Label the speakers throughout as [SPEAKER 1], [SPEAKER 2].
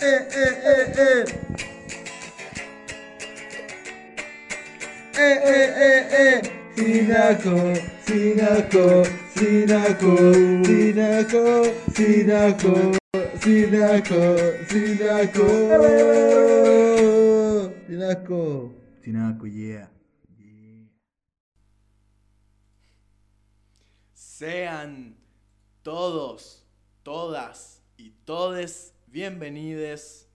[SPEAKER 1] eh, eh, eh, eh. Eh, eh, eh, eh. Sinaco, Sinaco, Sinaco, Sinaco, Sinaco, Sinaco, Sinaco, Sinaco, Sinaco, yeah.
[SPEAKER 2] Sean todos, todas y todes bienvenidos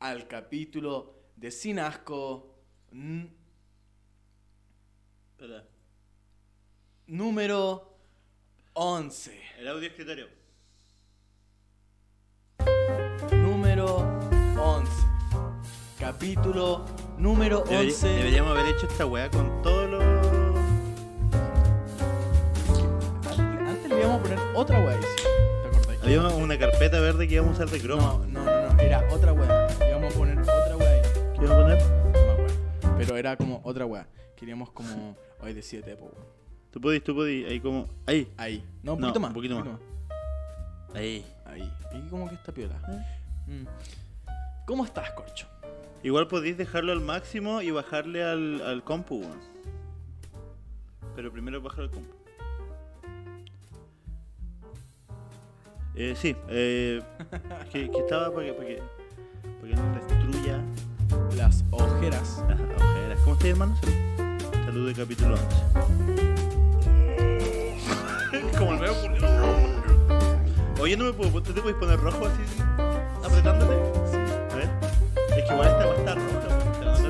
[SPEAKER 2] al capítulo de Sin Asco n-
[SPEAKER 3] Espera,
[SPEAKER 2] número 11.
[SPEAKER 3] el audio es criterio.
[SPEAKER 2] Número 11. Capítulo número
[SPEAKER 3] Deberi-
[SPEAKER 2] 11.
[SPEAKER 3] Deberíamos haber hecho esta weá con todos los.
[SPEAKER 2] Antes, antes le íbamos a poner otra weá. dice. ¿Te acordás?
[SPEAKER 3] Había una- una carpeta verde que íbamos a usar de croma.
[SPEAKER 2] No, no, no, no, era otra weá. Le íbamos a poner otra weá. ahí.
[SPEAKER 3] ¿Qué iba a poner?
[SPEAKER 2] No me acuerdo. Pero era como otra weá. Queríamos como hoy de 7, po, weón.
[SPEAKER 3] Tú podís, tú podís. Ahí como. Ahí.
[SPEAKER 2] Ahí. No, un
[SPEAKER 3] No,
[SPEAKER 2] poquito más.
[SPEAKER 3] un poquito más. Ahí. ¿Eh?
[SPEAKER 2] Ahí. Y como que está piola. Mm. ¿Cómo estás, Corcho?
[SPEAKER 3] Igual podéis dejarlo al máximo y bajarle al, al compu, weón. Pero primero bajar al compu. Eh, sí, eh, que, que estaba para que, para que, para que no destruya
[SPEAKER 2] Las ojeras.
[SPEAKER 3] las ojeras. ¿Cómo estáis, hermanos? Salud de capítulo 11. Como el veo Oye, no me puedo, ¿tú te puedes poner rojo así apretándote? A ver. Es que igual esta va a estar roja. te va a
[SPEAKER 2] Sí,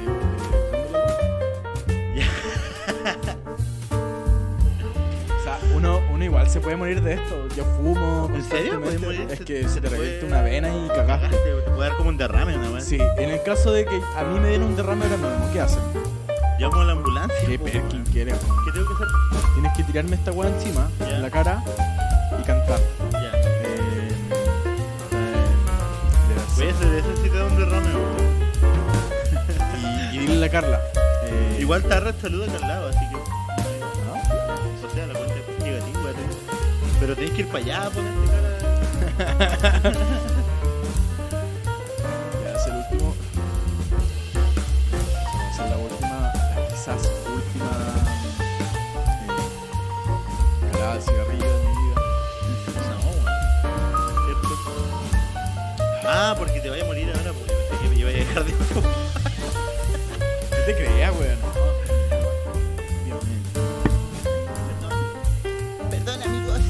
[SPEAKER 3] notar.
[SPEAKER 2] eh,
[SPEAKER 3] Ya.
[SPEAKER 2] O sea, uno, uno igual se puede morir de esto. Yo fumo.
[SPEAKER 3] ¿En serio?
[SPEAKER 2] constantemente.
[SPEAKER 3] ¿Puedes morir?
[SPEAKER 2] Es
[SPEAKER 3] ¿Se-
[SPEAKER 2] que
[SPEAKER 3] se
[SPEAKER 2] se te
[SPEAKER 3] te puede-
[SPEAKER 2] revierte una vena y cagaste.
[SPEAKER 3] Cagaste, te puede dar como un derrame una vez.
[SPEAKER 2] Sí, en el caso de que a mí me den un derrame ahora mismo, ¿qué hacen?
[SPEAKER 3] Llamo a la ambulancia.
[SPEAKER 2] ¿Qué
[SPEAKER 3] po,
[SPEAKER 2] perkin
[SPEAKER 3] weón.
[SPEAKER 2] quieres?
[SPEAKER 3] ¿Qué tengo que hacer?
[SPEAKER 2] Tienes que tirarme esta weá encima,
[SPEAKER 3] Ya.
[SPEAKER 2] en la cara, y cantar.
[SPEAKER 3] Ya.
[SPEAKER 2] Eh, eh,
[SPEAKER 3] Voy a
[SPEAKER 2] de-
[SPEAKER 3] hacer eso si te da un derrame. weón.
[SPEAKER 2] y, y dile a la Carla. eh,
[SPEAKER 3] Igual Tarra saluda acá al lado, así que.
[SPEAKER 2] ¿no?
[SPEAKER 3] O sea, la cuenta es negativa, tenés- pero tenés que ir para allá a ponerte cara.
[SPEAKER 2] Ya es el último. Va a ser la última, la quizás última. eh, calada de cigarrillo de mi vida.
[SPEAKER 3] No, weón. ¿Cierto? Ah, porque te vaya a morir ahora, porque pensé que me iba a dejar de fumar.
[SPEAKER 2] ¿Qué te creía, weón? Dios mío.
[SPEAKER 3] Perdón, amigos.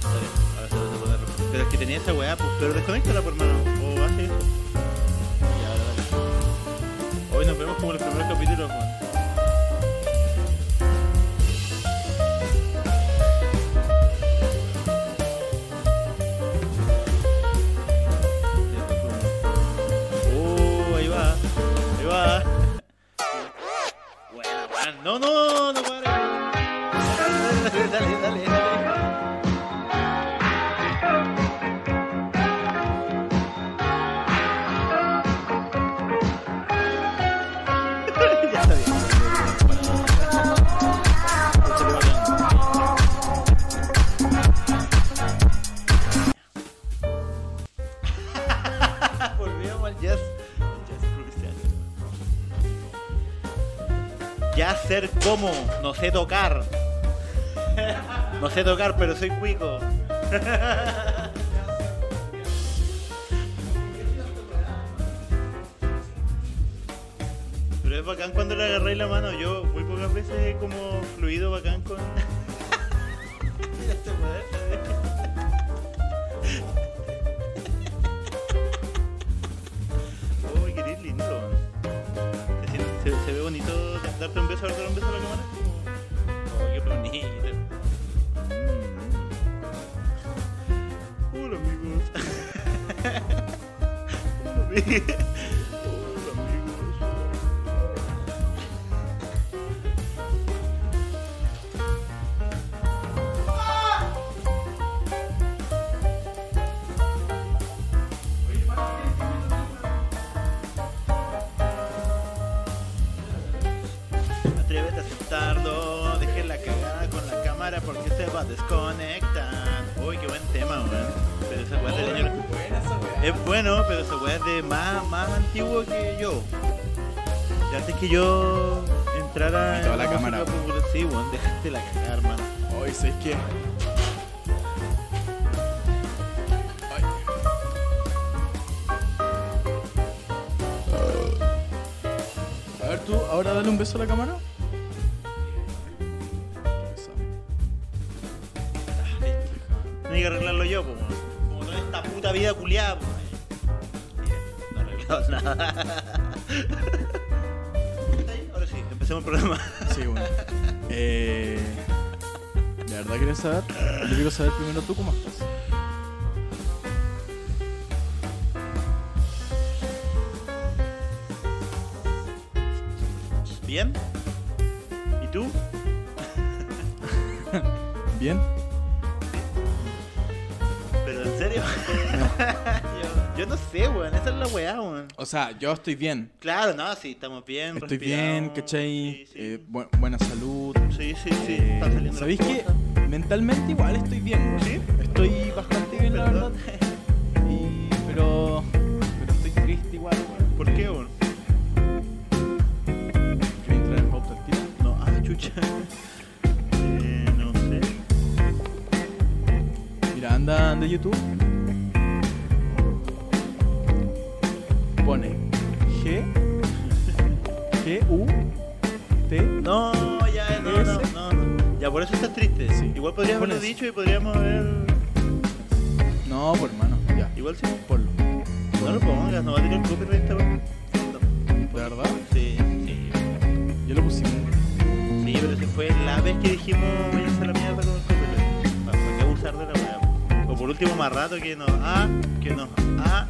[SPEAKER 3] Vale, ahora solo te puedo dar ropa. Pero es que tenía esa weá, pues, pero desconéctala, por hermano. O hace eso. Ya, ahora dale. Hoy nos vemos como en los primeros capítulos, weón. pues, Oh, ahí va. Ahí va. Buena, buena. No, no, no para. Dale, dale, dale. Ya está bien. Échale bacán. Volvemos al jazz. al jazz improvisado. Ya ser como, no sé tocar. No sé tocar, pero soy cuico. Pero es bacán cuando le agarré la mano. Yo muy pocas veces he como fluido bacán con. Mira este weón. Uy, qué lindo. weón. Se, siente- se- se ve bonito darte un beso, darte un beso a la cámara. Como, "Oh, Uy, qué bonito. Mm. Hola amigos. Hola amigos. Hola amigos. Atrévete a aceptarlo, dejen la cagada con la cámara porque se va a desconectar. Uy, qué buen tema, weón. Pero esa weá del año.
[SPEAKER 2] Buena esa
[SPEAKER 3] Es bueno, pero esa weá es de más, más antiguo que yo. Ya antes que yo entrara
[SPEAKER 2] Quitaba la
[SPEAKER 3] música
[SPEAKER 2] cámara, weón.
[SPEAKER 3] popular- Sí, weón, dejaste la cagar, man.
[SPEAKER 2] Hoy ¿sabes qué? Ay. A ver tú, ahora dale un beso a la cámara. Eso. Ah, listo, hija.
[SPEAKER 3] Tenía que arreglarlo yo, pues, weón. Como toda esta puta vida culiada, pues. No he arreglado nada. ¿Está ahí? Ahora sí, empecemos el programa.
[SPEAKER 2] Sí, bueno. Eh, la verdad quieres saber. Yo quiero saber primero tú cómo estás.
[SPEAKER 3] ¿Bien? ¿Y tú?
[SPEAKER 2] ¿Bien?
[SPEAKER 3] ¿Pero en serio? yo, yo no sé, weón. Esa es la weá, weón.
[SPEAKER 2] O sea, yo estoy bien.
[SPEAKER 3] Claro, no, sí, estamos bien.
[SPEAKER 2] Estoy
[SPEAKER 3] respiramos,
[SPEAKER 2] bien, ¿cachai?
[SPEAKER 3] Sí, sí,
[SPEAKER 2] Eh, bu- buena salud.
[SPEAKER 3] sí, sí, sí,
[SPEAKER 2] Eh,
[SPEAKER 3] están saliendo
[SPEAKER 2] ¿Sabéis
[SPEAKER 3] las
[SPEAKER 2] qué?
[SPEAKER 3] cosas.
[SPEAKER 2] Mentalmente igual estoy bien, güey.
[SPEAKER 3] ¿Sí?
[SPEAKER 2] Estoy bastante bien, la verdad.
[SPEAKER 3] Perdón.
[SPEAKER 2] Y, pero, pero estoy triste igual, güey.
[SPEAKER 3] ¿Por qué, weón?
[SPEAKER 2] ¿Queréis entrar en pauta al tiro?
[SPEAKER 3] No, ah, chucha. Eh, no sé.
[SPEAKER 2] Mira, anda, anda a YouTube. Pone G G U T
[SPEAKER 3] No, ya, no, no,
[SPEAKER 2] ¿Ese?
[SPEAKER 3] no, no. Ya, por eso estás triste.
[SPEAKER 2] Sí.
[SPEAKER 3] Igual podrías
[SPEAKER 2] Pon
[SPEAKER 3] haberlo
[SPEAKER 2] ese.
[SPEAKER 3] dicho y podríamos haber...
[SPEAKER 2] No, por hermano, ya.
[SPEAKER 3] Igual sí.
[SPEAKER 2] Ponlo.
[SPEAKER 3] No lo pongas, no va a tener copyright esta weón.
[SPEAKER 2] ¿De verdad?
[SPEAKER 3] Sí, sí.
[SPEAKER 2] Yo lo pusimos.
[SPEAKER 3] Sí, pero se fue la vez que dijimos voy a hacer la mierda con el copyright. Pa- ¿Para qué abusar de la weá? O por último más rato que nos ah, que nos ah.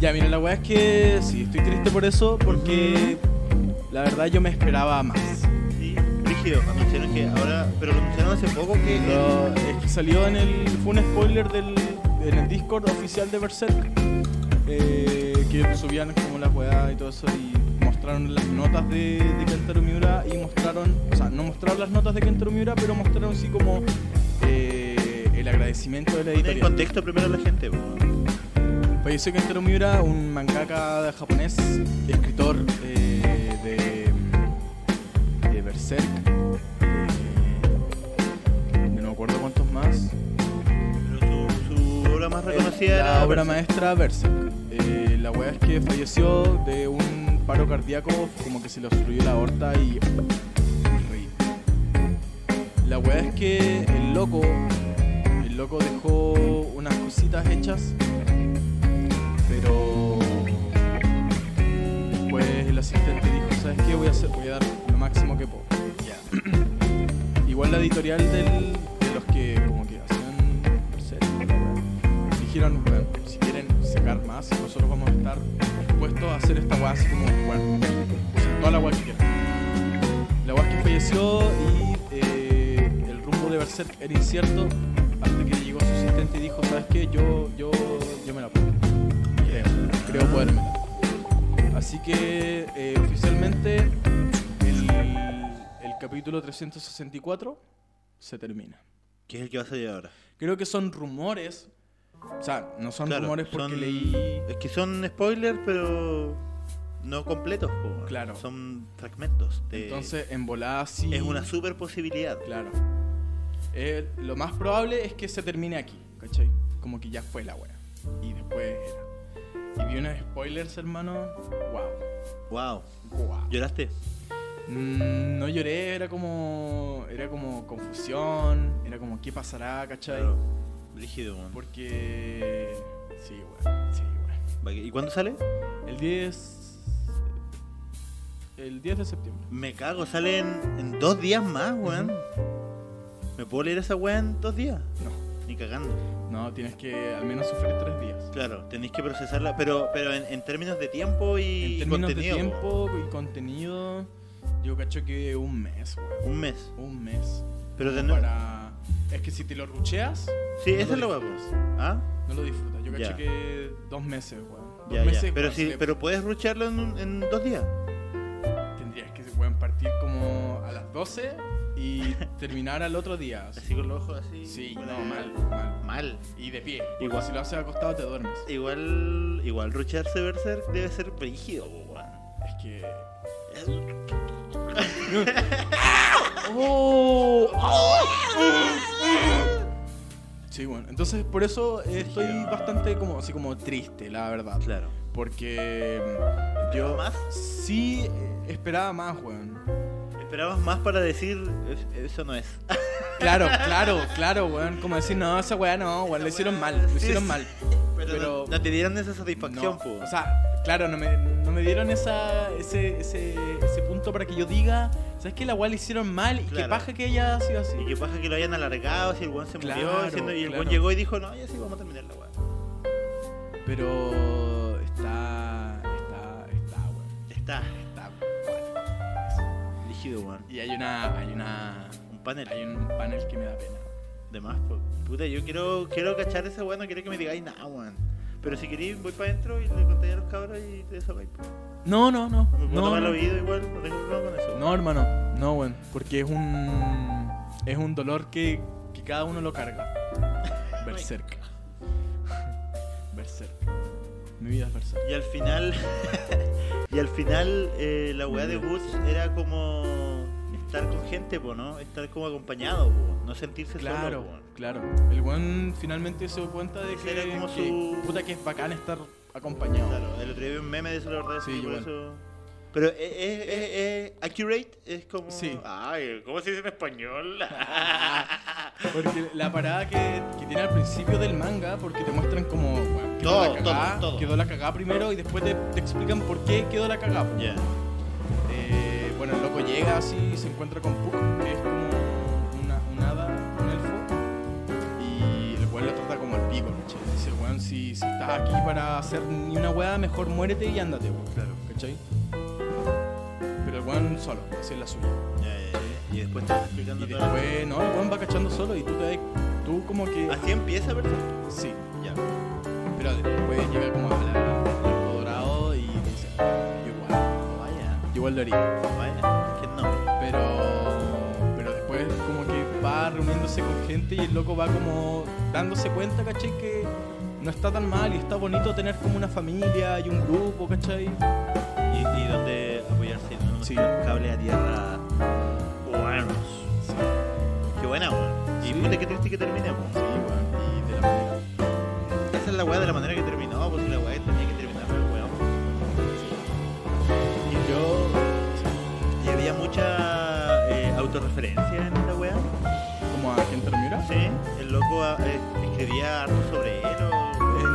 [SPEAKER 2] Ya, mira, la weá es que sí, estoy triste por eso, porque la verdad yo me esperaba más.
[SPEAKER 3] Sí, rígido. Anunciaron que ahora, pero lo anunciaron hace poco que
[SPEAKER 2] Lo- es que salió en el. fue un spoiler del, en el Discord oficial de Berserk. eh, que subían como las weas y todo eso. Y mostraron las notas de, de Kentaro Miura. Y mostraron. O sea, no mostraron las notas de Kentaro Miura, pero mostraron sí como. eh, el agradecimiento de la
[SPEAKER 3] pone en
[SPEAKER 2] editorial. Pues
[SPEAKER 3] contexto primero a la gente. po.
[SPEAKER 2] Falleció Kentaro Miura, un mangaka japonés, escritor eh, de, de Berserk, eh, no me acuerdo cuántos más.
[SPEAKER 3] Pero su, su obra más reconocida
[SPEAKER 2] Eh,
[SPEAKER 3] era.
[SPEAKER 2] la obra maestra Berserk. Eh, la weá es que falleció de un paro cardíaco, como que se le obstruyó la aorta y. Rey. La weá es que el loco. El loco dejó unas cositas hechas. Pero. Después el asistente dijo: ¿Sabes qué? Voy a, hacer, voy a dar lo máximo que puedo. Igual la editorial del- de los que como que hacían Berserk, la weá, dijeron, "Weón, si quieren sacar más, nosotros vamos a estar dispuestos a hacer esta weá así como, bueno, pues, toda la weá que quieran. La weá que falleció y eh, el rumbo de Berserk era incierto hasta que llegó su asistente y dijo, ¿sabes qué? Yo, yo, yo me la puedo. Creo, creo podérmela. Así que eh, oficialmente el, el capítulo 364 se termina.
[SPEAKER 3] Que es el que va a salir ahora.
[SPEAKER 2] Creo que son rumores. O sea, no son
[SPEAKER 3] Claro,
[SPEAKER 2] rumores porque
[SPEAKER 3] son-
[SPEAKER 2] leí.
[SPEAKER 3] Es que son spoilers, pero no completos. po.
[SPEAKER 2] Claro.
[SPEAKER 3] Son fragmentos. de-
[SPEAKER 2] Entonces, en volada sí.
[SPEAKER 3] este, Es una super posibilidad.
[SPEAKER 2] Claro. Eh, lo más probable es que se termine aquí, ¿cachai? Como que ya fue la wea. Y después era. Y vi unos spoilers, hermano. ¡Wow!
[SPEAKER 3] Wow.
[SPEAKER 2] ¡Wow!
[SPEAKER 3] ¿Lloraste?
[SPEAKER 2] Mm, No lloré, era como. Era como confusión, era como qué pasará, ¿cachai?
[SPEAKER 3] Claro. Rígido, weón.
[SPEAKER 2] Porque. Sí, weón, sí, weón.
[SPEAKER 3] Va que- ¿Y cuándo sale?
[SPEAKER 2] El 10. El 10 de septiembre.
[SPEAKER 3] Me cago, sale en, en dos días más, weón. ¿Me puedo leer esa weá en dos días?
[SPEAKER 2] No,
[SPEAKER 3] Ni cagando.
[SPEAKER 2] no, tienes que al menos sufrir tres días.
[SPEAKER 3] Claro, tenéis que procesarla, pero, pero en, en términos de tiempo y
[SPEAKER 2] En términos
[SPEAKER 3] contenido.
[SPEAKER 2] de
[SPEAKER 3] po.
[SPEAKER 2] tiempo y contenido, yo cacho que un mes, weón.
[SPEAKER 3] Un mes.
[SPEAKER 2] Un mes.
[SPEAKER 3] Pero de nuevo.
[SPEAKER 2] Para. Es que si te lo rucheas,
[SPEAKER 3] Sí,
[SPEAKER 2] no
[SPEAKER 3] eso es
[SPEAKER 2] lo
[SPEAKER 3] lo vamos. ¿Ah?
[SPEAKER 2] no lo disfrutas. Yo cacho
[SPEAKER 3] Ya.
[SPEAKER 2] que dos meses, weón. Dos
[SPEAKER 3] Ya, ya.
[SPEAKER 2] meses,
[SPEAKER 3] Pero,
[SPEAKER 2] weón,
[SPEAKER 3] sí,
[SPEAKER 2] se-
[SPEAKER 3] pero puedes rucharlo en, un- en dos días.
[SPEAKER 2] Tendrías que, weón, partir como a las 12 y terminar al otro día. así.
[SPEAKER 3] Así con los ojos así.
[SPEAKER 2] Sí,
[SPEAKER 3] buena
[SPEAKER 2] no,
[SPEAKER 3] idea.
[SPEAKER 2] mal, mal.
[SPEAKER 3] Mal.
[SPEAKER 2] Y de pie. Igual
[SPEAKER 3] Igual.
[SPEAKER 2] si lo haces acostado te duermes.
[SPEAKER 3] Igual, igual rucharse Berserk debe ser brígido, po, weón.
[SPEAKER 2] Es que.
[SPEAKER 3] Es-
[SPEAKER 2] Sí, bueno. Entonces por eso eh, estoy bastante como así como triste, la verdad.
[SPEAKER 3] Claro.
[SPEAKER 2] Porque mm, yo
[SPEAKER 3] ¿Esperabas más?
[SPEAKER 2] sí eh, esperaba más, weón.
[SPEAKER 3] Esperabas más para decir, "Es- eso no es.
[SPEAKER 2] Claro, claro, claro, weón. Como decir, no, esa weá no, weón, lo hicieron mal, lo
[SPEAKER 3] Sí,
[SPEAKER 2] hicieron
[SPEAKER 3] sí.
[SPEAKER 2] mal.
[SPEAKER 3] Pero,
[SPEAKER 2] Pero-
[SPEAKER 3] no, no te dieron esa satisfacción,
[SPEAKER 2] No,
[SPEAKER 3] po.
[SPEAKER 2] O sea, claro, no me, no me dieron esa, ese, ese, ese punto para que yo diga, ¿sabes qué? La weá la hicieron mal y que
[SPEAKER 3] Claro.
[SPEAKER 2] paja que haya sido así.
[SPEAKER 3] y qué pasa que lo hayan alargado, si el weón se
[SPEAKER 2] Claro,
[SPEAKER 3] murió, siendo- y el
[SPEAKER 2] claro.
[SPEAKER 3] weón llegó y dijo, no, ya sí, vamos a terminar la weá.
[SPEAKER 2] Pero está, está, está, weón.
[SPEAKER 3] Está,
[SPEAKER 2] Está, weón.
[SPEAKER 3] rígido, weón.
[SPEAKER 2] Y hay una, hay una,
[SPEAKER 3] Un panel.
[SPEAKER 2] hay un panel que me da pena.
[SPEAKER 3] De más, po. Puta, yo quiero, quiero cachar ese weón, no quiero que me digáis nada, weón. Pero si queréis, voy para adentro y le contáis a los cabros y te desahogáis, po.
[SPEAKER 2] No, no, no.
[SPEAKER 3] Me puedo
[SPEAKER 2] No,
[SPEAKER 3] tomar el
[SPEAKER 2] no,
[SPEAKER 3] oído igual, no tengo problema con eso.
[SPEAKER 2] No, hermano, no, weón. Porque es un, es un dolor que, que cada uno lo carga. Berserk. Berserk. Mi vida es berserk.
[SPEAKER 3] Y al final. y al final, eh, la weá de Woods era como. Estar con gente, po, ¿no? Estar como acompañado, po. No sentirse
[SPEAKER 2] Claro,
[SPEAKER 3] solo, po.
[SPEAKER 2] claro. El weón finalmente se dio cuenta de
[SPEAKER 3] Ese
[SPEAKER 2] que,
[SPEAKER 3] era como
[SPEAKER 2] que-
[SPEAKER 3] su-
[SPEAKER 2] puta que es bacán estar acompañado.
[SPEAKER 3] Claro, el otro día vi un meme de eso, la verdad.
[SPEAKER 2] Sí,
[SPEAKER 3] así que
[SPEAKER 2] igual.
[SPEAKER 3] por eso. Pero e, es. es- es- es- e, accurate es como.
[SPEAKER 2] Sí.
[SPEAKER 3] Ay, ¿cómo se dice en español?
[SPEAKER 2] Porque la parada que, que tiene al principio del manga, porque te muestran como bueno, quedó,
[SPEAKER 3] Todo,
[SPEAKER 2] la cagada,
[SPEAKER 3] todo, todo.
[SPEAKER 2] quedó la cagada primero y después te, te explican por qué quedó la pues. cagada. po.
[SPEAKER 3] Ya.
[SPEAKER 2] Eh, bueno, el loco llega así y se encuentra con Puck, que es como una, un hada, un elfo. Y el weón lo trata como el pico, ¿cachai? Dice, weón, si, si estás aquí para hacer ni una weá, mejor muérete y ándate, weón. Claro. ¿Cachai? Pero el weón solo, así es la suya.
[SPEAKER 3] Ya, ya, ya. Y después te vas explicando
[SPEAKER 2] Y
[SPEAKER 3] todo.
[SPEAKER 2] después, no, el weón va cachando solo y tú te das, tú como que...
[SPEAKER 3] Así empieza, ¿verdad?
[SPEAKER 2] Sí,
[SPEAKER 3] Ya.
[SPEAKER 2] pero después llega como a la al dorado y dice, yo igual,
[SPEAKER 3] Vaya,
[SPEAKER 2] yo igual lo haría.
[SPEAKER 3] vaya. Que no.
[SPEAKER 2] Pero, pero después como que va reuniéndose con gente y el loco va como dándose cuenta, ¿cachai? Que no está tan mal y está bonito tener como una familia y un grupo, ¿cachai?
[SPEAKER 3] Y, y dónde apoyarse, ¿no?
[SPEAKER 2] Sí.
[SPEAKER 3] Cable a tierra. Humanos.
[SPEAKER 2] Sí,
[SPEAKER 3] Qué buena, weón. Y
[SPEAKER 2] Sí.
[SPEAKER 3] puta que triste que termine,
[SPEAKER 2] sí,
[SPEAKER 3] weón.
[SPEAKER 2] weón, y de la manera.
[SPEAKER 3] Esa es la weá de la manera que terminó, pues si la weá tenía que terminar pero weón.
[SPEAKER 2] Y yo,
[SPEAKER 3] Y había mucha eh, autorreferencia en la weá.
[SPEAKER 2] como a gente Ramira,
[SPEAKER 3] Sí. El loco ah, eh, escribía harto sobre él o- eh,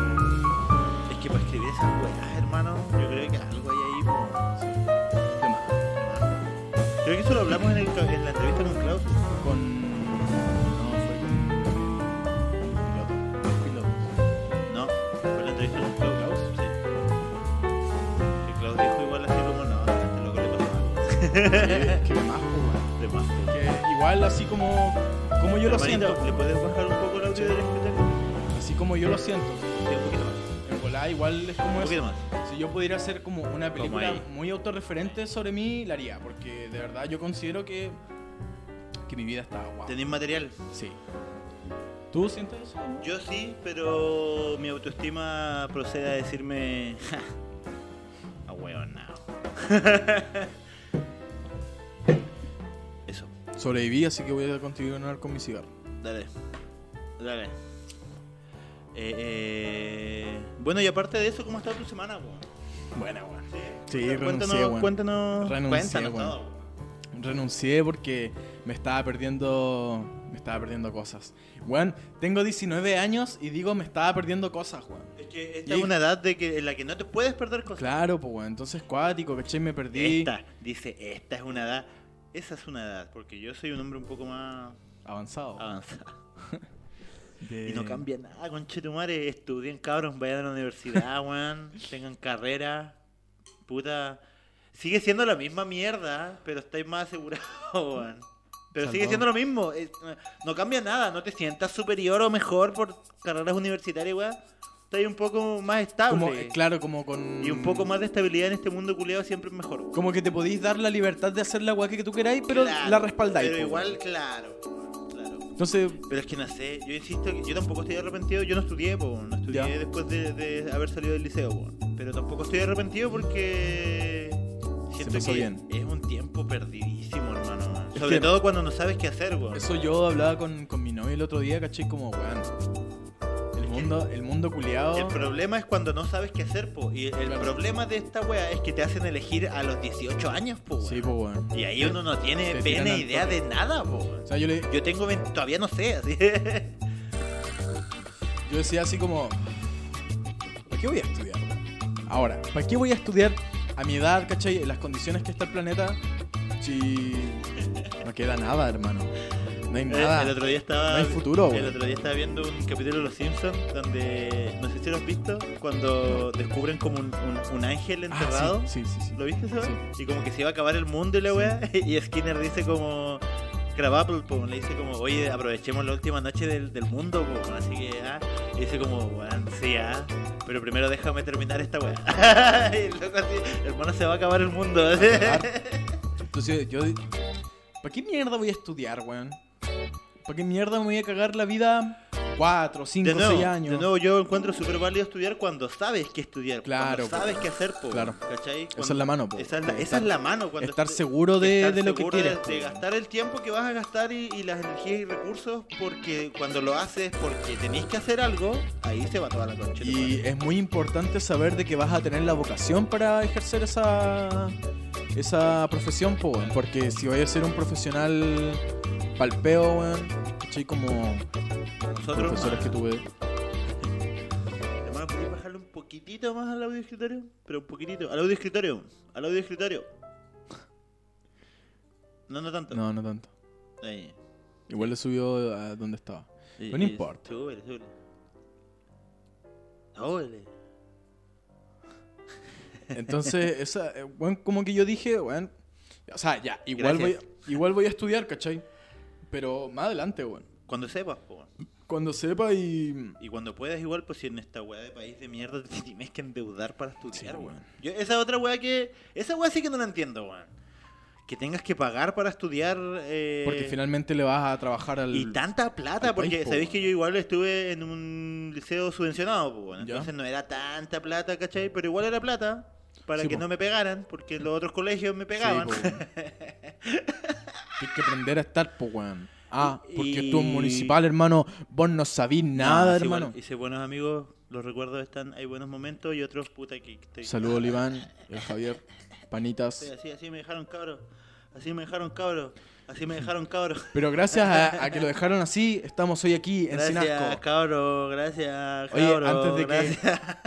[SPEAKER 3] Es que para escribir esas weá, hermano, yo creo que algo hay ahí, po.
[SPEAKER 2] sí, de más.
[SPEAKER 3] Creo que eso lo hablamos en, el, ca- en la entrevista con Klaus.
[SPEAKER 2] con. No, fue con. Piloto. Los pilotos.
[SPEAKER 3] No, fue en la entrevista con Klaus. Klaus, sí. Que Klaus dijo igual así como, no, a este loco le pasó algo.
[SPEAKER 2] que, que más, pues,
[SPEAKER 3] De más, po.
[SPEAKER 2] weón. Que igual, así como. Como yo lo
[SPEAKER 3] Hermanito,
[SPEAKER 2] siento.
[SPEAKER 3] ¿Le puedes bajar un poco el audio del escritorio?
[SPEAKER 2] Así como yo lo siento.
[SPEAKER 3] Sí, un poquito más.
[SPEAKER 2] En volada, igual es
[SPEAKER 3] Un
[SPEAKER 2] como
[SPEAKER 3] poquito
[SPEAKER 2] eso.
[SPEAKER 3] más.
[SPEAKER 2] Si yo pudiera hacer como una película
[SPEAKER 3] ahí.
[SPEAKER 2] muy autorreferente sobre mí, la haría. Porque de verdad yo considero que. Que mi vida está guau.
[SPEAKER 3] ¿Tenéis material?
[SPEAKER 2] Sí. ¿Tú sientes eso?
[SPEAKER 3] Yo sí, pero mi autoestima procede a decirme. "Ja, A hueón, no. Eso,
[SPEAKER 2] Sobreviví, así que voy a continuar con mi cigarro.
[SPEAKER 3] dale. Dale. Eh, eh, Bueno, y aparte de eso, ¿cómo ha estado tu semana, po?
[SPEAKER 2] Buena, weón. Sí,
[SPEAKER 3] Sí,
[SPEAKER 2] renuncié,
[SPEAKER 3] cuéntanos,
[SPEAKER 2] weón.
[SPEAKER 3] cuéntanos,
[SPEAKER 2] Renuncié,
[SPEAKER 3] cuéntanos
[SPEAKER 2] weón.
[SPEAKER 3] todo, weón.
[SPEAKER 2] Renuncié porque me estaba perdiendo. Me estaba perdiendo cosas. Weón, tengo 19 años y digo me estaba perdiendo cosas, weón.
[SPEAKER 3] Es que esta
[SPEAKER 2] Y-
[SPEAKER 3] es una edad de que, en la que no te puedes perder cosas.
[SPEAKER 2] Claro, pues weón. Entonces cuático, ¿cachai? Me perdí.
[SPEAKER 3] Esta, dice, esta es una edad. Esa es una edad, porque yo soy un hombre un poco más
[SPEAKER 2] Avanzado.
[SPEAKER 3] avanzado.
[SPEAKER 2] De-
[SPEAKER 3] Ah, Y no cambia nada, conchetumare. Estudien, cabros, vayan a la universidad, weón. Tengan carrera. Puta. Sigue siendo la misma mierda, pero estáis más asegurados, weón. Pero sigue
[SPEAKER 2] Salvado.
[SPEAKER 3] siendo lo mismo. eh, Es- No cambia nada. No te sientas superior o mejor por carreras universitarias, weón. estáis un poco más estable.
[SPEAKER 2] Como, eh, claro, como con.
[SPEAKER 3] Y un poco más de estabilidad en este mundo culeado siempre es mejor.
[SPEAKER 2] Como que te podéis dar la libertad de hacer la weá que tú queráis, pero
[SPEAKER 3] Claro,
[SPEAKER 2] la respaldáis.
[SPEAKER 3] Pero
[SPEAKER 2] po,
[SPEAKER 3] igual,
[SPEAKER 2] weón.
[SPEAKER 3] claro, claro.
[SPEAKER 2] Entonces,
[SPEAKER 3] Pero es que no sé, yo insisto que yo tampoco estoy arrepentido, yo no estudié, po, no estudié
[SPEAKER 2] Ya.
[SPEAKER 3] después de, de haber salido del liceo, po. pero tampoco estoy arrepentido porque siento
[SPEAKER 2] pasó
[SPEAKER 3] que
[SPEAKER 2] bien.
[SPEAKER 3] es un tiempo perdidísimo, hermano.
[SPEAKER 2] Es
[SPEAKER 3] Sobre
[SPEAKER 2] que-
[SPEAKER 3] todo cuando no sabes qué hacer, po.
[SPEAKER 2] eso yo hablaba con, con mi novia el otro día, caché como, weón. El mundo, el mundo culiado.
[SPEAKER 3] El problema es cuando no sabes qué hacer, po. Y el
[SPEAKER 2] Claro.
[SPEAKER 3] problema de esta wea es que te hacen elegir a los 18 años, po.
[SPEAKER 2] Sí,
[SPEAKER 3] weón.
[SPEAKER 2] pues weón.
[SPEAKER 3] Y ahí uno no tiene
[SPEAKER 2] Te tiran
[SPEAKER 3] pena
[SPEAKER 2] al
[SPEAKER 3] idea
[SPEAKER 2] toque.
[SPEAKER 3] de nada, po.
[SPEAKER 2] O sea, yo le,
[SPEAKER 3] Yo tengo, ve- todavía no sé, así.
[SPEAKER 2] Yo decía así como, ¿para qué voy a estudiar? Ahora, ¿para qué voy a estudiar a mi edad, cachai? En las condiciones que está el planeta, si no queda nada, hermano. No hay
[SPEAKER 3] Eh,
[SPEAKER 2] nada.
[SPEAKER 3] El otro día estaba.
[SPEAKER 2] No hay futuro,
[SPEAKER 3] El
[SPEAKER 2] weón.
[SPEAKER 3] otro día estaba viendo un capítulo de Los Simpsons donde. No sé si lo has visto. Cuando descubren como un, un- un ángel
[SPEAKER 2] Ah,
[SPEAKER 3] enterrado.
[SPEAKER 2] sí, sí, sí, sí.
[SPEAKER 3] ¿Lo viste eso?
[SPEAKER 2] Sí.
[SPEAKER 3] Y como que se iba a acabar el mundo y la weá. Y Skinner dice como. Crabapple, po, le dice como, oye, aprovechemos la última noche del, del mundo, po, así que, ah, y dice como, weón, sí, ah, pero primero déjame terminar esta weá. y el loco así, hermano, se va a acabar el mundo.
[SPEAKER 2] cagar. Entonces Pues yo, ¿para qué mierda voy a estudiar, weón? ¿Para qué mierda me voy a cagar la vida cuatro, cinco,
[SPEAKER 3] De nuevo,
[SPEAKER 2] seis años?
[SPEAKER 3] de nuevo, yo encuentro súper válido estudiar cuando sabes qué estudiar.
[SPEAKER 2] Claro, pues.
[SPEAKER 3] Cuando sabes qué hacer, po.
[SPEAKER 2] Claro.
[SPEAKER 3] ¿Cachai? Cuando-
[SPEAKER 2] Esa es la mano, po.
[SPEAKER 3] Esa es la, esa
[SPEAKER 2] Estar-
[SPEAKER 3] es la mano. Cuando
[SPEAKER 2] Estar
[SPEAKER 3] est-
[SPEAKER 2] seguro de,
[SPEAKER 3] estar
[SPEAKER 2] de lo que
[SPEAKER 3] seguro
[SPEAKER 2] quieres. pues.
[SPEAKER 3] De, de gastar el tiempo que vas a gastar y, y las energías y recursos porque cuando lo haces porque tenés que hacer algo, ahí se va toda la concha. de tu
[SPEAKER 2] Y
[SPEAKER 3] madre.
[SPEAKER 2] es muy importante saber de que vas a tener la vocación para ejercer esa, esa profesión, po, weón. porque si vayas a ser un profesional palpeo, weón, ¿cachai? como
[SPEAKER 3] Nosotros,
[SPEAKER 2] profesores que tuve.
[SPEAKER 3] Hermano, ¿podrías bajarle un poquitito más al audio escritorio? Pero un poquitito. Al audio escritorio. Al audio escritorio. No, no tanto.
[SPEAKER 2] No, no tanto.
[SPEAKER 3] Ahí.
[SPEAKER 2] Igual le subió a donde estaba.
[SPEAKER 3] Y-
[SPEAKER 2] Pero no
[SPEAKER 3] y-
[SPEAKER 2] importa.
[SPEAKER 3] Súbele, súbele. Súbele.
[SPEAKER 2] Entonces, esa, eh, weón, como que yo dije, weón, o sea, ya, igual voy,
[SPEAKER 3] Gracias.
[SPEAKER 2] igual voy a estudiar, ¿cachai? Pero más adelante, weón.
[SPEAKER 3] Cuando sepas, po.
[SPEAKER 2] Mm. Cuando sepa y...
[SPEAKER 3] Y cuando puedas igual, pues si en esta weá de país de mierda te tienes que endeudar para estudiar,
[SPEAKER 2] Sí,
[SPEAKER 3] weón.
[SPEAKER 2] weón.
[SPEAKER 3] Yo- Esa otra weá que... Esa weá sí que no la entiendo, weón. Que tengas que pagar para estudiar... eh,
[SPEAKER 2] Porque finalmente le vas a trabajar al...
[SPEAKER 3] Y tanta plata,
[SPEAKER 2] al país,
[SPEAKER 3] porque
[SPEAKER 2] po,
[SPEAKER 3] sabéis
[SPEAKER 2] weón.
[SPEAKER 3] que yo igual estuve en un liceo subvencionado, po, weón.
[SPEAKER 2] Ya.
[SPEAKER 3] entonces no era tanta plata, ¿cachai? Pero igual era plata para
[SPEAKER 2] Sí,
[SPEAKER 3] que
[SPEAKER 2] po.
[SPEAKER 3] no me pegaran, porque los otros colegios me pegaban.
[SPEAKER 2] Sí, po, weón. Tienes que aprender a estar, po, weón. Ah, porque
[SPEAKER 3] Y-
[SPEAKER 2] tú en municipal, hermano, vos no sabís nada,
[SPEAKER 3] sí,
[SPEAKER 2] hermano.
[SPEAKER 3] bueno, hice buenos amigos, los recuerdos están, hay buenos momentos y otros puta que estoy.
[SPEAKER 2] Saludos, Iván, el Javier,
[SPEAKER 3] Sí,
[SPEAKER 2] panitas.
[SPEAKER 3] así, así me dejaron cabros, así me dejaron cabros, así me dejaron cabros.
[SPEAKER 2] Pero gracias a, a que lo dejaron así, estamos hoy aquí en
[SPEAKER 3] Gracias,
[SPEAKER 2] Sinasco.
[SPEAKER 3] cabros, gracias,
[SPEAKER 2] Oye,
[SPEAKER 3] cabros.
[SPEAKER 2] antes de que-
[SPEAKER 3] gracias.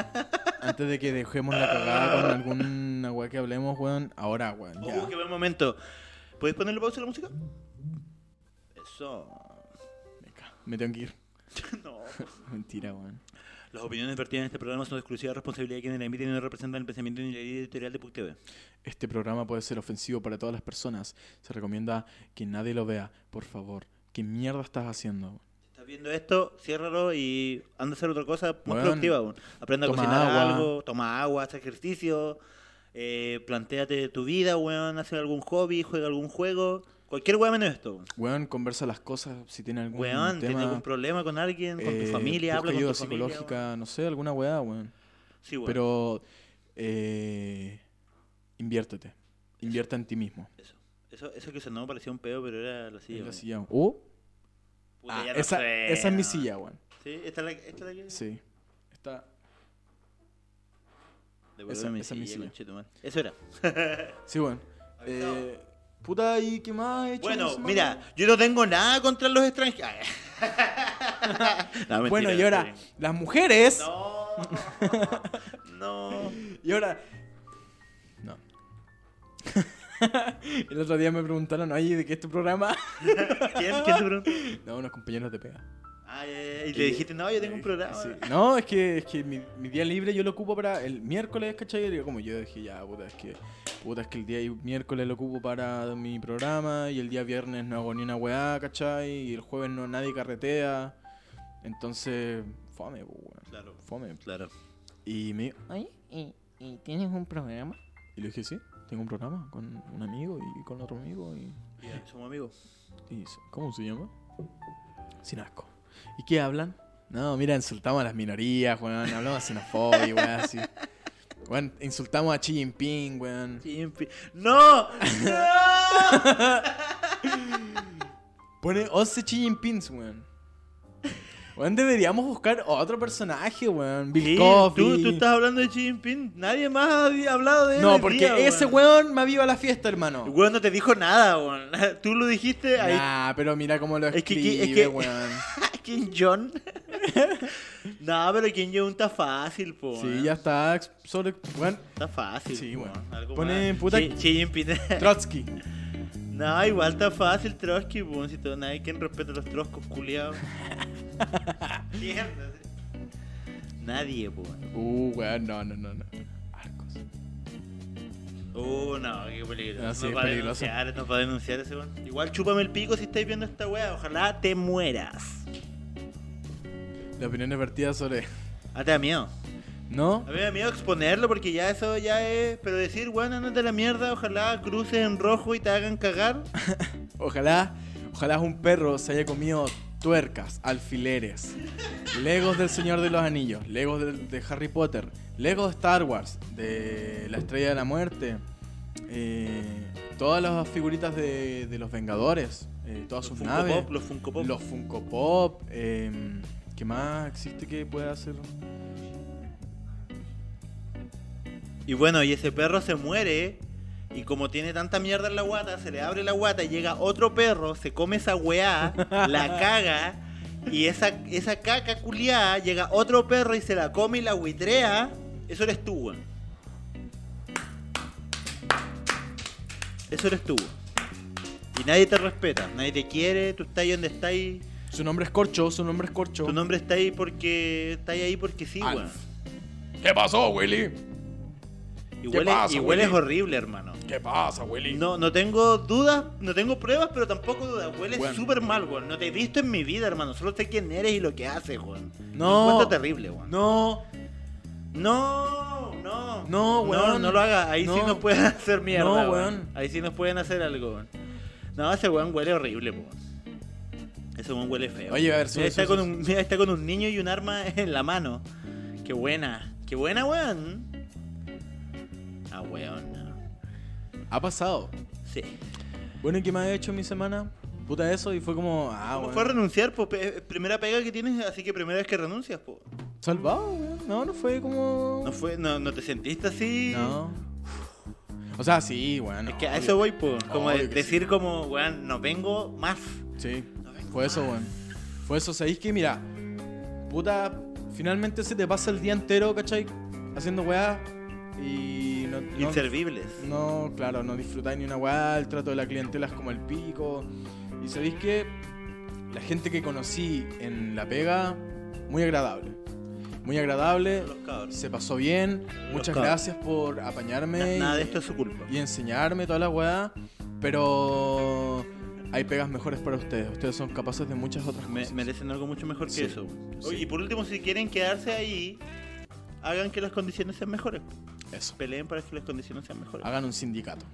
[SPEAKER 2] Antes de que dejemos la cagada con alguna weá que hablemos, weón, ahora, weón, ya.
[SPEAKER 3] Uh, qué buen momento. ¿Puedes ponerle pausa a la música? Eso.
[SPEAKER 2] Me tengo que ir.
[SPEAKER 3] no.
[SPEAKER 2] Mentira, weón.
[SPEAKER 3] Las opiniones vertidas en este programa son de exclusiva responsabilidad de quienes la emiten y no representan el pensamiento ni la idea editorial de Puck TV.
[SPEAKER 2] Este programa puede ser ofensivo para todas las personas. Se recomienda que nadie lo vea, por favor. ¿Qué mierda estás haciendo?
[SPEAKER 3] Si estás viendo esto, ciérralo y anda a hacer otra cosa más
[SPEAKER 2] Weón,
[SPEAKER 3] productiva. weón. Aprende a
[SPEAKER 2] toma
[SPEAKER 3] cocinar
[SPEAKER 2] agua.
[SPEAKER 3] algo, toma agua, haz ejercicio, eh, planteate tu vida, weón, haz algún hobby, juega algún juego. Cualquier weón menos esto. weón.
[SPEAKER 2] Weón, conversa las cosas si tiene algún
[SPEAKER 3] Weón,
[SPEAKER 2] tema.
[SPEAKER 3] tienes algún problema con alguien, con
[SPEAKER 2] eh,
[SPEAKER 3] tu familia,
[SPEAKER 2] busca
[SPEAKER 3] habla con
[SPEAKER 2] ayuda
[SPEAKER 3] tu familia.
[SPEAKER 2] psicológica,
[SPEAKER 3] weón.
[SPEAKER 2] no sé, alguna weá, weón.
[SPEAKER 3] Sí, weón.
[SPEAKER 2] Pero eh, inviértete. Invierta en ti mismo.
[SPEAKER 3] Eso, eso, eso que sonó parecía un pedo, pero era la silla.
[SPEAKER 2] Es la
[SPEAKER 3] weón.
[SPEAKER 2] silla. Oh,
[SPEAKER 3] Puta,
[SPEAKER 2] ah,
[SPEAKER 3] ya no
[SPEAKER 2] esa,
[SPEAKER 3] sé,
[SPEAKER 2] esa es mi
[SPEAKER 3] weón.
[SPEAKER 2] silla, weón.
[SPEAKER 3] Sí, esta es la, esta es la que.
[SPEAKER 2] Sí. Está.
[SPEAKER 3] Devuélveme
[SPEAKER 2] Esa-
[SPEAKER 3] mi
[SPEAKER 2] esa es mi
[SPEAKER 3] silla,
[SPEAKER 2] silla.
[SPEAKER 3] conchetumare. Eso era.
[SPEAKER 2] Sí, weón. Eh, puta, ¿y qué más he hecho? en la
[SPEAKER 3] Bueno,
[SPEAKER 2] semana?
[SPEAKER 3] mira, yo no tengo nada contra los extranjeros. No, mentira,
[SPEAKER 2] Bueno, y ahora,
[SPEAKER 3] sí.
[SPEAKER 2] las mujeres.
[SPEAKER 3] No. No.
[SPEAKER 2] Y ahora. No. El otro día me preguntaron, oye, ¿de qué es tu programa?
[SPEAKER 3] ¿Quién? ¿Quién se preguntó?
[SPEAKER 2] No, unos compañeros de pega.
[SPEAKER 3] Ah, ya, ya, ya. Y le dijiste, no, yo tengo un
[SPEAKER 2] Eh,
[SPEAKER 3] programa.
[SPEAKER 2] sí. No, es que, es que mi, mi día libre yo lo ocupo para el miércoles, ¿cachai? Y como yo dije, ya, puta, es que, puta, es que el día y- miércoles lo ocupo para mi programa y el día viernes no hago ni una weá, ¿cachai? Y el jueves no, nadie carretea. Entonces fome, po, weón.
[SPEAKER 3] Claro.
[SPEAKER 2] Fome.
[SPEAKER 3] Claro.
[SPEAKER 2] Y me
[SPEAKER 4] Oye, ¿y, y tienes un programa?
[SPEAKER 2] y le dije, sí, tengo un programa con un amigo y con otro amigo y,
[SPEAKER 3] Ya, somos amigos.
[SPEAKER 2] y s- ¿cómo se llama? Sin asco. ¿Y qué hablan? No, mira, insultamos a las minorías, weón, hablamos de xenofobia, weón, así. Weón, insultamos a Xi Jinping, weón.
[SPEAKER 3] Chimpi. ¡No! ¡No!
[SPEAKER 2] Pone 11 Xi Jinpings, weón. Weón, deberíamos buscar otro personaje, weón. Bill
[SPEAKER 3] Sí,
[SPEAKER 2] Cosby.
[SPEAKER 3] Tú, tú estás hablando de Xi Jinping. Nadie más ha hablado de él.
[SPEAKER 2] No,
[SPEAKER 3] hoy
[SPEAKER 2] porque
[SPEAKER 3] día,
[SPEAKER 2] ese
[SPEAKER 3] weón.
[SPEAKER 2] weón me aviva la fiesta, hermano.
[SPEAKER 3] Weón no te dijo nada, weón. Tú lo dijiste ahí.
[SPEAKER 2] Nah, pero mira cómo lo
[SPEAKER 3] Es que-
[SPEAKER 2] escribe,
[SPEAKER 3] que- es que-
[SPEAKER 2] weón.
[SPEAKER 3] Kim Jong. no, pero Kim Jong está fácil, po.
[SPEAKER 2] Sí,
[SPEAKER 3] weón.
[SPEAKER 2] ya está. ex- Solo, ex- weón.
[SPEAKER 3] Está fácil.
[SPEAKER 2] Sí,
[SPEAKER 3] po,
[SPEAKER 2] weón.
[SPEAKER 3] weón. Algo
[SPEAKER 2] Pone
[SPEAKER 3] más.
[SPEAKER 2] puta-
[SPEAKER 3] Xi, Xi Jinping.
[SPEAKER 2] Trotsky.
[SPEAKER 3] no, igual está fácil Trotsky, po. Si todo, nadie quien respeta a los troscos culiados. Mierda. Nadie, po. ¿eh? weón.
[SPEAKER 2] Uh, weón, no, no, no, no. Arcos.
[SPEAKER 3] Uh, no, qué peligroso.
[SPEAKER 2] No,
[SPEAKER 3] No,
[SPEAKER 2] sí, es
[SPEAKER 3] para
[SPEAKER 2] peligroso.
[SPEAKER 3] denunciar, no para denunciar ese weón. Igual chúpame el pico si estáis viendo esta weá. Ojalá te mueras.
[SPEAKER 2] La opinión vertidas sobre.
[SPEAKER 3] Ah, te da miedo.
[SPEAKER 2] ¿No?
[SPEAKER 3] A mí me da miedo exponerlo porque ya eso ya es. Pero decir, weón, andate a la mierda. Ojalá cruces en rojo y te hagan cagar.
[SPEAKER 2] Ojalá, ojalá un perro se haya comido tuercas, alfileres, legos del Señor de los Anillos, legos del- de, Harry Potter, legos de Star Wars, de la Estrella de la Muerte, eh, todas las figuritas de, de los Vengadores, eh, todas sus
[SPEAKER 3] Funko
[SPEAKER 2] naves,
[SPEAKER 3] Pop, los Funko Pop.
[SPEAKER 2] los Funko Pop, eh, ¿qué más existe que pueda hacer?
[SPEAKER 3] Y bueno, y ese perro se muere. Y como tiene tanta mierda en la guata, se le abre la guata, llega otro perro, se come esa weá, la caga. Y esa, esa caca culiada, llega otro perro y se la come y la buitrea. Eso eres tú, weón. Eso eres tú. weón. Y nadie te respeta, nadie te quiere, tú estás ahí donde estás. ahí.
[SPEAKER 2] Su nombre es Corcho, su nombre es Corcho.
[SPEAKER 3] Tu nombre está ahí porque está ahí porque sí,
[SPEAKER 2] Alf.
[SPEAKER 3] weón.
[SPEAKER 2] ¿Qué pasó, Willy?
[SPEAKER 3] Y
[SPEAKER 2] ¿Qué
[SPEAKER 3] huele,
[SPEAKER 2] pasa,
[SPEAKER 3] y hueles
[SPEAKER 2] Willy?
[SPEAKER 3] horrible, hermano.
[SPEAKER 2] ¿Qué pasa, Willy?
[SPEAKER 3] No, no tengo dudas, no tengo pruebas, pero tampoco dudas. Hueles
[SPEAKER 2] Bueno.
[SPEAKER 3] súper mal, weón. No te he visto en mi vida, hermano. Solo sé quién eres y lo que haces, weón.
[SPEAKER 2] No.
[SPEAKER 3] Te encuentro terrible, weón.
[SPEAKER 2] No,
[SPEAKER 3] No, no.
[SPEAKER 2] No,
[SPEAKER 3] No,
[SPEAKER 2] weón.
[SPEAKER 3] no lo hagas. Ahí sí
[SPEAKER 2] No.
[SPEAKER 3] nos pueden hacer mierda,
[SPEAKER 2] No,
[SPEAKER 3] weón.
[SPEAKER 2] weón.
[SPEAKER 3] Ahí sí nos pueden hacer algo, weón. No, ese weón huele horrible, weón. Ese weón huele feo.
[SPEAKER 2] Oye, a ver, sube,
[SPEAKER 3] mira, está
[SPEAKER 2] sube,
[SPEAKER 3] con un, mira, está con un niño y un arma en la mano. Qué buena. Qué buena, weón. Ah, weón. no.
[SPEAKER 2] ha pasado.
[SPEAKER 3] Sí.
[SPEAKER 2] Bueno, ¿y qué más he hecho en mi semana? Puta eso, y fue como, ah,
[SPEAKER 3] ¿Cómo
[SPEAKER 2] bueno.
[SPEAKER 3] fue a renunciar? Pues pe- primera pega que tienes, así que primera vez que renuncias, po.
[SPEAKER 2] Salvado, weón. No, no fue como...
[SPEAKER 3] No fue, no, no te sentiste así.
[SPEAKER 2] No. O sea, sí, bueno.
[SPEAKER 3] Es que a eso voy, po. Como
[SPEAKER 2] Obvio
[SPEAKER 3] de-
[SPEAKER 2] que
[SPEAKER 3] decir como, weón, no vengo más.
[SPEAKER 2] Sí,
[SPEAKER 3] No vengo
[SPEAKER 2] fue eso,
[SPEAKER 3] más.
[SPEAKER 2] weón. Fue eso, ¿sabéis que? Mira, puta, finalmente se te pasa el día entero, ¿cachai? Haciendo weá y no... no-
[SPEAKER 3] Inservibles.
[SPEAKER 2] No, claro, no disfrutáis ni una weá, el trato de la clientela es como el pico. Y sabéis que la gente que conocí en La Pega, muy agradable. Muy agradable,
[SPEAKER 3] Los cabros.
[SPEAKER 2] se pasó bien. Muchas
[SPEAKER 3] cabros.
[SPEAKER 2] gracias por
[SPEAKER 3] Na-
[SPEAKER 2] apañarme
[SPEAKER 3] Nada de
[SPEAKER 2] y,
[SPEAKER 3] esto es su culpa.
[SPEAKER 2] y enseñarme toda la weá. Pero hay pegas mejores para ustedes. Ustedes son capaces de muchas otras
[SPEAKER 3] Me-
[SPEAKER 2] cosas.
[SPEAKER 3] merecen algo mucho mejor que
[SPEAKER 2] Sí,
[SPEAKER 3] eso.
[SPEAKER 2] sí.
[SPEAKER 3] Oye, Y por último, si quieren quedarse ahí, hagan que las condiciones sean mejores.
[SPEAKER 2] Eso.
[SPEAKER 3] Peleen para que las condiciones sean mejores.
[SPEAKER 2] Hagan un sindicato.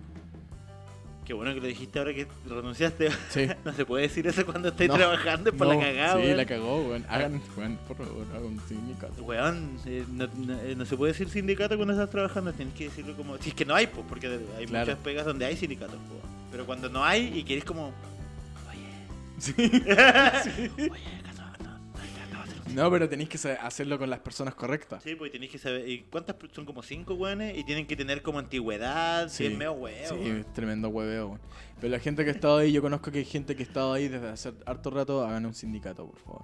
[SPEAKER 3] Qué bueno que lo dijiste ahora que renunciaste.
[SPEAKER 2] Sí.
[SPEAKER 3] no se puede decir eso cuando estáis
[SPEAKER 2] No,
[SPEAKER 3] trabajando, es por
[SPEAKER 2] No,
[SPEAKER 3] la cagada.
[SPEAKER 2] Sí,
[SPEAKER 3] weón.
[SPEAKER 2] la cagó, weón. Hagan, weón, por favor, hagan un sindicato.
[SPEAKER 3] Weón, eh, no, no- eh, no se puede decir sindicato cuando estás trabajando, tienes que decirlo como... Si es que no hay, pues, porque hay
[SPEAKER 2] Claro.
[SPEAKER 3] muchas pegas donde hay sindicatos, po. Pero cuando no hay y quieres como...
[SPEAKER 2] Sí.
[SPEAKER 3] "Oye, acá no- no- no hay- acá no va a ser un-".
[SPEAKER 2] No, pero tenéis que sa- hacerlo con las personas correctas.
[SPEAKER 3] Sí, pues tenés que saber... ¿y ¿Cuántas per- son como cinco weones? Y tienen que tener como antigüedad,
[SPEAKER 2] Sí.
[SPEAKER 3] sí. es medio huevo.
[SPEAKER 2] Sí, es tremendo hueveo. weón. Pero la gente que ha estado ahí, yo conozco que hay gente que ha estado ahí desde hace harto rato, hagan un sindicato, por favor.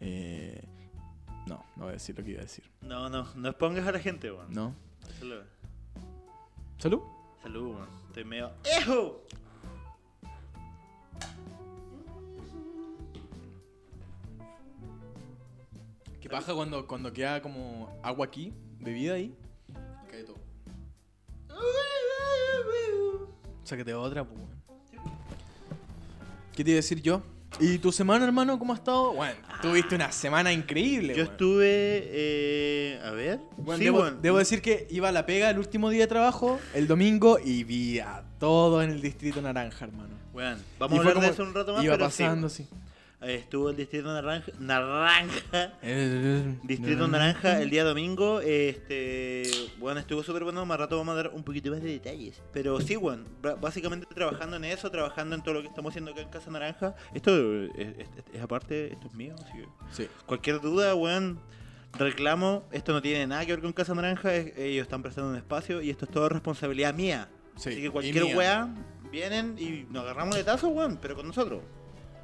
[SPEAKER 2] Eh, no, no voy a decir lo que iba a decir.
[SPEAKER 3] No, no, no expongas a la gente, weón.
[SPEAKER 2] ¿No?
[SPEAKER 3] Salud,
[SPEAKER 2] ¿Salud?
[SPEAKER 3] Salud, weón. Estoy medio... ¡Ejo!
[SPEAKER 2] ¿Qué pasa cuando, cuando queda como agua aquí, bebida ahí? Cae todo. Sácate otra, pues. weón. ¿Qué te iba a decir yo? ¿Y tu semana, hermano, cómo ha estado? Bueno, tuviste una semana increíble.
[SPEAKER 3] Yo
[SPEAKER 2] weón.
[SPEAKER 3] estuve. Eh, a ver.
[SPEAKER 2] Bueno,
[SPEAKER 3] sí,
[SPEAKER 2] debo,
[SPEAKER 3] weón.
[SPEAKER 2] debo decir que iba a la pega el último día de trabajo, el domingo, y vi a todos en el distrito naranja, hermano.
[SPEAKER 3] Weón,
[SPEAKER 2] Y
[SPEAKER 3] Vamos a
[SPEAKER 2] fue
[SPEAKER 3] hablar de
[SPEAKER 2] como-
[SPEAKER 3] eso un rato más.
[SPEAKER 2] Iba
[SPEAKER 3] pero sí,
[SPEAKER 2] pasando, sí.
[SPEAKER 3] weón. Eh, estuvo el distrito naranja. Naranja.
[SPEAKER 2] Eh,
[SPEAKER 3] Distrito
[SPEAKER 2] Naranja.
[SPEAKER 3] Naranja el día domingo, este, bueno, estuvo súper bueno, más rato vamos a dar un poquito más de detalles. Pero sí, bueno, básicamente trabajando en eso, trabajando en todo lo que estamos haciendo acá en Casa Naranja. Esto eh, es, es- es aparte, esto es mío, así que
[SPEAKER 2] Sí.
[SPEAKER 3] cualquier duda, weón, reclamo, esto no tiene nada que ver con Casa Naranja, es- ellos están prestando un espacio y esto es todo responsabilidad mía.
[SPEAKER 2] Sí,
[SPEAKER 3] así
[SPEAKER 2] y
[SPEAKER 3] que cualquier
[SPEAKER 2] mía.
[SPEAKER 3] weá, vienen y nos agarramos de tazo, weón, pero con nosotros.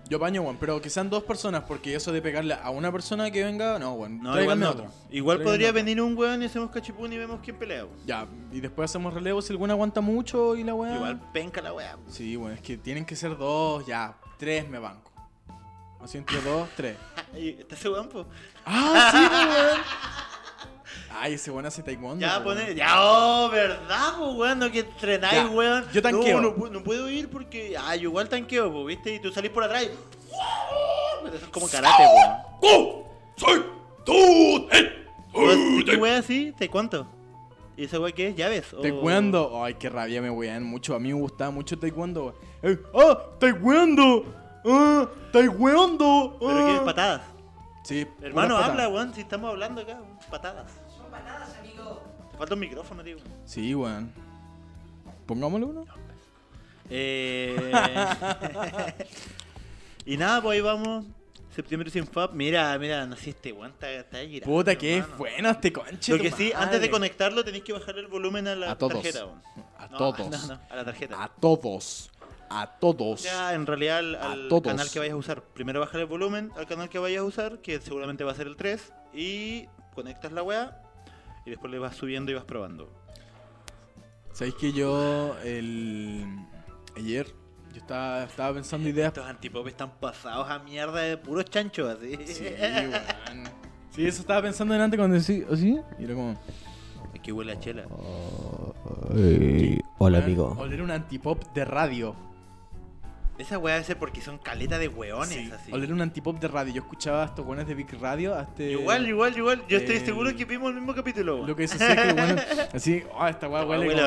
[SPEAKER 2] Yo paño, weón, pero que sean dos personas, porque eso de pegarle a una persona que venga, no, weón.
[SPEAKER 3] No, igual,
[SPEAKER 2] tráiganme
[SPEAKER 3] no.
[SPEAKER 2] otra.
[SPEAKER 3] igual
[SPEAKER 2] Tráiganme
[SPEAKER 3] podría
[SPEAKER 2] otra.
[SPEAKER 3] venir un weón y hacemos cachipún y vemos quién pelea. weón.
[SPEAKER 2] Ya, y después hacemos relevo si alguna aguanta mucho y la weá.
[SPEAKER 3] Igual penca la weá. pues. weón.
[SPEAKER 2] Sí, bueno, es que tienen que ser dos, ya, tres me banco. Así entre dos, tres.
[SPEAKER 3] Ay, ¿Está ese weón, pues. po?
[SPEAKER 2] ¡Ah, sí, po, weón! Ay, ese weón hace taekwondo.
[SPEAKER 3] Ya,
[SPEAKER 2] po,
[SPEAKER 3] pone.
[SPEAKER 2] weón.
[SPEAKER 3] Ya, oh, verdad, po, weón. No que entrenáis,
[SPEAKER 2] Ya,
[SPEAKER 3] weón.
[SPEAKER 2] yo tanqueo.
[SPEAKER 3] No, no, pu- no puedo ir porque. Ah, yo igual tanqueo, po, viste. Y tú salís por atrás y. Pero eso es como karate, pues. weón.
[SPEAKER 2] ¡Oh!
[SPEAKER 3] ¿Tú- ¿Qué weón así? ¿Te cuánto? ¿Y esa weón qué es? ¿Llaves? o-
[SPEAKER 2] Taekwondo. Ay, qué rabia me wean mucho. A mí me gustaba mucho taekwondo, weón. Eh, ¡Ah! ¡Taekwondo! ¡Ah! ¡Taekwondo!
[SPEAKER 3] ¿Pero qué?
[SPEAKER 2] ah.
[SPEAKER 3] ¿Patadas?
[SPEAKER 2] Sí.
[SPEAKER 3] Hermano,
[SPEAKER 2] una patada.
[SPEAKER 3] habla, weón. Si estamos hablando acá, weón. Patadas. Son patadas, amigo. Te falta un micrófono, tío.
[SPEAKER 2] Sí, weón. Pongámosle uno.
[SPEAKER 3] Eh... y nada, pues ahí vamos. Septiembre sin FAP. Mira, mira, naciste, weón. Está, está girando,
[SPEAKER 2] Puta, qué
[SPEAKER 3] hermano.
[SPEAKER 2] bueno este conche.
[SPEAKER 3] Lo
[SPEAKER 2] tu
[SPEAKER 3] que sí,
[SPEAKER 2] madre.
[SPEAKER 3] antes de conectarlo tenéis que bajar el volumen a la
[SPEAKER 2] A todos.
[SPEAKER 3] tarjeta. weón.
[SPEAKER 2] A
[SPEAKER 3] No,
[SPEAKER 2] todos.
[SPEAKER 3] No, no, a la tarjeta.
[SPEAKER 2] A todos. A todos.
[SPEAKER 3] Ya, en realidad al,
[SPEAKER 2] A
[SPEAKER 3] al
[SPEAKER 2] todos.
[SPEAKER 3] canal que vayas a usar. Primero bajar el volumen al canal que vayas a usar, que seguramente va a ser el 3. Y conectas la weá. Y después le vas subiendo y vas probando.
[SPEAKER 2] ¿Sabéis que yo el ayer yo estaba, estaba pensando ideas?
[SPEAKER 3] Estos antipop están pasados a mierda de puros chanchos así.
[SPEAKER 2] Sí, weón. Sí, eso estaba pensando delante cuando decís, ¿así? Y era como.
[SPEAKER 3] Aquí huele a chela.
[SPEAKER 5] hola,
[SPEAKER 2] weón,
[SPEAKER 5] amigo.
[SPEAKER 2] "Ah, Oler un antipop de radio.
[SPEAKER 3] Esa weá debe ser porque son caleta de weones
[SPEAKER 2] Sí,
[SPEAKER 3] así.
[SPEAKER 2] Oler un antipop de radio. Yo escuchaba a estos buenos de Big Radio. a este-
[SPEAKER 3] Igual, igual, igual. Yo estoy
[SPEAKER 2] el-
[SPEAKER 3] seguro que vimos el mismo capítulo. weón.
[SPEAKER 2] eh, Lo que eso sí es que, bueno, así, oh, esta weá
[SPEAKER 3] Esta weá
[SPEAKER 2] huele.
[SPEAKER 3] huele,
[SPEAKER 2] como-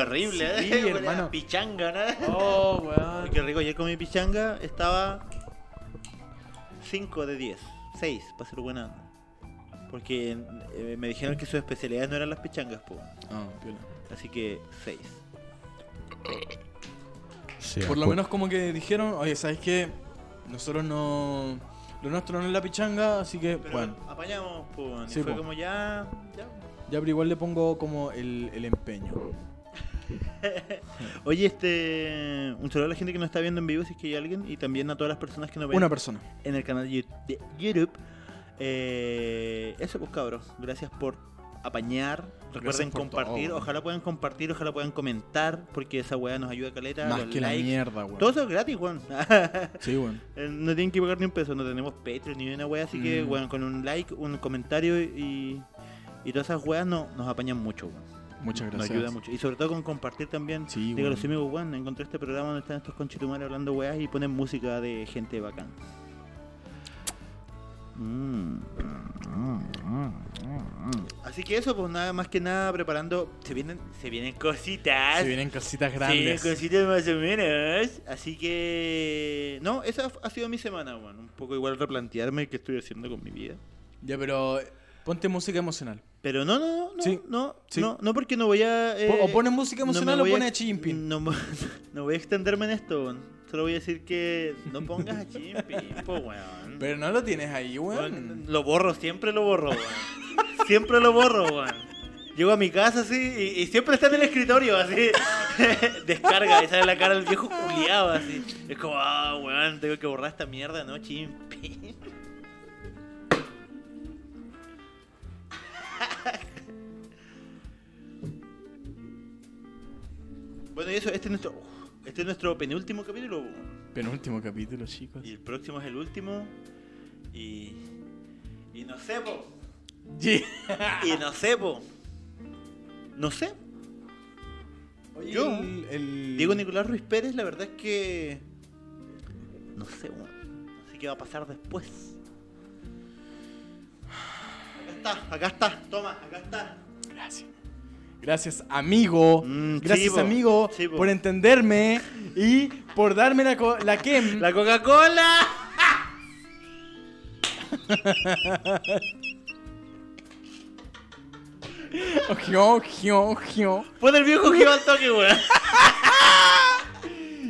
[SPEAKER 3] horrible,
[SPEAKER 2] Sí,
[SPEAKER 3] eh. Huele a
[SPEAKER 2] hermano.
[SPEAKER 3] pichanga, ¿no?
[SPEAKER 2] Oh,
[SPEAKER 3] Ay,
[SPEAKER 2] weón.
[SPEAKER 3] Qué rico, ayer comí pichanga, estaba 5 de 10, 6, para ser buena onda. Porque eh, me dijeron que sus especialidades no eran las pichangas, po.
[SPEAKER 2] Ah, piola.
[SPEAKER 3] Así que 6.
[SPEAKER 2] Por lo menos como que dijeron, oye, ¿sabes qué? Nosotros no... Lo nuestro no es la pichanga, así que,
[SPEAKER 3] Pero
[SPEAKER 2] bueno.
[SPEAKER 3] apañamos, po. y
[SPEAKER 2] Sí,
[SPEAKER 3] fue
[SPEAKER 2] po.
[SPEAKER 3] como ya, ya.
[SPEAKER 2] Ya, pero igual le pongo como el, el empeño.
[SPEAKER 3] Oye, este. Un saludo a la gente que nos está viendo en vivo, si es que hay alguien. Y también a todas las personas que nos ven
[SPEAKER 2] Una persona.
[SPEAKER 3] en el canal de Yu- de YouTube. Eh, eso, pues cabros. Gracias por apañar. Recuerden
[SPEAKER 2] Gracias por
[SPEAKER 3] compartir.
[SPEAKER 2] todo.
[SPEAKER 3] Ojalá puedan compartir, ojalá puedan comentar. Porque esa weá nos ayuda a caleta.
[SPEAKER 2] Más
[SPEAKER 3] los
[SPEAKER 2] que la
[SPEAKER 3] likes.
[SPEAKER 2] mierda, weón.
[SPEAKER 3] Todo eso es gratis, weón.
[SPEAKER 2] Sí, weón.
[SPEAKER 3] Eh, no tienen que pagar ni un peso. No tenemos Patreon ni una weá. Así que,
[SPEAKER 2] Mm.
[SPEAKER 3] weón, con un like, un comentario y, y todas esas weas no, nos apañan mucho, weón.
[SPEAKER 2] Muchas gracias.
[SPEAKER 3] Nos ayuda mucho. Y sobre todo con compartir también.
[SPEAKER 2] Sí,
[SPEAKER 3] Digo a
[SPEAKER 2] weón.
[SPEAKER 3] los amigos, weón, encontré este programa donde están estos conchetumares hablando weas y ponen música de gente bacán. Mm. Así que eso, pues nada más que nada preparando. Se vienen, se vienen cositas.
[SPEAKER 2] Se vienen casitas
[SPEAKER 3] Se vienen
[SPEAKER 2] grandes.
[SPEAKER 3] cositas más o menos. Así que. No, esa ha sido mi semana, weón. Un poco igual replantearme qué estoy haciendo con mi vida.
[SPEAKER 2] ya, pero ponte música emocional.
[SPEAKER 3] Pero no, no, no,
[SPEAKER 2] Sí,
[SPEAKER 3] no,
[SPEAKER 2] sí.
[SPEAKER 3] no, no, porque no voy a. eh,
[SPEAKER 2] Po- o pones música
[SPEAKER 3] no me
[SPEAKER 2] emocional
[SPEAKER 3] voy
[SPEAKER 2] o
[SPEAKER 3] a Mm.
[SPEAKER 2] pones a
[SPEAKER 3] ex-
[SPEAKER 2] Xi Jinping.
[SPEAKER 3] No, mo- no voy a extenderme en esto, weón. Solo voy a decir que no pongas a Xi Jinping, po, weón.
[SPEAKER 2] Pero no lo tienes ahí, weón.
[SPEAKER 3] Weón, Lo borro, siempre lo borro, weón. Siempre lo borro, weón. Llego a mi casa así y, y siempre está en el escritorio, así. Descarga y sale la cara del viejo culiado, así. Es como, ah, weón, tengo que borrar esta mierda, ¿no, Xi Jinping? Bueno, y eso, este es nuestro, este es nuestro penúltimo capítulo. weón.
[SPEAKER 2] Penúltimo capítulo, chicos.
[SPEAKER 3] Y el próximo es el último. Y. Y no sé, po.
[SPEAKER 2] Sí.
[SPEAKER 3] Y no sé, po. No sé.
[SPEAKER 2] Oye,
[SPEAKER 3] Yo-
[SPEAKER 2] el- el-
[SPEAKER 3] Diego Nicolás Ruiz Pérez, la verdad es que. No sé, weón. Así qué va a pasar después. Acá está, acá está, toma, acá está.
[SPEAKER 2] Gracias. Gracias, amigo.
[SPEAKER 3] Mm,
[SPEAKER 2] Gracias,
[SPEAKER 3] chivo,
[SPEAKER 2] amigo,
[SPEAKER 3] chivo.
[SPEAKER 2] por entenderme y por darme la, co- la Kem.
[SPEAKER 3] ¡La Coca-Cola!
[SPEAKER 2] Gio, gio, gio.
[SPEAKER 3] Pon el viejo que va al toque, weón.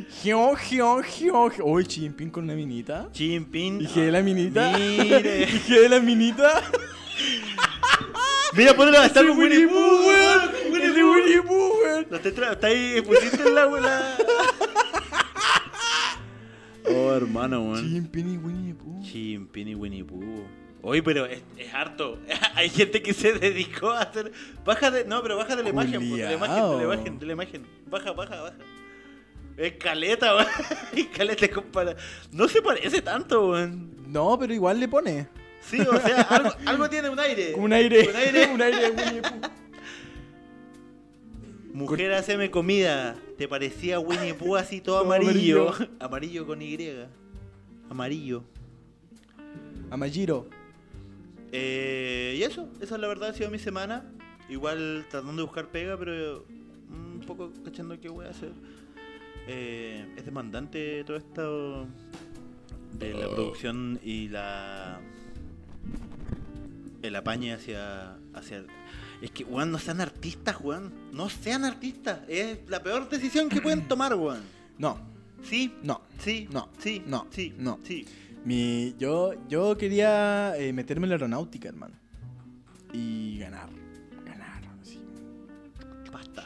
[SPEAKER 2] Gio, gio, gio. gio. Uy, Xi Jinping con una minita.
[SPEAKER 3] Chimpin.
[SPEAKER 2] Dije de la minita.
[SPEAKER 3] Mire.
[SPEAKER 2] Dije de la minita.
[SPEAKER 3] Mira, ponelo a estar
[SPEAKER 2] Ese
[SPEAKER 3] con Winnie Pooh, weón.
[SPEAKER 2] Winnie Pooh, Winnie Pooh, weón.
[SPEAKER 3] Lo estoy tra- está ahí, pusiste en la abuela. Oh, hermano,
[SPEAKER 2] Xi
[SPEAKER 3] weón.
[SPEAKER 2] Jinping y Winnie Pooh.
[SPEAKER 3] Chimpin y Winnie Pooh. Oye, pero es, es harto. Hay gente que se dedicó a hacer. Baja de. No, pero baja de la imagen, po, de la imagen, de la imagen, de la imagen. Baja, baja, baja. Es caleta, weón. Es caleta, es compara- No se parece tanto, weón.
[SPEAKER 2] No, pero igual le pone.
[SPEAKER 3] Sí, o sea, algo, algo tiene Eh, un aire.
[SPEAKER 2] Un aire.
[SPEAKER 3] Un aire.
[SPEAKER 2] Un aire de Winnie Pooh.
[SPEAKER 3] Mujer, haceme comida. Te parecía Winnie Pooh así todo
[SPEAKER 2] Todo
[SPEAKER 3] amarillo.
[SPEAKER 2] amarillo.
[SPEAKER 3] Amarillo, con Y. Amarillo.
[SPEAKER 2] Amajiro.
[SPEAKER 3] Eh, y eso, esa es la verdad, ha sido mi semana. Igual tratando de buscar pega, pero un poco cachando qué voy a hacer. Eh, es demandante todo esto de
[SPEAKER 2] Oh.
[SPEAKER 3] la producción y la. el apañe hacia. hacia es que, weón, no sean artistas, weón. No sean artistas. Es la peor decisión que pueden tomar, weón.
[SPEAKER 2] No,
[SPEAKER 3] Sí,
[SPEAKER 2] no.
[SPEAKER 3] sí,
[SPEAKER 2] No,
[SPEAKER 3] sí,
[SPEAKER 2] no,
[SPEAKER 3] sí,
[SPEAKER 2] no.
[SPEAKER 3] sí.
[SPEAKER 2] Mi, yo, yo quería eh, meterme en la aeronáutica, hermano. Y ganar. Ganar. así.
[SPEAKER 3] Basta.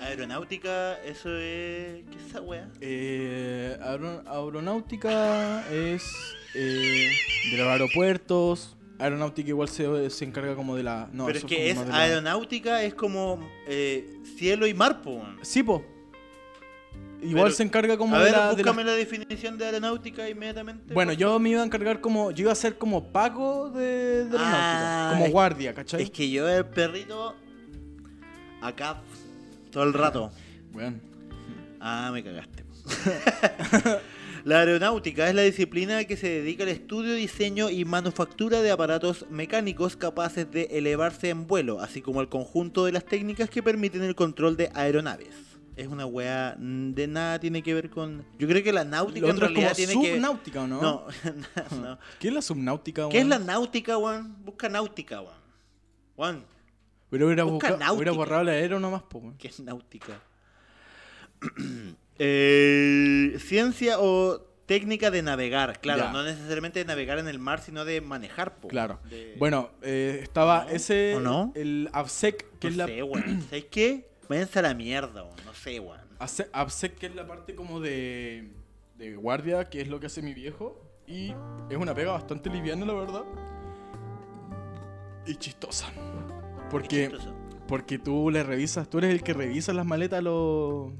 [SPEAKER 3] Aeronáutica, eso es. ¿Qué es esa weá?
[SPEAKER 2] Eh, aero- aeronáutica es eh, de los aeropuertos. Aeronáutica igual se, se encarga como de la... No,
[SPEAKER 3] Pero es
[SPEAKER 2] eso
[SPEAKER 3] que es
[SPEAKER 2] como más de la-
[SPEAKER 3] aeronáutica, es como eh, cielo y mar, po. weón.
[SPEAKER 2] Sí, po. Igual
[SPEAKER 3] Pero-
[SPEAKER 2] se encarga como
[SPEAKER 3] A
[SPEAKER 2] de
[SPEAKER 3] ver,
[SPEAKER 2] la... de la-
[SPEAKER 3] búscame la definición de aeronáutica inmediatamente.
[SPEAKER 2] Bueno,
[SPEAKER 3] por
[SPEAKER 2] yo me iba a encargar como... Yo iba a ser como pago de, de aeronáutica.
[SPEAKER 3] Ah,
[SPEAKER 2] como
[SPEAKER 3] es-
[SPEAKER 2] guardia,
[SPEAKER 3] favor.
[SPEAKER 2] ¿cachai?
[SPEAKER 3] Es que yo el perrito. Acá. Todo el rato.
[SPEAKER 2] Bueno.
[SPEAKER 3] Ah, me cagaste. la aeronáutica es la disciplina que se dedica al estudio, diseño y manufactura de aparatos mecánicos capaces de elevarse en vuelo, así como el conjunto de las técnicas que permiten el control de aeronaves. Es una weá mm, de nada tiene que ver con. Yo creo que la náutica
[SPEAKER 2] Lo
[SPEAKER 3] en
[SPEAKER 2] otro es
[SPEAKER 3] realidad
[SPEAKER 2] como
[SPEAKER 3] tiene que.
[SPEAKER 2] subnáutica, ¿o no?
[SPEAKER 3] No, no.
[SPEAKER 2] ¿Qué es la subnáutica,
[SPEAKER 3] ¿Qué es
[SPEAKER 2] weón?
[SPEAKER 3] la náutica, weón? Busca náutica, weón. Weón,
[SPEAKER 2] Hubiera, hubiera
[SPEAKER 3] Busca
[SPEAKER 2] busca- hubiera
[SPEAKER 3] náutica.
[SPEAKER 2] borrado la aero nomás, po, weón.
[SPEAKER 3] que es náutica. Eh, ciencia o técnica de navegar, claro,
[SPEAKER 2] Ya.
[SPEAKER 3] no necesariamente de navegar en el mar, sino de manejar, po.
[SPEAKER 2] Claro.
[SPEAKER 3] De-
[SPEAKER 2] Bueno, eh, estaba
[SPEAKER 3] ¿No?
[SPEAKER 2] ese.
[SPEAKER 3] ¿O no?
[SPEAKER 2] El ABSEC, que es
[SPEAKER 3] no
[SPEAKER 2] la.
[SPEAKER 3] sé, weón. ¿Sabes qué? Váyanse a la mierda, weón. No sé, weón.
[SPEAKER 2] ABSEC, ABSEC, que es la parte como de. de guardia, que es lo que hace mi viejo. Y es una pega bastante liviana, la verdad. Y chistosa. Porque.
[SPEAKER 3] chistoso.
[SPEAKER 2] Porque tú le revisas, tú eres el que revisa las maletas a los.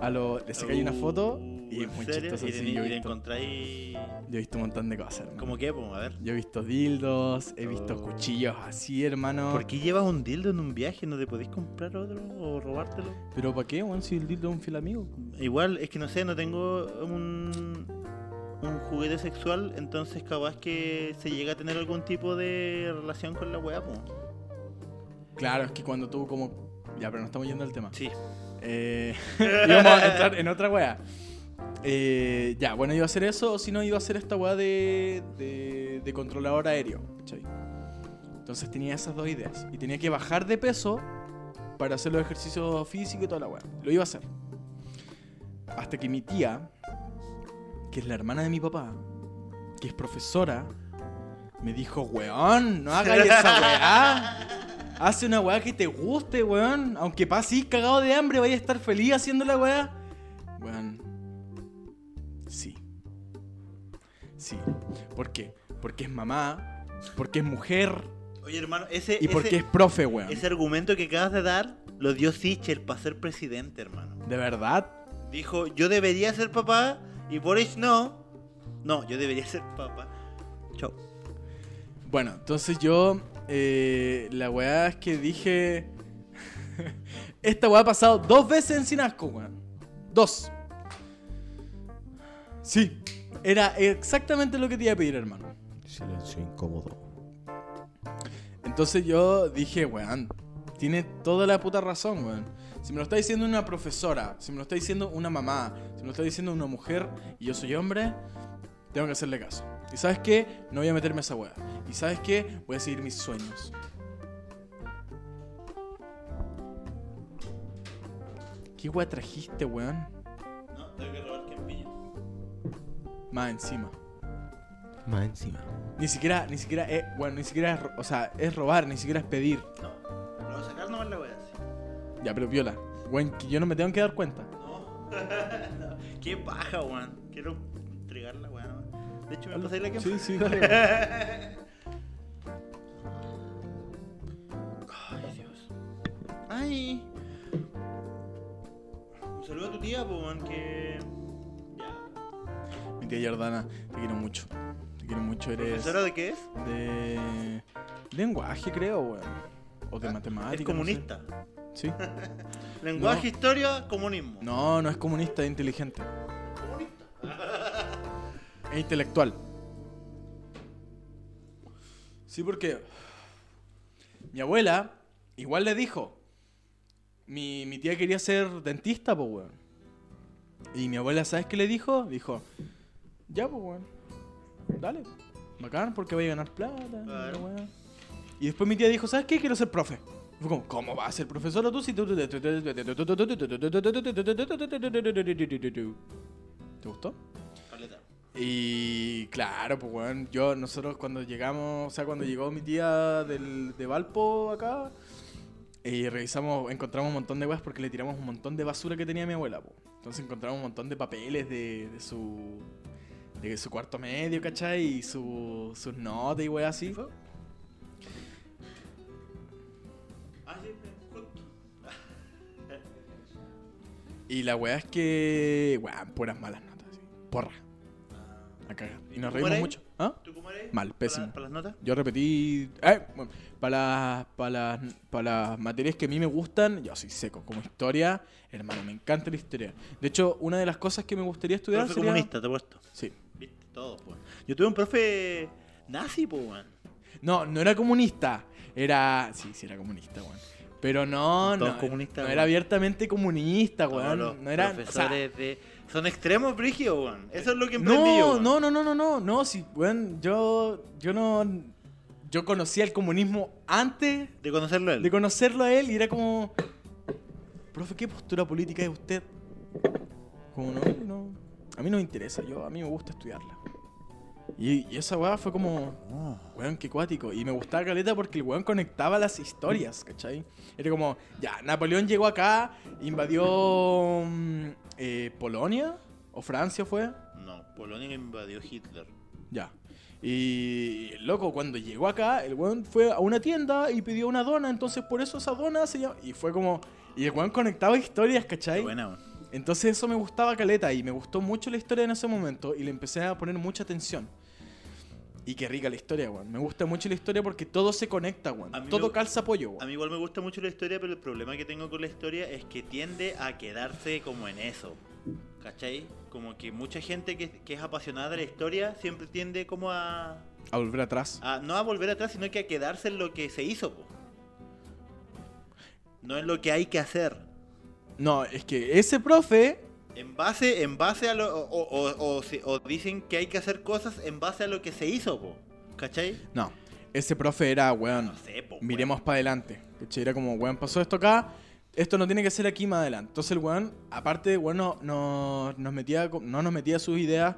[SPEAKER 2] A los. Le saca ahí una foto y
[SPEAKER 3] Uh,
[SPEAKER 2] es muy
[SPEAKER 3] ¿en serio?
[SPEAKER 2] chistoso.
[SPEAKER 3] Y,
[SPEAKER 2] sí,
[SPEAKER 3] te-
[SPEAKER 2] yo,
[SPEAKER 3] y
[SPEAKER 2] he visto,
[SPEAKER 3] te
[SPEAKER 2] Mm.
[SPEAKER 3] encontráis.
[SPEAKER 2] yo he visto un montón de cosas, hermano.
[SPEAKER 3] ¿Cómo qué, po? A ver.
[SPEAKER 2] Yo he visto dildos, he visto
[SPEAKER 3] Oh.
[SPEAKER 2] cuchillos así, hermano.
[SPEAKER 3] ¿Por qué llevas un dildo en un viaje? ¿No te podés comprar otro o robártelo?
[SPEAKER 2] ¿Pero para qué, weón? Si el dildo es un fiel amigo.
[SPEAKER 3] Mm. Igual, es que no sé, no tengo un, un juguete sexual, entonces capaz que se llega a tener algún tipo de relación con la weá, po.
[SPEAKER 2] Claro, es que cuando tú como... Ya, pero no estamos yendo al tema.
[SPEAKER 3] Sí.
[SPEAKER 2] Eh, íbamos a entrar en otra wea. Eh, ya, bueno, iba a hacer eso, o si no, iba a hacer esta wea de, de, de controlador aéreo. ¿cachai? Entonces tenía esas dos ideas. Y tenía que bajar de peso para hacer los ejercicios físicos y toda la wea. Lo iba a hacer. Hasta que mi tía, que es la hermana de mi papá, que es profesora, me dijo, weón, no hagas esa weá. Hace una weá que te guste, weón. Aunque pases cagado de hambre, vaya a estar feliz haciendo la weá. Weón. Sí. Sí. ¿Por qué? Porque es mamá, porque es mujer
[SPEAKER 3] Oye, hermano, E- ese,
[SPEAKER 2] y porque es
[SPEAKER 3] ese,
[SPEAKER 2] profe, weón.
[SPEAKER 3] ese argumento que acabas de dar lo dio Sichel para ser presidente, hermano.
[SPEAKER 2] De verdad.
[SPEAKER 3] Dijo, yo debería ser papá y Boris no. No, yo debería ser papá. Chau.
[SPEAKER 2] Bueno, entonces yo. eh, la weá es que dije. Esta weá ha pasado dos veces en Sinasco, weón. Dos. Sí. Era exactamente lo que te iba a pedir, hermano.
[SPEAKER 5] Silencio incómodo.
[SPEAKER 2] Entonces yo dije, weón, tiene toda la puta razón, weón. Si me lo está diciendo una profesora, si me lo está diciendo una mamá, si me lo está diciendo una mujer y yo soy hombre, tengo que hacerle caso. Y sabes qué, no voy a meterme a esa weá. Y sabes qué, voy a seguir mis sueños. ¿Qué weá trajiste, weón?
[SPEAKER 3] No, tengo que robar quien pilla.
[SPEAKER 2] Más encima.
[SPEAKER 5] Más encima.
[SPEAKER 2] Ni siquiera, ni siquiera, es, bueno, ni siquiera es, ro- o sea, es robar, ni siquiera es pedir.
[SPEAKER 3] No. Lo voy a sacar nomás la wea así.
[SPEAKER 2] Ya, pero viola. Weón, que yo no me tengo que dar cuenta.
[SPEAKER 3] No. No. Qué paja, weón. Quiero entregar la wea nomás. De hecho, me pasé la que
[SPEAKER 2] Sí, sí.
[SPEAKER 3] Ay, Dios. Ay. Un saludo a tu tía, po, weón, que. Ya.
[SPEAKER 2] Mi tía Jordana, te quiero mucho. Te quiero mucho, eres
[SPEAKER 3] ¿Profesora de qué es?
[SPEAKER 2] de lenguaje, creo, weón. O de matemáticas.
[SPEAKER 3] Ah, Es
[SPEAKER 2] no sé.
[SPEAKER 3] comunista.
[SPEAKER 2] Sí.
[SPEAKER 3] Lenguaje,
[SPEAKER 2] No.
[SPEAKER 3] historia, comunismo.
[SPEAKER 2] No, no es comunista, es inteligente. Es intelectual. Sí, porque mi abuela igual le dijo. Mi, mi tía quería ser dentista, pues, weón. Y mi abuela, ¿sabes qué le dijo? Dijo, ya, pues, weón. Dale. Bacán, porque voy a ganar plata.
[SPEAKER 3] Claro.
[SPEAKER 2] la weá". Y después mi tía dijo, ¿sabes qué? Quiero ser profe. Y fue como, ¿cómo vas a ser profesora tú si tú... ¿Te gustó?
[SPEAKER 3] Paleta.
[SPEAKER 2] Y claro, pues weón, yo, nosotros cuando llegamos, o sea, cuando llegó mi tía del, de Valpo acá, y revisamos, encontramos un montón de weas porque le tiramos un montón de basura que tenía mi abuela, po. Entonces encontramos un montón de papeles de, de su. de su cuarto medio, ¿cachai? Y su, sus notas y weas así.
[SPEAKER 3] Ah, sí, justo.
[SPEAKER 2] Y la wea es que. weón, puras malas notas, así. Porra. La caga. Y nos reímos
[SPEAKER 3] ¿Cómo era ahí?
[SPEAKER 2] mucho. ¿Ah?
[SPEAKER 3] ¿Tú cómo eres?
[SPEAKER 2] Mal,
[SPEAKER 3] ¿Para-
[SPEAKER 2] pésimo.
[SPEAKER 3] ¿Para las notas?
[SPEAKER 2] Yo repetí. eh, bueno, para, las, para, las, para las materias que a mí me gustan, yo soy seco. Como historia, hermano, me encanta la historia. De hecho, una de las cosas que me gustaría estudiar
[SPEAKER 3] Profe
[SPEAKER 2] sería-
[SPEAKER 3] comunista, te he puesto.
[SPEAKER 2] Sí.
[SPEAKER 3] Viste, todo, po. Yo tuve un profe nazi, po, weón.
[SPEAKER 2] No, no era comunista. Era. Sí, sí, era comunista, weón. Pero no,
[SPEAKER 3] Todos
[SPEAKER 2] no.
[SPEAKER 3] comunistas,
[SPEAKER 2] no
[SPEAKER 3] weón.
[SPEAKER 2] era abiertamente comunista,
[SPEAKER 3] Todos
[SPEAKER 2] Ah, weón.
[SPEAKER 3] los
[SPEAKER 2] No era. o sea,
[SPEAKER 3] profesores de... Son extremos brígidos, weón. Eso es lo que emprendí yo,
[SPEAKER 2] No, no,
[SPEAKER 3] weón.
[SPEAKER 2] no, no, no, no, no, sí, weón, yo, yo no, yo conocía el comunismo antes
[SPEAKER 3] De conocerlo a él.
[SPEAKER 2] de conocerlo a él y era como, profe, ¿qué postura política es usted? Como no, no, a mí no me interesa, yo, a mí me gusta estudiarla. Y, y esa weá fue como, weón, qué cuático. Y me gustaba Caleta porque el weón conectaba las historias, ¿cachai? Era como, ya, Napoleón llegó acá, invadió mm, eh, Polonia o Francia fue.
[SPEAKER 3] No, Polonia invadió Hitler.
[SPEAKER 2] Ya. Y el loco, cuando llegó acá, el weón fue a una tienda y pidió una dona, entonces por eso esa dona se llama... Y fue como... Y el weón conectaba historias,
[SPEAKER 3] Qué
[SPEAKER 2] ¿cachai?
[SPEAKER 3] buena, weón.
[SPEAKER 2] Entonces eso me gustaba caleta y me gustó mucho la historia en ese momento y le empecé a poner mucha atención. Y qué rica la historia, weón. Me gusta mucho la historia porque todo se conecta, weón.
[SPEAKER 3] A mí me
[SPEAKER 2] Todo
[SPEAKER 3] gu-
[SPEAKER 2] calza pollo,
[SPEAKER 3] A
[SPEAKER 2] weón.
[SPEAKER 3] mí igual me gusta mucho la historia, pero el problema que tengo con la historia es que tiende a quedarse como en eso. ¿Cachai? Como que mucha gente que, que es apasionada de la historia siempre tiende como a,
[SPEAKER 2] A volver atrás.
[SPEAKER 3] a- No a volver atrás, sino que a quedarse en lo que se hizo, po. No en lo que hay que hacer.
[SPEAKER 2] No, es que ese profe...
[SPEAKER 3] En base, en base a lo. O, o- o- o si- o dicen que hay que hacer cosas en base a lo que se hizo, po. ¿Cachai?
[SPEAKER 2] No, ese profe era, weón...
[SPEAKER 3] No sé, po. weón.
[SPEAKER 2] miremos para adelante. ¿Cachai? Era como, weón, pasó esto acá, esto no tiene que ser aquí más adelante. Entonces el weón, aparte, weón, no, no- nos metía, co- no nos metía sus ideas,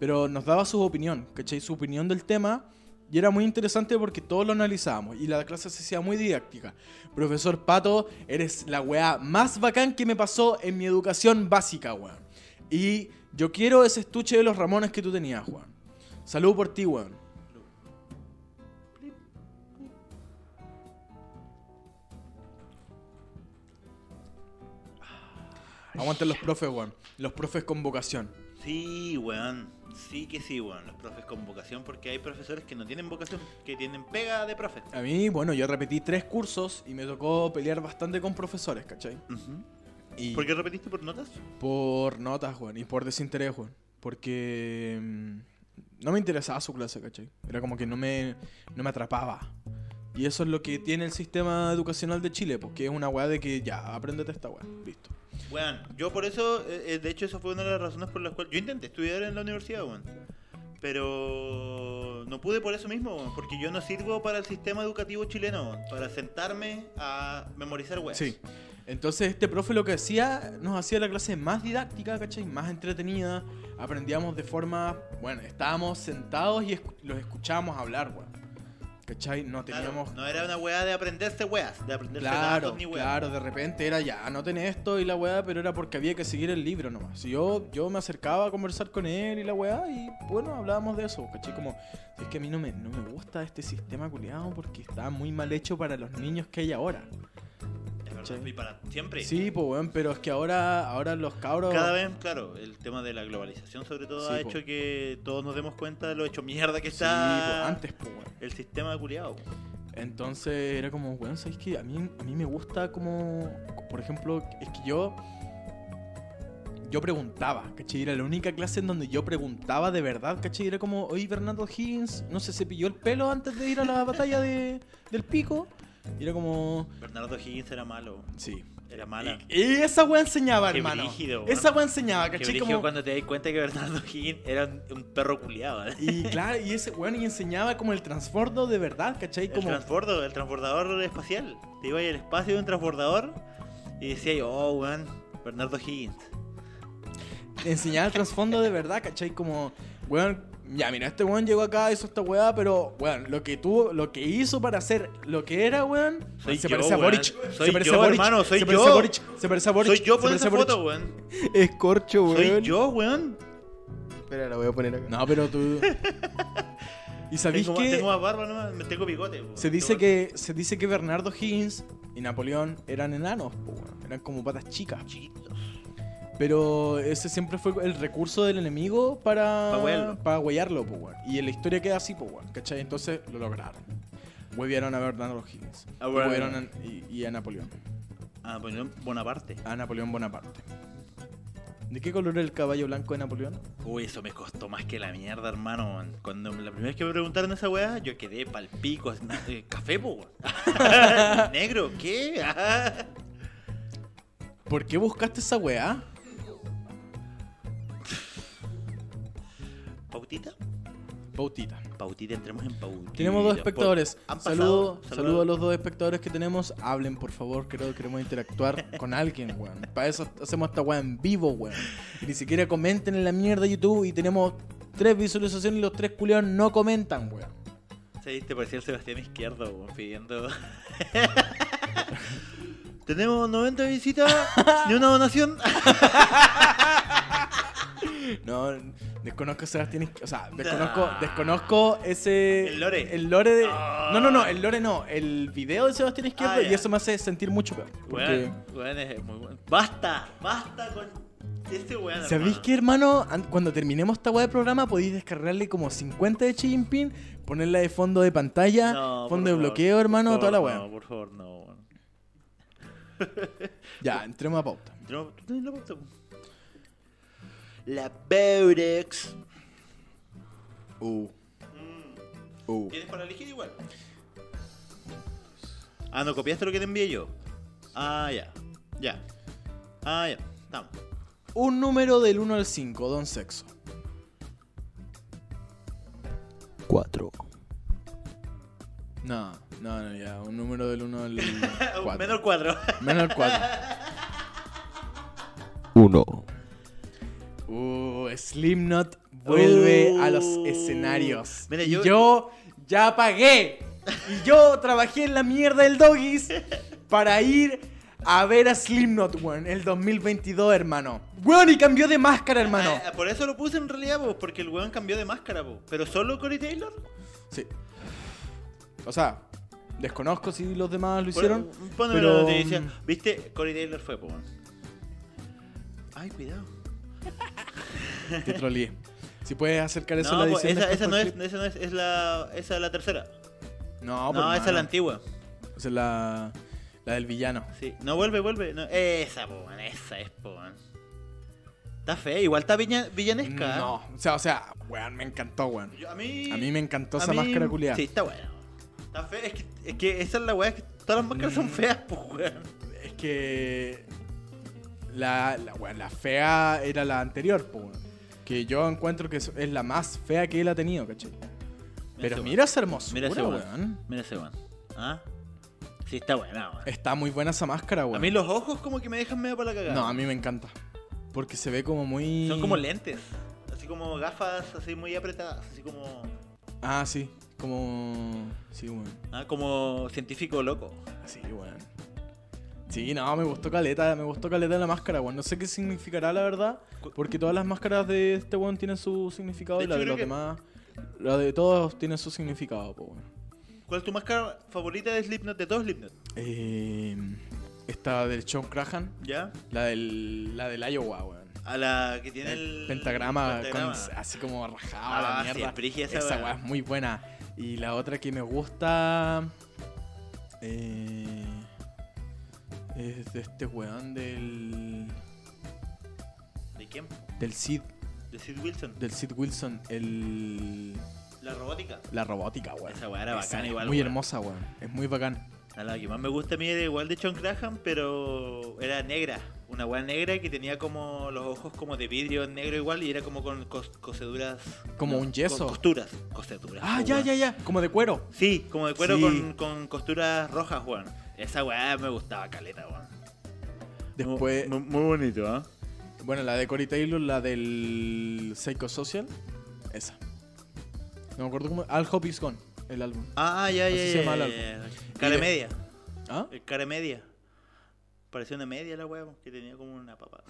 [SPEAKER 2] pero nos daba su opinión, ¿cachai? Su opinión del tema. Y era muy interesante porque todos lo analizábamos y la clase se hacía muy didáctica. Profesor Pato, eres la weá más bacán que me pasó en mi educación básica, weón. Y yo quiero ese estuche de los Ramones que tú tenías, weón. Salud por ti, weón. Aguanten los profes, weón. Los profes con vocación.
[SPEAKER 3] Sí, weón. Sí que sí, weón. Los profes con vocación, porque hay profesores que no tienen vocación, que tienen pega de profe.
[SPEAKER 2] A mí, bueno, yo repetí tres cursos y me tocó pelear bastante con profesores, ¿cachai?
[SPEAKER 3] Ujú.
[SPEAKER 2] Y
[SPEAKER 3] ¿Por qué repetiste por notas?
[SPEAKER 2] Por notas, weón, y por desinterés, weón. Porque mm, no me interesaba su clase, ¿cachai? Era como que no me, no me atrapaba. Y eso es lo que tiene el sistema educacional de Chile, porque es una weá de que ya, apréndete esta weá, listo.
[SPEAKER 3] Weón, yo por eso, eh, eh, de hecho, eso fue una de las razones por las cuales yo intenté estudiar en la universidad, weón. Pero no pude por eso mismo, weón, porque yo no sirvo para el sistema educativo chileno, weón, para sentarme a memorizar weas.
[SPEAKER 2] Sí. Entonces este profe lo que hacía, nos hacía la clase más didáctica, ¿cachai? Más entretenida. Aprendíamos de forma, bueno, estábamos sentados y escu- los escuchábamos hablar, weón. ¿Cachai? No
[SPEAKER 3] Claro,
[SPEAKER 2] teníamos...
[SPEAKER 3] no era una wea de aprenderse weas, de aprenderse
[SPEAKER 2] Claro,
[SPEAKER 3] datos ni weas.
[SPEAKER 2] claro, de repente era ya, anoten esto y la weá, pero era porque había que seguir el libro nomás. Si Yo, yo me acercaba a conversar con él y la weá, y bueno, hablábamos de eso, ¿cachai? Como, es que a mí no me, no me gusta este sistema culiado porque está muy mal hecho para los niños que hay ahora.
[SPEAKER 3] Es verdad,
[SPEAKER 2] Sí.
[SPEAKER 3] Y para siempre.
[SPEAKER 2] Sí, pues weón, pero es que ahora, ahora los cabros.
[SPEAKER 3] Cada vez, claro, el tema de la globalización sobre todo
[SPEAKER 2] Sí,
[SPEAKER 3] ha
[SPEAKER 2] po.
[SPEAKER 3] hecho que todos nos demos cuenta de lo hecho mierda que
[SPEAKER 2] Sí,
[SPEAKER 3] está
[SPEAKER 2] po, antes, pues weón.
[SPEAKER 3] el sistema de culiao. po.
[SPEAKER 2] Entonces era como, weón, ¿sabes qué? A mí, a mí me gusta como, por ejemplo, es que yo, yo preguntaba, ¿cachai? Era la única clase en donde yo preguntaba de verdad, ¿cachai? Era como, oye, Bernardo Higgins, no se cepilló el pelo antes de ir a la batalla de, del pico. Y era como,
[SPEAKER 3] Bernardo Higgins era malo,
[SPEAKER 2] sí.
[SPEAKER 3] era mala.
[SPEAKER 2] Y, y esa weá enseñaba,
[SPEAKER 3] Qué
[SPEAKER 2] hermano.
[SPEAKER 3] brígido, weón.
[SPEAKER 2] esa weá enseñaba,
[SPEAKER 3] Que
[SPEAKER 2] ¿cachai?
[SPEAKER 3] brígido
[SPEAKER 2] Como,
[SPEAKER 3] cuando te das cuenta que Bernardo Higgins era un, un perro culiado. ¿eh?
[SPEAKER 2] y claro, y ese weón y enseñaba como el transbordo de verdad, ¿cachai?
[SPEAKER 3] El
[SPEAKER 2] Como,
[SPEAKER 3] transbordo, el transbordador espacial. Te iba al espacio de un transbordador y decía yo, oh, weón, Bernardo Higgins.
[SPEAKER 2] enseñar el trasfondo de verdad, ¿cachai? Como, weón, ya mira, este weón llegó acá, hizo esta weá, pero, weón, lo que tuvo, lo que hizo para hacer lo que era, weón,
[SPEAKER 3] Soy
[SPEAKER 2] se
[SPEAKER 3] yo,
[SPEAKER 2] parece
[SPEAKER 3] weón.
[SPEAKER 2] a Boric.
[SPEAKER 3] Soy
[SPEAKER 2] se parece
[SPEAKER 3] yo,
[SPEAKER 2] a Boric.
[SPEAKER 3] hermano, soy
[SPEAKER 2] se parece
[SPEAKER 3] yo.
[SPEAKER 2] a Boric. Se parece a Boric.
[SPEAKER 3] Soy yo
[SPEAKER 2] se
[SPEAKER 3] por
[SPEAKER 2] parece
[SPEAKER 3] esa
[SPEAKER 2] a Boric.
[SPEAKER 3] foto, weón.
[SPEAKER 5] Es corcho,
[SPEAKER 3] Soy
[SPEAKER 5] weón.
[SPEAKER 3] yo, weón.
[SPEAKER 5] Espera, la voy a poner acá.
[SPEAKER 2] No, pero tú. ¿Y sabéis
[SPEAKER 3] Tengo,
[SPEAKER 2] que
[SPEAKER 3] tengo más barba nomás, me tengo bigote. weón.
[SPEAKER 2] se dice
[SPEAKER 3] Tengo-
[SPEAKER 2] que se dice que Bernardo Higgins y Napoleón eran enanos, po, weón, eran como patas chicas.
[SPEAKER 3] Chiquitos.
[SPEAKER 2] Pero ese siempre fue el recurso del enemigo para.
[SPEAKER 3] Pa' huearlo.
[SPEAKER 2] Para huearlo, po, weón. Y en la historia queda así, po, weón, ¿Cachai? Entonces lo lograron. Huevearon a Bernardo Higgins.
[SPEAKER 3] Ah,
[SPEAKER 2] y,
[SPEAKER 3] bueno.
[SPEAKER 2] huevearon a- y- y a Napoleón.
[SPEAKER 3] Ah, pues no, Bonaparte.
[SPEAKER 2] A Napoleón Bonaparte. ¿De qué color era el caballo blanco de Napoleón?
[SPEAKER 3] Uy, eso me costó más que la mierda, hermano. weón. Cuando la primera vez que me preguntaron esa weá, yo quedé pal pico. así, na- eh, Café, po. weón. Negro, ¿qué?
[SPEAKER 2] ¿Por qué buscaste esa weá?
[SPEAKER 3] ¿Pautita?
[SPEAKER 2] Pautita.
[SPEAKER 3] Pautita, entremos en pautita.
[SPEAKER 2] Tenemos dos
[SPEAKER 3] Por-
[SPEAKER 2] espectadores.
[SPEAKER 3] han pasado-
[SPEAKER 2] Saludo,
[SPEAKER 3] saludo-
[SPEAKER 2] saludo a los dos espectadores que tenemos. Hablen, por favor. Creo que queremos interactuar con alguien, weón. Para eso hacemos esta weá en vivo, weón. Y ni siquiera comenten en la mierda de YouTube. Y tenemos tres visualizaciones y los tres culiados no comentan, weón.
[SPEAKER 3] Se viste, parecía el Sebastián Izquierdo, weón, pidiendo. Tenemos 90 visitas y una donación.
[SPEAKER 2] No, desconozco a Sebastián Izquierdo. O sea, desconozco, desconozco ese.
[SPEAKER 3] Ah. El lore.
[SPEAKER 2] El lore de.
[SPEAKER 3] Ah.
[SPEAKER 2] No, no, no, el lore no. El video de Sebastián Izquierdo.
[SPEAKER 3] Ah, ya.
[SPEAKER 2] Y eso me hace sentir mucho peor. Porque.
[SPEAKER 3] Weón, weón, es muy bueno. Basta, basta con este weón.
[SPEAKER 2] ¿Sabéis
[SPEAKER 3] hermano.
[SPEAKER 2] qué, hermano? An- Cuando terminemos esta weá de programa, podéis descargarle como 50 de Xi Jinping, ponerla de fondo de pantalla,
[SPEAKER 3] No, por
[SPEAKER 2] fondo de
[SPEAKER 3] favor,
[SPEAKER 2] bloqueo, hermano,
[SPEAKER 3] por
[SPEAKER 2] toda la
[SPEAKER 3] favor,
[SPEAKER 2] weá.
[SPEAKER 3] No, por favor, no, weón.
[SPEAKER 2] Ya, entremos a pauta.
[SPEAKER 3] No, tú tenés la pauta, po. La Beurex.
[SPEAKER 2] Uh. Uh.
[SPEAKER 3] Tienes para elegir igual. Ah, no, copiaste lo que te envié yo. Ah, ya. Ya. Ah, ya. Estamos.
[SPEAKER 2] Un número del 1 al 5, don sexo.
[SPEAKER 5] 4.
[SPEAKER 2] No, no, no, ya. Un número del 1 al 4.
[SPEAKER 3] Menor cuadro.
[SPEAKER 2] 4.
[SPEAKER 5] 1.
[SPEAKER 2] Uh, Slipknot vuelve
[SPEAKER 3] Uh.
[SPEAKER 2] a los escenarios.
[SPEAKER 3] Mira,
[SPEAKER 2] y
[SPEAKER 3] yo-
[SPEAKER 2] yo... ya pagué. Y yo trabajé en la mierda del Doggies para ir a ver a Slipknot, weón, el 2022, hermano. Weón, y cambió de máscara, hermano.
[SPEAKER 3] Ah, por eso lo puse en realidad, po, porque el weón cambió de máscara, po. Pero solo Corey Taylor.
[SPEAKER 2] Sí. O sea, desconozco si los demás lo
[SPEAKER 3] Por-
[SPEAKER 2] hicieron.
[SPEAKER 3] Pónmelo en
[SPEAKER 2] pero,
[SPEAKER 3] la noticia.
[SPEAKER 2] mm,
[SPEAKER 3] ¿Viste? Corey Taylor fue, po. weón. Ay, cuidado.
[SPEAKER 2] Te troleé. Si puedes acercar eso a la
[SPEAKER 3] po,
[SPEAKER 2] edición.
[SPEAKER 3] esa,
[SPEAKER 2] después
[SPEAKER 3] esa no
[SPEAKER 2] por
[SPEAKER 3] es,
[SPEAKER 2] clip.
[SPEAKER 3] esa no es, es la, esa es la tercera.
[SPEAKER 2] No,
[SPEAKER 3] No,
[SPEAKER 2] por
[SPEAKER 3] esa es la
[SPEAKER 2] mano.
[SPEAKER 3] antigua.
[SPEAKER 2] Esa es la, la del villano.
[SPEAKER 3] Sí. No, vuelve, vuelve. No, esa, po, man, esa es, po. man. Está fea, igual está viña- villanesca. ¿eh?
[SPEAKER 2] No, o sea, o sea, weón, me encantó, weón.
[SPEAKER 3] Yo- a mí.
[SPEAKER 2] A mí me encantó
[SPEAKER 3] a
[SPEAKER 2] esa
[SPEAKER 3] mí-
[SPEAKER 2] máscara culiada.
[SPEAKER 3] Sí, está bueno. Está fea, es que, es que esa es la weá, es que todas las máscaras
[SPEAKER 2] Mm.
[SPEAKER 3] son feas, pues weón.
[SPEAKER 2] Es que la, la, weón, la fea era la anterior, po, weón. que yo encuentro que es es la más fea que él ha tenido, ¿cachai? Pero
[SPEAKER 3] ese
[SPEAKER 2] mira esa hermosura,
[SPEAKER 3] Mira ese weón.
[SPEAKER 2] weón.
[SPEAKER 3] Mira ese weón. ¿Ah? Sí, está buena, weón.
[SPEAKER 2] Está muy buena esa máscara, weón.
[SPEAKER 3] A mí los ojos como que me dejan medio para la cagada.
[SPEAKER 2] No, a mí me encanta. Porque se ve como muy...
[SPEAKER 3] Son como lentes. Así como gafas, así muy apretadas. Así como.
[SPEAKER 2] Ah, sí. Como... Sí, weón.
[SPEAKER 3] Ah, como científico loco.
[SPEAKER 2] Sí, weón. Sí, no, me gustó caleta, me gustó caleta la máscara, weón. No sé qué significará, la verdad, porque todas las máscaras de este weón tienen su significado
[SPEAKER 3] De
[SPEAKER 2] y la
[SPEAKER 3] hecho,
[SPEAKER 2] de
[SPEAKER 3] creo
[SPEAKER 2] los
[SPEAKER 3] que-
[SPEAKER 2] demás. La de todos tiene su significado, po, weón.
[SPEAKER 3] ¿Cuál es tu máscara favorita de Slipknot? De todos Slipknot,
[SPEAKER 2] Eh, esta del Sean Crahan,
[SPEAKER 3] ¿ya?
[SPEAKER 2] la del, la del Iowa, weón.
[SPEAKER 3] A la que tiene el.
[SPEAKER 2] El pentagrama,
[SPEAKER 3] pentagrama.
[SPEAKER 2] con- ah. así como rajado a
[SPEAKER 3] Ah,
[SPEAKER 2] la
[SPEAKER 3] sí,
[SPEAKER 2] mierda.
[SPEAKER 3] es brígida esa
[SPEAKER 2] esa
[SPEAKER 3] weá.
[SPEAKER 2] weá es muy buena. Y la otra que me gusta. eh, es de este weón del.
[SPEAKER 3] ¿De quién?
[SPEAKER 2] Del Sid.
[SPEAKER 3] De Sid Wilson.
[SPEAKER 2] Del Sid Wilson. El.
[SPEAKER 3] La robótica.
[SPEAKER 2] La robótica, weón.
[SPEAKER 3] Esa weá era
[SPEAKER 2] Esa
[SPEAKER 3] bacana
[SPEAKER 2] es
[SPEAKER 3] igual,
[SPEAKER 2] Muy
[SPEAKER 3] weón.
[SPEAKER 2] hermosa, weón. Es muy bacán.
[SPEAKER 3] A la que más me gusta a mí era igual de John Graham, pero era negra. Una weá negra que tenía como los ojos como de vidrio negro igual y era como con cos- coseduras.
[SPEAKER 2] Como un yeso.
[SPEAKER 3] Con costuras. Coseduras.
[SPEAKER 2] Ah,
[SPEAKER 3] po,
[SPEAKER 2] ya,
[SPEAKER 3] weón.
[SPEAKER 2] ya, ya. Como de cuero.
[SPEAKER 3] Sí, como de cuero
[SPEAKER 2] Sí.
[SPEAKER 3] con, con costuras rojas, weón. Esa weá me gustaba caleta, weón.
[SPEAKER 2] Después.
[SPEAKER 3] Mu- mu- Muy, bonito, ¿ah?
[SPEAKER 2] Bueno, la de Cory Taylor, la del Psychosocial. Esa. No me acuerdo cómo. Al Hope Is Gone, el álbum.
[SPEAKER 3] Ah, ya,
[SPEAKER 2] Así
[SPEAKER 3] ya,
[SPEAKER 2] se
[SPEAKER 3] ya.
[SPEAKER 2] llama el
[SPEAKER 3] ya, ya. Cara
[SPEAKER 2] Y de-
[SPEAKER 3] media.
[SPEAKER 2] ¿Ah?
[SPEAKER 3] El cara media. Parecía una media la weá, que tenía como una papa.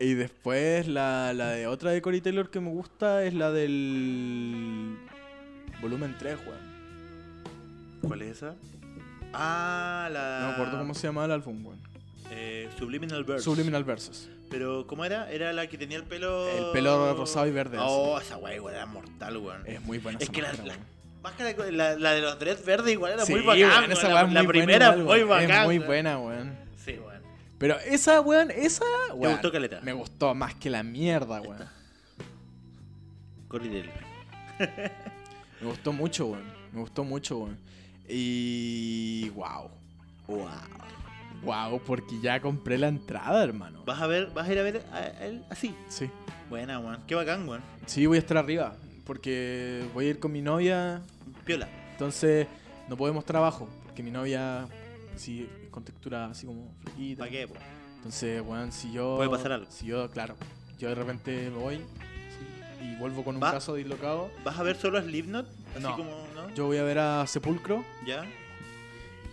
[SPEAKER 2] Y después la, la de otra de Cory Taylor que me gusta es la del. Volumen 3, weón.
[SPEAKER 3] ¿Cuál es esa? Ah, la.
[SPEAKER 2] No me acuerdo cómo se llama el álbum, weón.
[SPEAKER 3] Eh, Subliminal Birds.
[SPEAKER 2] Subliminal Versus.
[SPEAKER 3] Pero, ¿cómo era? Era la que tenía el pelo.
[SPEAKER 2] El pelo rosado y verde, Eh,
[SPEAKER 3] Oh, esa weá igual era mortal, weón.
[SPEAKER 2] Es muy buena
[SPEAKER 3] Es
[SPEAKER 2] esa
[SPEAKER 3] que la,
[SPEAKER 2] máscara,
[SPEAKER 3] la
[SPEAKER 2] weón.
[SPEAKER 3] máscara, con- la, la de los dreads verdes igual era
[SPEAKER 2] Sí,
[SPEAKER 3] muy
[SPEAKER 2] weón,
[SPEAKER 3] bacán.
[SPEAKER 2] esa weá es
[SPEAKER 3] weón. la la
[SPEAKER 2] muy buena
[SPEAKER 3] primera
[SPEAKER 2] igual,
[SPEAKER 3] muy
[SPEAKER 2] weón.
[SPEAKER 3] bacán.
[SPEAKER 2] Es muy
[SPEAKER 3] weón.
[SPEAKER 2] buena, weón.
[SPEAKER 3] Sí, weón.
[SPEAKER 2] Pero esa, weón, esa. weón,
[SPEAKER 3] gustó, Caleta?
[SPEAKER 2] Me gustó más que la mierda, weón.
[SPEAKER 3] Corridel.
[SPEAKER 2] Me gustó mucho, weón. Me gustó mucho, weón. Y. ¡Wow! ¡Wow! ¡Wow! Porque ya compré la entrada, hermano.
[SPEAKER 3] ¿Vas a ver, vas a ir a ver a a él así?
[SPEAKER 2] Sí.
[SPEAKER 3] Buena, weón. Qué bacán, weón.
[SPEAKER 2] Sí, voy a estar arriba. Porque voy a ir con mi novia.
[SPEAKER 3] Piola.
[SPEAKER 2] Entonces, no podemos estar abajo. Porque mi novia. Sí, es con textura así como flequita.
[SPEAKER 3] ¿Para qué, po?
[SPEAKER 2] Entonces, weón, si yo.
[SPEAKER 3] Puede pasar algo.
[SPEAKER 2] Si yo, claro. Yo de repente me voy. sí, Y vuelvo con un
[SPEAKER 3] Va.
[SPEAKER 2] brazo dislocado.
[SPEAKER 3] ¿Vas a ver solo a Slipknot? Así
[SPEAKER 2] No.
[SPEAKER 3] como, ¿no?
[SPEAKER 2] Yo voy a ver a Sepulcro.
[SPEAKER 3] ¿Ya?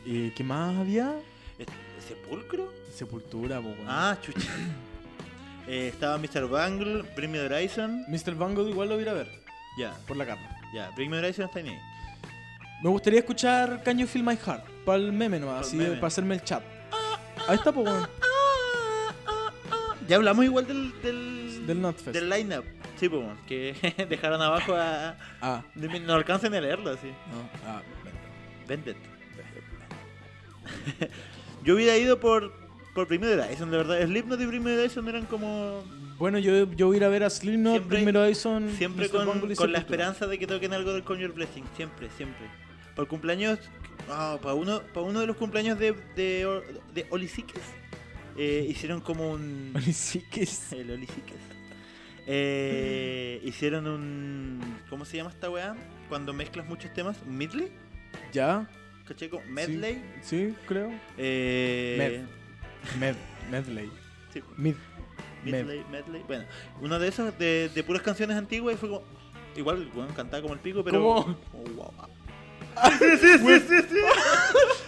[SPEAKER 2] ¿Y qué más había?
[SPEAKER 3] ¿Es- ¿Sepulcro?
[SPEAKER 2] Sepultura, po, weón.
[SPEAKER 3] Ah, chucha. Eh, estaba Mr. Bangle, Bring Me the Horizon.
[SPEAKER 2] Mr. Bungle igual lo voy a ir a ver,
[SPEAKER 3] Ya,
[SPEAKER 2] por la carta.
[SPEAKER 3] ya. Bring Me the Horizon está ahí.
[SPEAKER 2] Me gustaría escuchar Can You Feel My Heart, para el meme
[SPEAKER 3] Pa'l
[SPEAKER 2] nomás, así,
[SPEAKER 3] meme.
[SPEAKER 2] para hacerme el chat. Ahí está, po, weón.
[SPEAKER 3] Ya hablamos igual del. Del,
[SPEAKER 2] Del Notfest.
[SPEAKER 3] del lineup. Sí, pues, bueno, que dejaron abajo a.
[SPEAKER 2] Ah,
[SPEAKER 3] de- No alcancen a leerlo así.
[SPEAKER 2] no, ah,
[SPEAKER 3] Vended. Yo hubiera ido por. Por Bring Me the Horizon, de verdad. Slipknot y Bring Me the Horizon eran como.
[SPEAKER 2] Bueno, yo, yo voy a ir a ver a Slipknot,
[SPEAKER 3] Siempre-
[SPEAKER 2] primero Dyson,
[SPEAKER 3] Siempre
[SPEAKER 2] Mm, Mr.
[SPEAKER 3] con,
[SPEAKER 2] Bungle y
[SPEAKER 3] con
[SPEAKER 2] Sepultura.
[SPEAKER 3] la esperanza de que toquen algo del Conjure Blessing. Siempre, siempre. Por cumpleaños. para uno, para uno de los cumpleaños de, de, Or- de Olisiques, eh, hicieron como un.
[SPEAKER 2] Sí, que es-
[SPEAKER 3] el Olisiques. Eh, hicieron un. ¿Cómo se llama esta weá? Cuando mezclas muchos temas. ¿Un medley?
[SPEAKER 2] ¿Ya?
[SPEAKER 3] ¿Caché? Como Medley.
[SPEAKER 2] Sí, creo.
[SPEAKER 3] Eh,
[SPEAKER 2] Med, medley.
[SPEAKER 3] sí, pues,
[SPEAKER 2] Mid. Med.
[SPEAKER 3] Medley, medley. Bueno, uno de esos de, de puras canciones antiguas y fue como. Igual, bueno, cantaba como el pico, pero.
[SPEAKER 2] ¿Cómo?
[SPEAKER 3] Oh, wow. sí, sí, sí, sí, sí.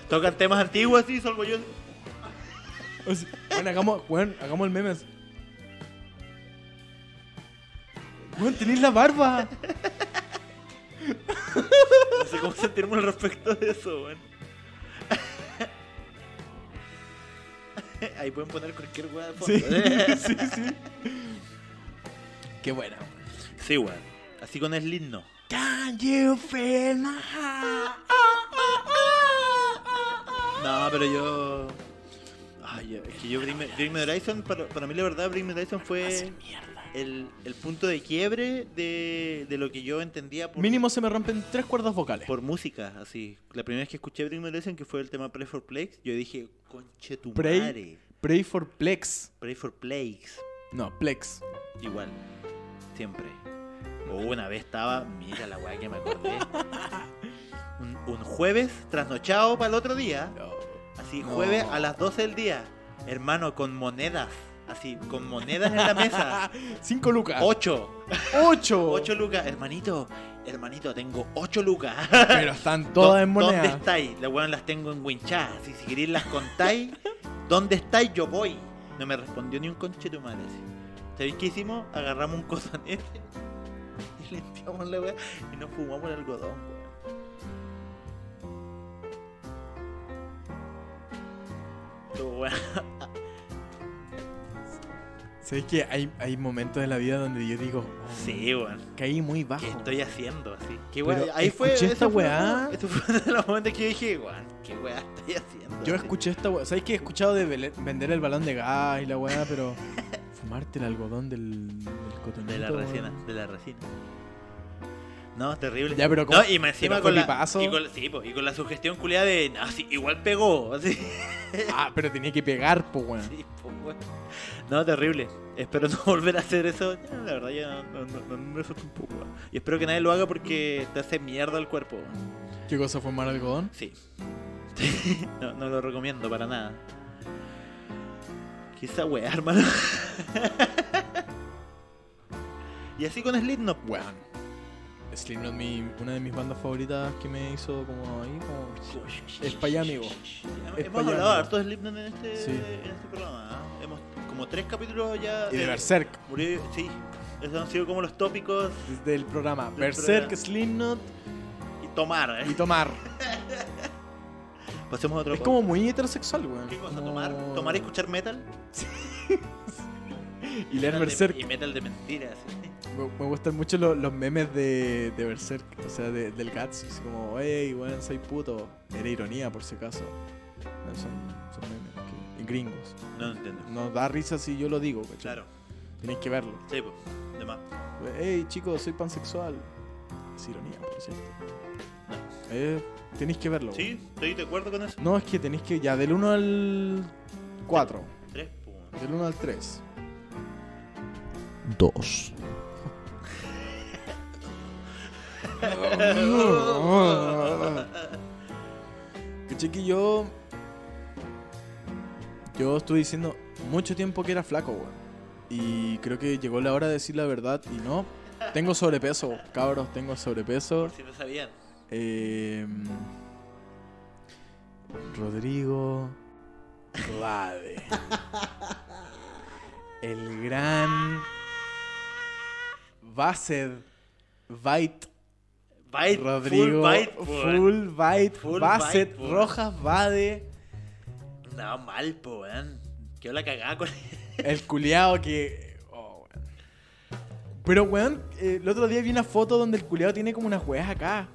[SPEAKER 3] Tocan temas antiguos así, salvo yo.
[SPEAKER 2] O sea, bueno, hagamos, weón, hagamos el meme. así. Weón, tenéis la barba.
[SPEAKER 3] No sé cómo sentirme al respecto de eso, weón. Ahí pueden poner cualquier weá de fondo.
[SPEAKER 2] Sí,
[SPEAKER 3] Sí,
[SPEAKER 2] sí, sí. Qué buena.
[SPEAKER 3] sí weón. Así con Slim no.
[SPEAKER 2] Can you feel my heart?
[SPEAKER 3] No, pero yo.
[SPEAKER 2] Ah, ya.
[SPEAKER 3] Es que yo Bring Me, Bring Me The Horizon, para, para mí la verdad, Bring Me The Horizon fue el, el punto de quiebre de, de lo que yo entendía por,
[SPEAKER 2] Mínimo se me rompen tres cuerdas vocales.
[SPEAKER 3] por música, así. La primera vez que escuché Bring Me The Horizon, que fue el tema Pray for Plagues, yo dije, conche tu
[SPEAKER 2] Pray-
[SPEAKER 3] madre.
[SPEAKER 2] Pray for Plex.
[SPEAKER 3] Pray for Plagues.
[SPEAKER 2] No, Plex.
[SPEAKER 3] Igual, siempre. O una vez estaba, mira la weá que me acordé. Un, un jueves trasnochado para el otro día. Así,
[SPEAKER 2] No.
[SPEAKER 3] jueves a las 12 del día. Hermano, con monedas. Así, con monedas en la mesa.
[SPEAKER 2] Cinco lucas. Oh.
[SPEAKER 3] Ocho.
[SPEAKER 2] Ocho.
[SPEAKER 3] Ocho lucas. Hermanito, hermanito, tengo ocho lucas.
[SPEAKER 2] Pero están todas en
[SPEAKER 3] ¿Dó- ¿Dónde
[SPEAKER 2] moneda.
[SPEAKER 3] estáis? Las weón las tengo en Winchá. Así, si queréis las contáis, ¿dónde estáis? Yo voy. No me respondió ni un conche tu madre. así. ¿Sabéis qué hicimos? Agarramos un cotonete y limpiamos la weá y nos fumamos el algodón. weón. Estuvo bueno.
[SPEAKER 2] Mm, ¿Sabes que hay, hay momentos de la vida donde yo digo, oh,
[SPEAKER 3] Sí, weón.
[SPEAKER 2] caí muy bajo?
[SPEAKER 3] ¿Qué estoy haciendo? Así. ¿Qué
[SPEAKER 2] Pero
[SPEAKER 3] weá? Ahí fue.
[SPEAKER 2] escuché esta
[SPEAKER 3] eso fue
[SPEAKER 2] weá.
[SPEAKER 3] uno- Eso fue uno de los momentos que yo dije, weón, ¿qué weá estoy haciendo?
[SPEAKER 2] Yo
[SPEAKER 3] así?
[SPEAKER 2] escuché esta weá. ¿Sabes que he escuchado de vele- vender el balón de gas y la weá, pero fumarte el algodón del, del cotonito?
[SPEAKER 3] De la
[SPEAKER 2] weón?
[SPEAKER 3] resina, de la resina. No, terrible.
[SPEAKER 2] Ya, pero
[SPEAKER 3] no,
[SPEAKER 2] ¿cómo-
[SPEAKER 3] y más encima
[SPEAKER 2] pero
[SPEAKER 3] con
[SPEAKER 2] fue
[SPEAKER 3] la,
[SPEAKER 2] pipazo?
[SPEAKER 3] y con, sí, po, y con la sugestión culiada de, no, sí, igual pegó. Así,
[SPEAKER 2] Ah, pero tenía que pegar, po, weón.
[SPEAKER 3] sí, po, weón. No, terrible. Espero no volver a hacer eso. Ya, La verdad, ya no, no, no- no me resulta un poco. weón. Y espero que nadie lo haga porque te hace mierda el cuerpo. weón.
[SPEAKER 2] ¿Qué cosa fumar algodón?
[SPEAKER 3] Sí. no, no lo recomiendo para nada. Quizá weá, hermano. y así con Slipknot,
[SPEAKER 2] Weón. Slipknot, mi, una de mis bandas favoritas que me hizo como ahí, como... Es pa' allá, amigo.
[SPEAKER 3] Hemos
[SPEAKER 2] Es pa' allá,
[SPEAKER 3] hablado
[SPEAKER 2] amigo.
[SPEAKER 3] harto de Slipknot en este,
[SPEAKER 2] Sí.
[SPEAKER 3] en este programa. ¿ah? Hemos como tres capítulos ya.
[SPEAKER 2] Y de
[SPEAKER 3] eh,
[SPEAKER 2] Berserk.
[SPEAKER 3] Murió, sí. Esos han sido como los tópicos
[SPEAKER 2] Desde el programa
[SPEAKER 3] Del
[SPEAKER 2] Berserk,
[SPEAKER 3] programa.
[SPEAKER 2] Slipknot
[SPEAKER 3] y tomar.
[SPEAKER 2] y
[SPEAKER 3] ¿eh?
[SPEAKER 2] tomar.
[SPEAKER 3] Pasemos a otro.
[SPEAKER 2] Es como muy heterosexual, weón.
[SPEAKER 3] ¿Qué cosa?
[SPEAKER 2] Como-
[SPEAKER 3] ¿Tomar? ¿Tomar y escuchar metal?
[SPEAKER 2] Y leer
[SPEAKER 3] Metal de-
[SPEAKER 2] Berserk.
[SPEAKER 3] Y metal de mentiras. ¿sí?
[SPEAKER 2] Me, me gustan mucho lo- los memes de, de Berserk, o sea, de- del Guts. Así como, hey, weón, soy puto. Era ironía, por si acaso. No, son, son memes que- y gringos.
[SPEAKER 3] No entiendo.
[SPEAKER 2] Nos da risa si yo lo digo, ¿cachai?
[SPEAKER 3] Claro.
[SPEAKER 2] Tenéis que verlo.
[SPEAKER 3] Sí, pues. De más.
[SPEAKER 2] Hey, chicos, soy pansexual. Es ironía, por cierto. Eh, tenéis que verlo.
[SPEAKER 3] Sí, estoy de acuerdo con eso.
[SPEAKER 2] weón. No, es que tenéis que, ya, del 1 al 4.
[SPEAKER 3] Tres, pues.
[SPEAKER 2] Del 1 al 3.
[SPEAKER 5] 2.
[SPEAKER 2] Caché que yo. Yo estuve diciendo mucho tiempo que era flaco, weón. Y creo que llegó la hora de decir la verdad. Y no, tengo sobrepeso, cabros, tengo sobrepeso.
[SPEAKER 3] Por si no sabían.
[SPEAKER 2] Eh, Rodrigo Clave. El gran Based Bite
[SPEAKER 3] Bite,
[SPEAKER 2] Rodrigo
[SPEAKER 3] full bite, po.
[SPEAKER 2] Full Bite
[SPEAKER 3] Full
[SPEAKER 2] Basset
[SPEAKER 3] bite, po.
[SPEAKER 2] Rojas Bade
[SPEAKER 3] No, eh. mal, po, weón. Quedó la cagada con
[SPEAKER 2] El culiao que. oh, weón. Pero, weón, eh, el otro día vi una foto donde el culiao tiene como unas weas acá.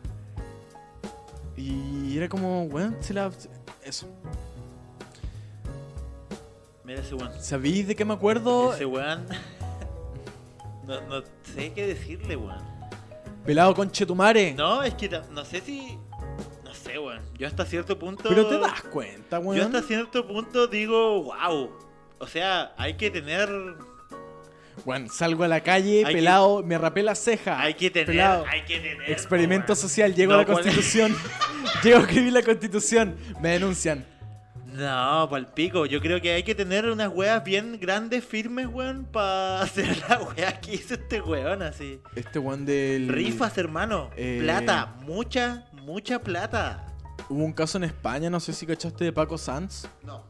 [SPEAKER 2] Y era como, weón, se la. se- Eso.
[SPEAKER 3] Mira ese weón.
[SPEAKER 2] ¿Sabéis de qué me acuerdo?
[SPEAKER 3] Ese weón. No, no sé qué decirle, weón.
[SPEAKER 2] Pelado con Chetumare.
[SPEAKER 3] No, es que ta- no sé si. No sé, weón. Yo hasta cierto punto.
[SPEAKER 2] Pero te das cuenta,
[SPEAKER 3] Yo
[SPEAKER 2] weón.
[SPEAKER 3] hasta cierto punto digo, wow. O sea, hay que tener.
[SPEAKER 2] Weón, salgo a la calle,
[SPEAKER 3] Hay que-
[SPEAKER 2] pelado, me rapé la ceja.
[SPEAKER 3] Hay que tener.
[SPEAKER 2] Ah, Pelado.
[SPEAKER 3] Hay que tener.
[SPEAKER 2] Experimento
[SPEAKER 3] weón.
[SPEAKER 2] social, llego
[SPEAKER 3] No,
[SPEAKER 2] a la
[SPEAKER 3] cuál-
[SPEAKER 2] constitución. llego a escribir la constitución. Me denuncian.
[SPEAKER 3] No, pal pico. Yo creo que hay que tener unas weas bien grandes, firmes, weón, para hacer la wea que hizo este weón así.
[SPEAKER 2] Este weón del.
[SPEAKER 3] Rifas, hermano.
[SPEAKER 2] Eh.
[SPEAKER 3] Plata. Mucha, mucha plata.
[SPEAKER 2] Hubo un caso en España, no sé si cachaste de Paco Sanz.
[SPEAKER 3] No.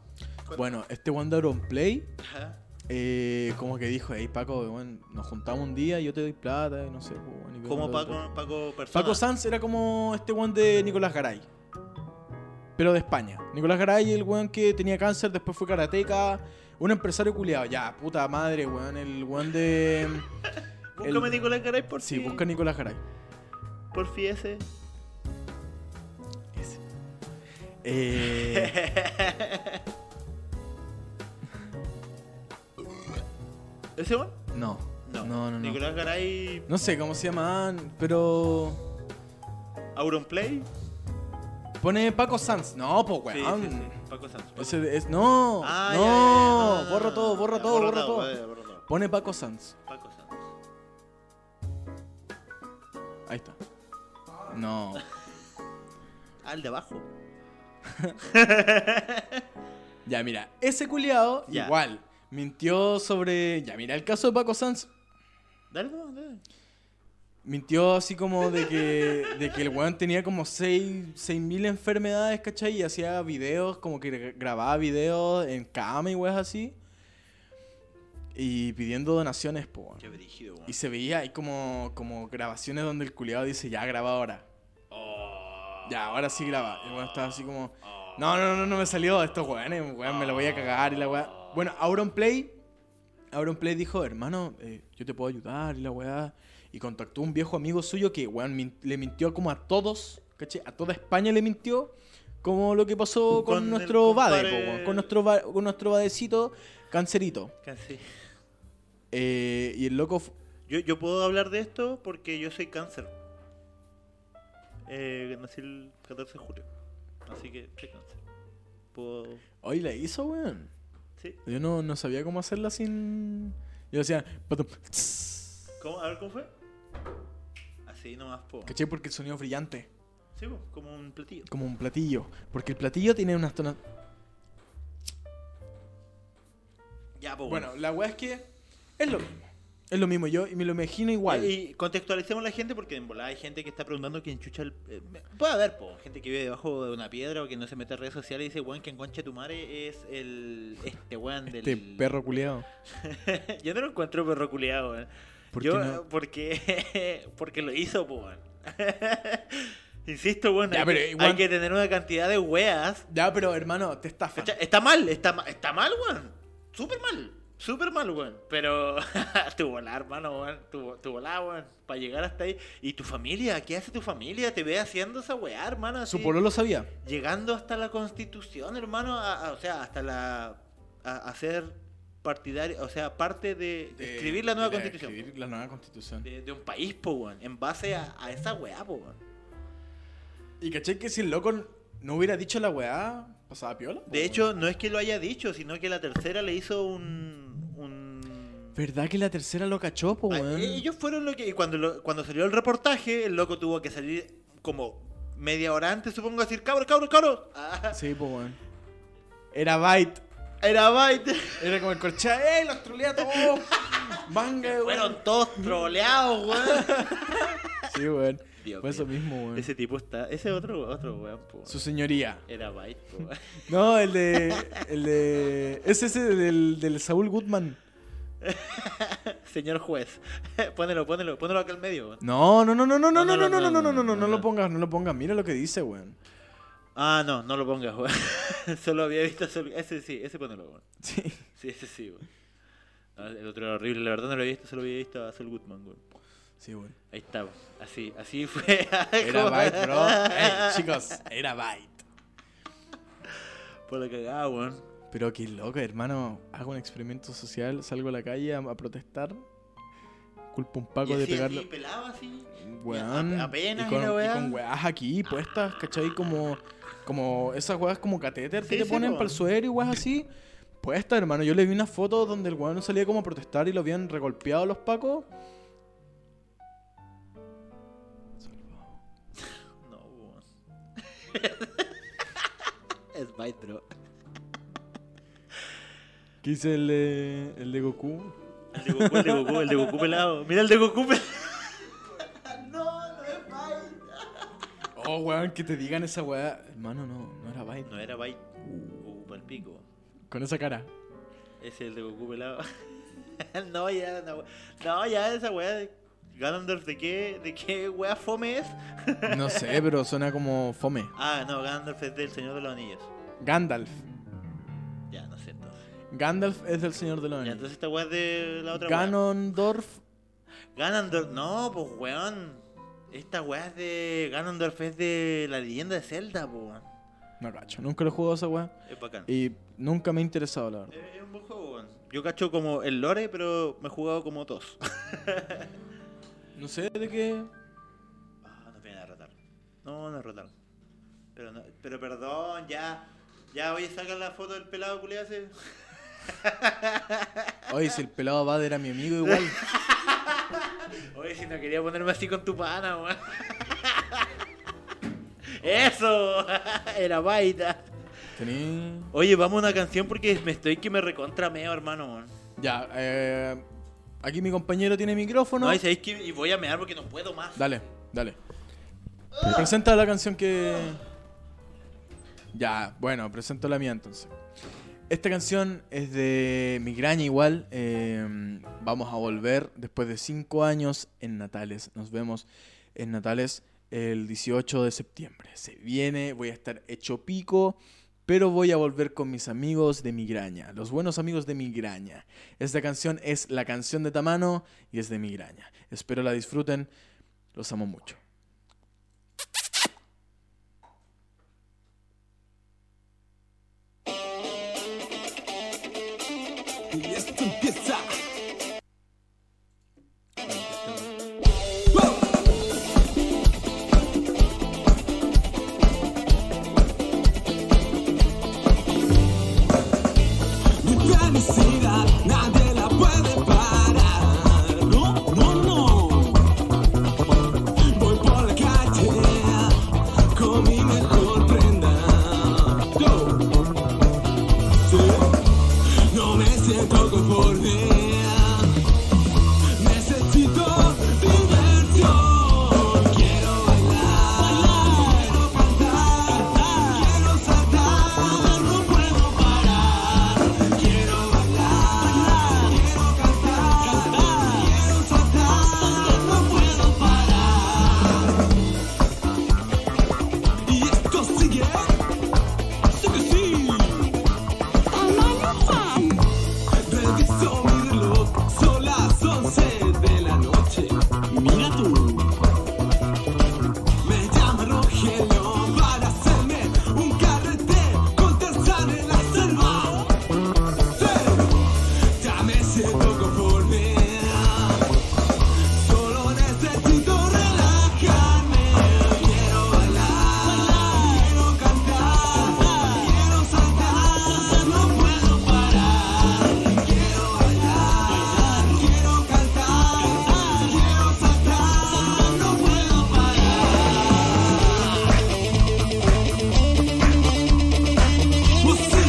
[SPEAKER 2] Bueno, este One Auron Play,
[SPEAKER 3] Ajá.
[SPEAKER 2] eh, como que dijo, hey Paco, weón, nos juntamos un día, yo te doy plata, y no sé. pues, weón, y
[SPEAKER 3] Como
[SPEAKER 2] vemos lo otro.
[SPEAKER 3] Paco, Paco persona.
[SPEAKER 2] Paco Sanz era como este One de Nicolás Garay, pero de España. Nicolás Garay, el weón que tenía cáncer, después fue karateca, un empresario culiado, ya, puta madre, weón, el weón de...
[SPEAKER 3] Búscame
[SPEAKER 2] el-
[SPEAKER 3] Nicolás Garay por
[SPEAKER 2] Sí,
[SPEAKER 3] fi-
[SPEAKER 2] busca Nicolás Garay.
[SPEAKER 3] Por fi ese.
[SPEAKER 2] Ese. Eh,
[SPEAKER 3] ¿Ese weón?
[SPEAKER 2] No.
[SPEAKER 3] No.
[SPEAKER 2] No, no, no.
[SPEAKER 3] Nicolás Garay,
[SPEAKER 2] No sé cómo se llamaban, pero.
[SPEAKER 3] Auronplay.
[SPEAKER 2] Pone Paco Sanz. No, po,
[SPEAKER 3] Sí,
[SPEAKER 2] weón.
[SPEAKER 3] sí, sí. Paco Sanz.
[SPEAKER 2] Ese de- es, no,
[SPEAKER 3] Ah,
[SPEAKER 2] no,
[SPEAKER 3] ya, ya, ya, no,
[SPEAKER 2] borra
[SPEAKER 3] no,
[SPEAKER 2] todo, borra
[SPEAKER 3] ya,
[SPEAKER 2] todo, borra todo.
[SPEAKER 3] ya, borra todo.
[SPEAKER 2] Pone Paco Sanz.
[SPEAKER 3] Paco Sanz.
[SPEAKER 2] Ahí está. No.
[SPEAKER 3] Ah, el de abajo.
[SPEAKER 2] Ya, mira, ese culiado
[SPEAKER 3] Ya.
[SPEAKER 2] igual mintió sobre. Ya, mira, el caso de Paco Sanz
[SPEAKER 3] Dale, no, dale.
[SPEAKER 2] mintió así como de que, de que el weón tenía como 6 mil enfermedades, ¿cachai? Y hacía videos, como que gra- grababa videos en cama y weas así. Y pidiendo donaciones, po. weón.
[SPEAKER 3] Qué brígido, weón.
[SPEAKER 2] Y se veía ahí como, como grabaciones donde el culiado dice, ya graba ahora. Ya, ahora sí graba. Y bueno, estaba así como, no, no, no, no me salió estos weones, weón, me lo voy a cagar y la weá. Bueno, Auron Play, Auron Play dijo, hermano, eh, yo te puedo ayudar y la weá. Y contactó un viejo amigo suyo que, weón, min- le mintió como a todos, ¿caché? A toda España le mintió. Como lo que pasó con,
[SPEAKER 3] Con el
[SPEAKER 2] nuestro Vade,
[SPEAKER 3] compadre-
[SPEAKER 2] po, weón, con nuestro, va- con nuestro Vadecito cancerito.
[SPEAKER 3] Cáncer.
[SPEAKER 2] Eh, y el loco fu-
[SPEAKER 3] Yo, yo puedo hablar de esto porque yo soy cáncer. Eh, nací el 14 de julio. Así que soy cáncer. Puedo.
[SPEAKER 2] Hoy la hizo, weón.
[SPEAKER 3] Sí.
[SPEAKER 2] Yo no, no sabía cómo hacerla sin. Yo decía. patum,
[SPEAKER 3] ¿Cómo? A ver cómo fue. Así nomás, po.
[SPEAKER 2] ¿Cachai? Porque el sonido es brillante.
[SPEAKER 3] Sí, po, como un platillo.
[SPEAKER 2] Como un platillo. Porque el platillo tiene unas tonas.
[SPEAKER 3] Ya, po.
[SPEAKER 2] Bueno, la weá es que. Es lo mismo. Es lo mismo yo y me lo imagino igual.
[SPEAKER 3] Y contextualicemos a la gente porque en volada hay gente que está preguntando quién chucha el. eh, puede haber, po, gente que vive debajo de una piedra o que no se mete a redes sociales y dice, weón, que en concha tu madre es el. Este weón del.
[SPEAKER 2] Este perro culeado.
[SPEAKER 3] Yo no lo encuentro perro culiado, weón.
[SPEAKER 2] ¿Por
[SPEAKER 3] Yo,
[SPEAKER 2] qué no?
[SPEAKER 3] porque, porque lo hizo, po, weón. Insisto, weón,
[SPEAKER 2] Ya,
[SPEAKER 3] hay,
[SPEAKER 2] pero
[SPEAKER 3] que-
[SPEAKER 2] igual-
[SPEAKER 3] hay que tener una cantidad de weas.
[SPEAKER 2] Ya, pero hermano, te estafan.
[SPEAKER 3] ¿cachai? Está mal, está, ma- está mal, weón. Súper mal, súper mal, weón. Pero tu volar, hermano, weón. Tu, tu volar, weón. Para llegar hasta ahí. ¿Y tu familia? ¿Qué hace tu familia? Te ve haciendo esa weá, hermano.
[SPEAKER 2] Su
[SPEAKER 3] así,
[SPEAKER 2] polo lo sabía.
[SPEAKER 3] Llegando hasta la constitución, hermano. a- a- o sea, hasta la... A, a ser partidario, o sea, parte de, escribir la nueva
[SPEAKER 2] de
[SPEAKER 3] constitución.
[SPEAKER 2] Escribir la nueva constitución.
[SPEAKER 3] De, de un país, po, weón. En base a, a esa weá, po, weón.
[SPEAKER 2] Y caché que si el loco no hubiera dicho la weá, pasaba piola. po,
[SPEAKER 3] De
[SPEAKER 2] weón.
[SPEAKER 3] hecho, no es que lo haya dicho, sino que la tercera le hizo un. un...
[SPEAKER 2] ¿Verdad que la tercera lo cachó, po,
[SPEAKER 3] Ah,
[SPEAKER 2] weón?
[SPEAKER 3] Ellos fueron lo que. Y cuando, lo- cuando salió el reportaje, el loco tuvo que salir como media hora antes, supongo, a decir: cabro, cabro, cabro. Ah,
[SPEAKER 2] Sí, po, weón. Era Byte.
[SPEAKER 3] era Byte.
[SPEAKER 2] Era como el corchea, ¡eh! Los trolea a todos. Manga, weón.
[SPEAKER 3] Fueron todos troleados, weón.
[SPEAKER 2] Sí, weón.
[SPEAKER 3] Dios
[SPEAKER 2] Fue eso
[SPEAKER 3] mío.
[SPEAKER 2] mismo, weón.
[SPEAKER 3] Ese tipo está. Ese otro, otro weón, po.
[SPEAKER 2] Su señoría.
[SPEAKER 3] Era Byte, po. weón.
[SPEAKER 2] No, el de. El de. Es ese del, del Saúl Goodman.
[SPEAKER 3] Señor juez. Pónelo, pónelo, pónelo acá al medio, weón.
[SPEAKER 2] No, no, no, no, no, no, no,
[SPEAKER 3] No,
[SPEAKER 2] no, no, no, no, no, no, no,
[SPEAKER 3] no,
[SPEAKER 2] lo
[SPEAKER 3] no.
[SPEAKER 2] pongas, no lo pongas. Mira lo que dice, weón.
[SPEAKER 3] Ah, no, no lo pongas, weón. Solo había visto. solo- Ese sí, ese ponelo, weón.
[SPEAKER 2] Sí.
[SPEAKER 3] Sí, ese sí, weón. No, el otro era horrible, la verdad no lo había visto, solo había visto a Sol Goodman, weón.
[SPEAKER 2] Sí, weón.
[SPEAKER 3] Ahí está, weón. así, así fue.
[SPEAKER 2] Era Byte, bro. Ey, chicos, era Byte.
[SPEAKER 3] Por la cagada, weón.
[SPEAKER 2] Pero qué loco, hermano. Hago un experimento social, salgo a la calle a, a protestar. Culpo a un
[SPEAKER 3] Y
[SPEAKER 2] paco de
[SPEAKER 3] así,
[SPEAKER 2] pegarlo.
[SPEAKER 3] así, pelado, así.
[SPEAKER 2] Weón,
[SPEAKER 3] Ya, apenas
[SPEAKER 2] y con,
[SPEAKER 3] y la
[SPEAKER 2] y
[SPEAKER 3] weá.
[SPEAKER 2] con weás aquí puestas, ¿cachai? Como, como esas weas como catéter que
[SPEAKER 3] Sí,
[SPEAKER 2] te
[SPEAKER 3] sí,
[SPEAKER 2] ponen
[SPEAKER 3] po.
[SPEAKER 2] para el suero y weas así. Puestas, hermano. Yo le vi una foto donde el weón salía como a protestar y lo habían regolpeado los pacos.
[SPEAKER 3] No, weón. es Byte, bro.
[SPEAKER 2] ¿Qué dice el de, el de Goku?
[SPEAKER 3] El de Goku, el de Goku, el de Goku pelado. Mira el de Goku pelado. no, no es Byte.
[SPEAKER 2] Oh, weón, que te digan esa wea. Hermano, no, no era Byte.
[SPEAKER 3] No era Byte. Uh, pal pico.
[SPEAKER 2] Con esa cara.
[SPEAKER 3] Es el de Goku pelado. no, ya, no, no, ya, esa weá. Ganondorf, ¿de qué, ¿de qué weá fome es?
[SPEAKER 2] No sé, pero suena como fome.
[SPEAKER 3] Ah, no, Gandalf es del Señor de los Anillos.
[SPEAKER 2] Gandalf.
[SPEAKER 3] Ya, no sé entonces.
[SPEAKER 2] Gandalf es del Señor de los
[SPEAKER 3] Ya,
[SPEAKER 2] Anillos.
[SPEAKER 3] entonces esta weá es de la otra weá.
[SPEAKER 2] Ganondorf.
[SPEAKER 3] Ganondorf, no, pues weón. Esta weá es de. Ganondorf es de la leyenda de Zelda, pues weón.
[SPEAKER 2] No cacho, nunca lo he jugado a esa wea.
[SPEAKER 3] Es bacán. Eh,
[SPEAKER 2] Y nunca me ha interesado, la verdad.
[SPEAKER 3] Es es un buen juego, weón. Yo cacho como el lore, pero me he jugado como dos.
[SPEAKER 2] No sé de qué.
[SPEAKER 3] Ah, no viene a rotar. No, no es rotar. Pero, no- pero perdón, ya. Ya, oye, sacan la foto del pelado culiado ese.
[SPEAKER 2] Oye, si el pelado Abad era mi amigo igual.
[SPEAKER 3] Oye, si no quería ponerme así con tu pana, weón. Eso, era baita.
[SPEAKER 2] Tení.
[SPEAKER 3] Oye, vamos a una canción porque me estoy que me recontra meo, hermano. weón.
[SPEAKER 2] Ya, eh, aquí mi compañero tiene micrófono.
[SPEAKER 3] No, y sabéis que y voy a mear porque no puedo más.
[SPEAKER 2] Dale, dale. Presenta la canción que. Ya, bueno, presento la mía entonces. Esta canción es de Migraña igual. eh, vamos a volver después de cinco años en Natales. Nos vemos en Natales el 18 de septiembre. Se viene, voy a estar hecho pico, pero voy a volver con mis amigos de Migraña, los buenos amigos de Migraña. Esta canción es la canción de Tamano y es de Migraña. Espero la disfruten. Los amo mucho.
[SPEAKER 6] Y esto empieza. Mi felicidad nadie la puede parar. No, no, no. Voy por la calle con mi mejor prenda. Yo. Sí. No me siento conforme. Necesito diversión. Quiero bailar, quiero cantar, quiero saltar. No puedo parar. Quiero bailar, quiero cantar, quiero saltar. No puedo parar. Y esto sigue, sigue sí. Reviso mi reloj, son las 11 de la noche. Mira tú. Me llama Rogelio para hacerme un carrete con terzán en la selva. Sí, Ya me siento conforme. Solo necesito relajarme. Quiero bailar, quiero cantar, quiero saltar. No puedo parar. Quiero bailar, quiero cantar, quiero saltar. No puedo parar. Música.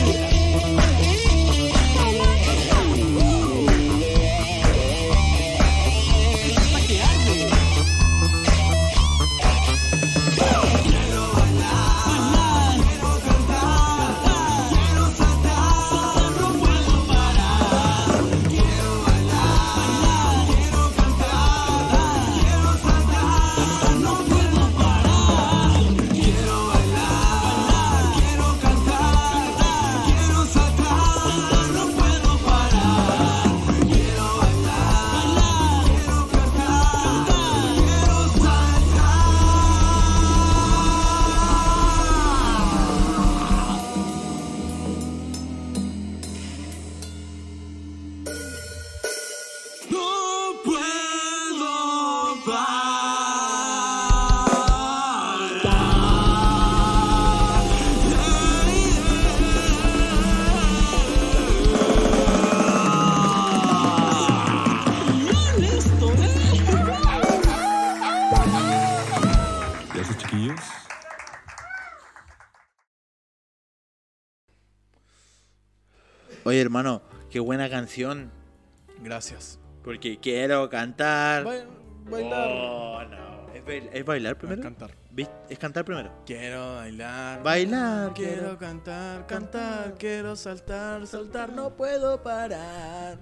[SPEAKER 6] No puedo parar. Bien, esto, ¿eh? Gracias, chiquillos.
[SPEAKER 3] Oye, hermano, qué buena canción.
[SPEAKER 2] Gracias.
[SPEAKER 3] Porque quiero cantar.
[SPEAKER 2] bailar.
[SPEAKER 3] Oh, no. ¿Es, bail- es bailar primero?
[SPEAKER 2] cantar.
[SPEAKER 3] ¿Viste? Es cantar primero.
[SPEAKER 2] Quiero bailar.
[SPEAKER 3] Bailar,
[SPEAKER 2] Quiero
[SPEAKER 3] quiero.
[SPEAKER 2] cantar, cantar. Quiero saltar, saltar. No puedo parar.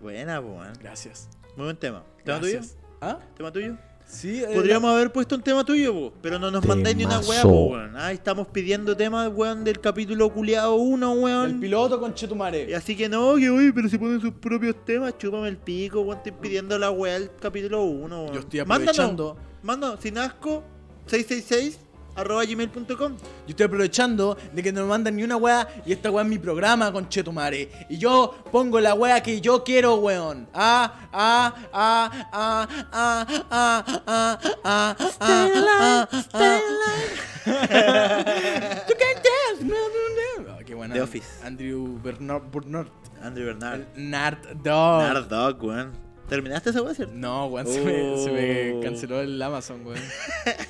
[SPEAKER 3] Buena, po, weón.
[SPEAKER 2] Gracias.
[SPEAKER 3] Muy buen tema. ¿Tema
[SPEAKER 2] Gracias.
[SPEAKER 3] tuyo?
[SPEAKER 2] ¿Ah?
[SPEAKER 3] ¿Tema tuyo?
[SPEAKER 2] Sí. eh,
[SPEAKER 3] Podríamos haber puesto un tema tuyo, po, pero no nos mandáis ni una weá, po, weón. Ah, estamos pidiendo temas, weón, del capítulo culiado 1,
[SPEAKER 2] la- El
[SPEAKER 3] weón.
[SPEAKER 2] piloto con Chetumare.
[SPEAKER 3] Y Así que no, que uy, pero si ponen sus propios temas, chúpame el pico, weón, estoy pidiendo la weá del capítulo 1, weón.
[SPEAKER 2] Yo estoy
[SPEAKER 3] Mándanos,
[SPEAKER 2] aprovechando.
[SPEAKER 3] Mándanos, sin asco, 666 arroba gmail.com.
[SPEAKER 2] Yo estoy aprovechando de que no me mandan ni una weá y esta weá es mi programa, conchetumare. Y yo pongo la weá que yo quiero, weón. Ah, ah, ah, ah, ah, ah, ah, ah, ah, ah, ah, You can dance. No, no, no. Ah, qué buena.
[SPEAKER 3] The Office.
[SPEAKER 2] Andrew Bernard. Bernard.
[SPEAKER 3] Andrew Bernard.
[SPEAKER 2] Nard Dog.
[SPEAKER 3] Nard Dog, weón. ¿Terminaste esa weá, cierto?
[SPEAKER 2] No, weón, se, me, se me
[SPEAKER 3] Oh.
[SPEAKER 2] canceló el Amazon, weón.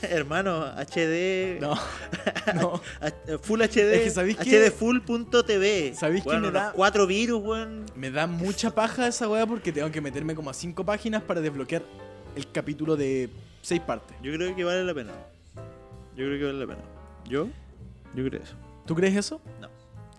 [SPEAKER 3] Hermano, HD.
[SPEAKER 2] No, no.
[SPEAKER 3] H- eh, Full HD.
[SPEAKER 2] Es que ¿sabéis qué?
[SPEAKER 3] HDFull.tv.
[SPEAKER 2] ¿Sabéis qué
[SPEAKER 3] Weón,
[SPEAKER 2] me
[SPEAKER 3] unos
[SPEAKER 2] da?
[SPEAKER 3] Cuatro virus, weón.
[SPEAKER 2] Me da mucha paja esa weá porque tengo que meterme como a cinco páginas para desbloquear el capítulo de seis partes.
[SPEAKER 3] Yo creo que vale la pena. Yo creo que vale la pena. ¿Yo? Yo creo eso.
[SPEAKER 2] ¿Tú crees eso?
[SPEAKER 3] No.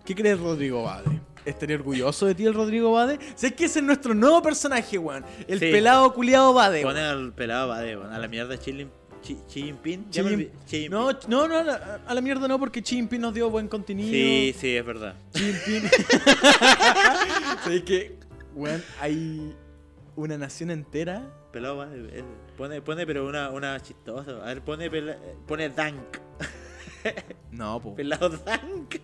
[SPEAKER 2] ¿Qué crees, Rodrigo Bade? ¿Estaría orgulloso de ti el Rodrigo Bade? Sé que ese es nuestro nuevo personaje, weón. El
[SPEAKER 3] Sí.
[SPEAKER 2] pelado culiado Bade.
[SPEAKER 3] Pone
[SPEAKER 2] weón.
[SPEAKER 3] al pelado Bade, weón. A la mierda Xi Lin- Xi- Xi Jinping.
[SPEAKER 2] Xi
[SPEAKER 3] Ya me
[SPEAKER 2] Jin-
[SPEAKER 3] olvidé. Xi Jinping.
[SPEAKER 2] No, ch- no, no, a la, a la mierda no, porque Chimpi nos dio buen contenido.
[SPEAKER 3] Sí, sí, es verdad.
[SPEAKER 2] Chimpi. ¿Sabes qué? Weón, hay una nación entera.
[SPEAKER 3] Pelado Bade. él Pone, pone, pero una, una chistosa. A ver, pone, pela- eh, pone Dank.
[SPEAKER 2] No, po.
[SPEAKER 3] Pelado Dank.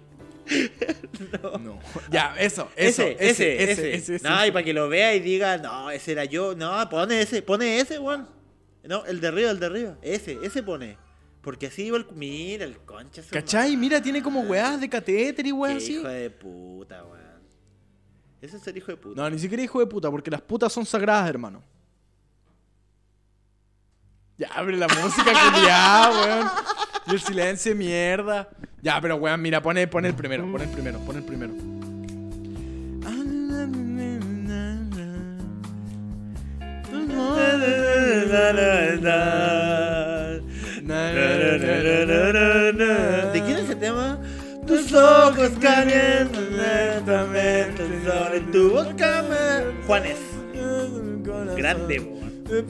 [SPEAKER 2] No. Ya, eso, eso.
[SPEAKER 3] ese, ese, ese,
[SPEAKER 2] ese,
[SPEAKER 3] No,
[SPEAKER 2] ese.
[SPEAKER 3] y para que lo vea y diga, no, ese era yo. No, pone ese, pone ese, weón. No, el de arriba, el de arriba. Ese, ese pone. Porque así iba el. Mira, el concha. su
[SPEAKER 2] ¿Cachai? Mira, tiene como weas de catéter y
[SPEAKER 3] madre.
[SPEAKER 2] weas
[SPEAKER 3] Qué
[SPEAKER 2] así.
[SPEAKER 3] Hijo de puta, weón. Ese es el hijo de puta.
[SPEAKER 2] No, ni siquiera hijo de puta, porque las putas son sagradas, hermano. Ya, abre la música, culiá, weón. Y el silencio de mierda. Ya, pero weón, mira, pone, pone el primero, pone el primero, pone el primero.
[SPEAKER 3] ¿De quién es ese tema? Tus ojos calientan lentamente sobre tu boca. me- Juanes, grande, weón.
[SPEAKER 2] del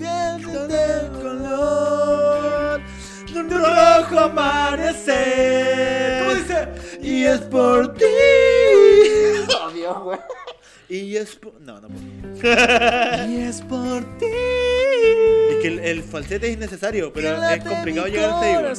[SPEAKER 2] color de un rojo amanecer. ¿Cómo dice?
[SPEAKER 3] Y es por ti. Y es por. No, no puedo.
[SPEAKER 2] Y es por ti.
[SPEAKER 3] Es que el, el falsete es innecesario, pero es complicado llegar hasta ahí. weón.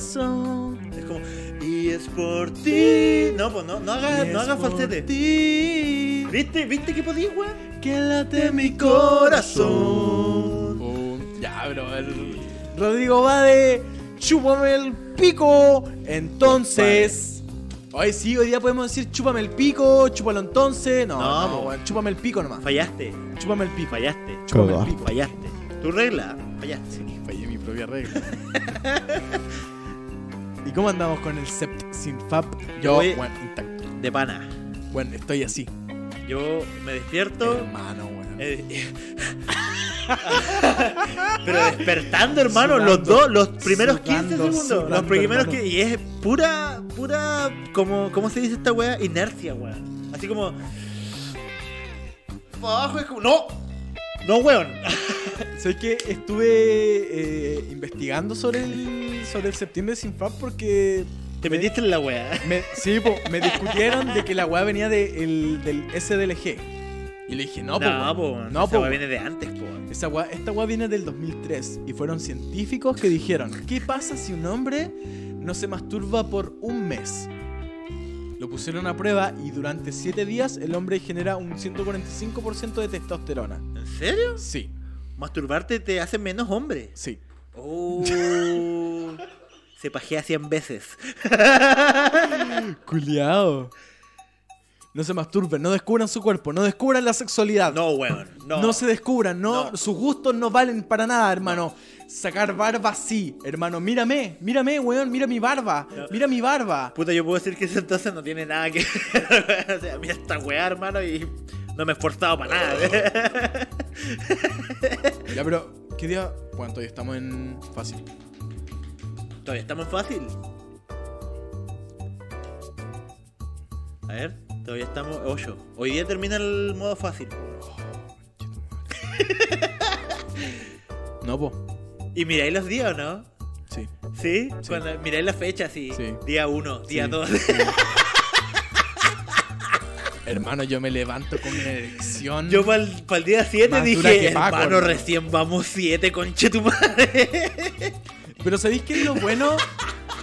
[SPEAKER 3] Es como. Y es por ti. No, pues no, no hagas, no hagas falsete.
[SPEAKER 2] ti.
[SPEAKER 3] ¿Viste? ¿Viste que podías, weón?
[SPEAKER 2] Que late mi
[SPEAKER 3] corazón.
[SPEAKER 2] Ya, bro. el- Rodrigo Bade, chúpame el pico. Entonces. Hoy sí, hoy día podemos decir chúpame el pico, chúpalo entonces. No,
[SPEAKER 3] No,
[SPEAKER 2] no,
[SPEAKER 3] po.
[SPEAKER 2] weón, chúpame el pico nomás.
[SPEAKER 3] Fallaste,
[SPEAKER 2] Chúpame el pico.
[SPEAKER 3] fallaste,
[SPEAKER 2] Chúpame el
[SPEAKER 5] Cagá.
[SPEAKER 2] pico.
[SPEAKER 3] fallaste. Tu regla, fallaste.
[SPEAKER 2] Fallé mi propia regla. ¿Y cómo andamos con el sept sin fap? Yo,
[SPEAKER 3] Oye.
[SPEAKER 2] weón, intacto.
[SPEAKER 3] De pana.
[SPEAKER 2] Bueno, estoy así.
[SPEAKER 3] Yo me despierto.
[SPEAKER 2] Hermano, weón.
[SPEAKER 3] eh, Pero despertando, hermano,
[SPEAKER 2] Sudando.
[SPEAKER 3] los dos, los primeros
[SPEAKER 2] Sudando,
[SPEAKER 3] 15 segundos. los
[SPEAKER 2] sudando,
[SPEAKER 3] primeros
[SPEAKER 2] hermano.
[SPEAKER 3] que. Y es pura, pura. Como, ¿Cómo se dice esta wea? Inercia, wea. Así como. pa' abajo es como. ¡No! ¡No, weón!
[SPEAKER 2] Sé que estuve eh, investigando sobre el, sobre el septiembre sin fap porque.
[SPEAKER 3] Te metiste en la wea.
[SPEAKER 2] Me, sí, po, me discutieron de que la weá venía de el- del SDLG. Y le dije, no, po,
[SPEAKER 3] No,
[SPEAKER 2] weón.
[SPEAKER 3] po,
[SPEAKER 2] no,
[SPEAKER 3] Esa
[SPEAKER 2] po,
[SPEAKER 3] wea
[SPEAKER 2] weón.
[SPEAKER 3] viene de antes, po.
[SPEAKER 2] Esa weá- esta weá viene del 2003 y fueron científicos que dijeron, ¿qué pasa si un hombre no se masturba por un mes? Lo pusieron a prueba y durante 7 días el hombre genera un 145% de testosterona.
[SPEAKER 3] ¿En serio?
[SPEAKER 2] Sí,
[SPEAKER 3] Masturbarte te hace menos hombre.
[SPEAKER 2] sí.
[SPEAKER 3] Oh. se pajea 100 veces.
[SPEAKER 2] Culiao. No se masturben, no descubran su cuerpo, no descubran la sexualidad.
[SPEAKER 3] No, weón. No.
[SPEAKER 2] No se descubran, no,
[SPEAKER 3] No.
[SPEAKER 2] sus gustos no valen para nada, hermano. Sacar barba sí, hermano. Mírame, mírame, weón, mira mi barba, mira mi barba.
[SPEAKER 3] Puta, yo puedo decir que eso entonces no tiene nada que ver. o sea, mira esta weá, hermano, y no me he esforzado para nada.
[SPEAKER 2] Ya, pero, ¿qué día? ¿Cuánto? Ya estamos en fácil.
[SPEAKER 3] Todavía estamos en fácil. A ver, todavía estamos 8. Hoy día termina el modo fácil.
[SPEAKER 2] No, po.
[SPEAKER 3] Y miráis los días, ¿o ¿no?
[SPEAKER 2] Sí.
[SPEAKER 3] ¿Sí? Cuando miráis la fecha, sí.
[SPEAKER 2] Sí.
[SPEAKER 3] Día 1, día
[SPEAKER 2] Sí.
[SPEAKER 3] 2.
[SPEAKER 2] Hermano, yo me levanto con una erección.
[SPEAKER 3] Yo para el, día 7
[SPEAKER 2] Más dura
[SPEAKER 3] dije,
[SPEAKER 2] que Paco,
[SPEAKER 3] hermano,
[SPEAKER 2] hermano".
[SPEAKER 3] recién vamos 7, conche tu madre.
[SPEAKER 2] Pero ¿sabéis qué es lo bueno?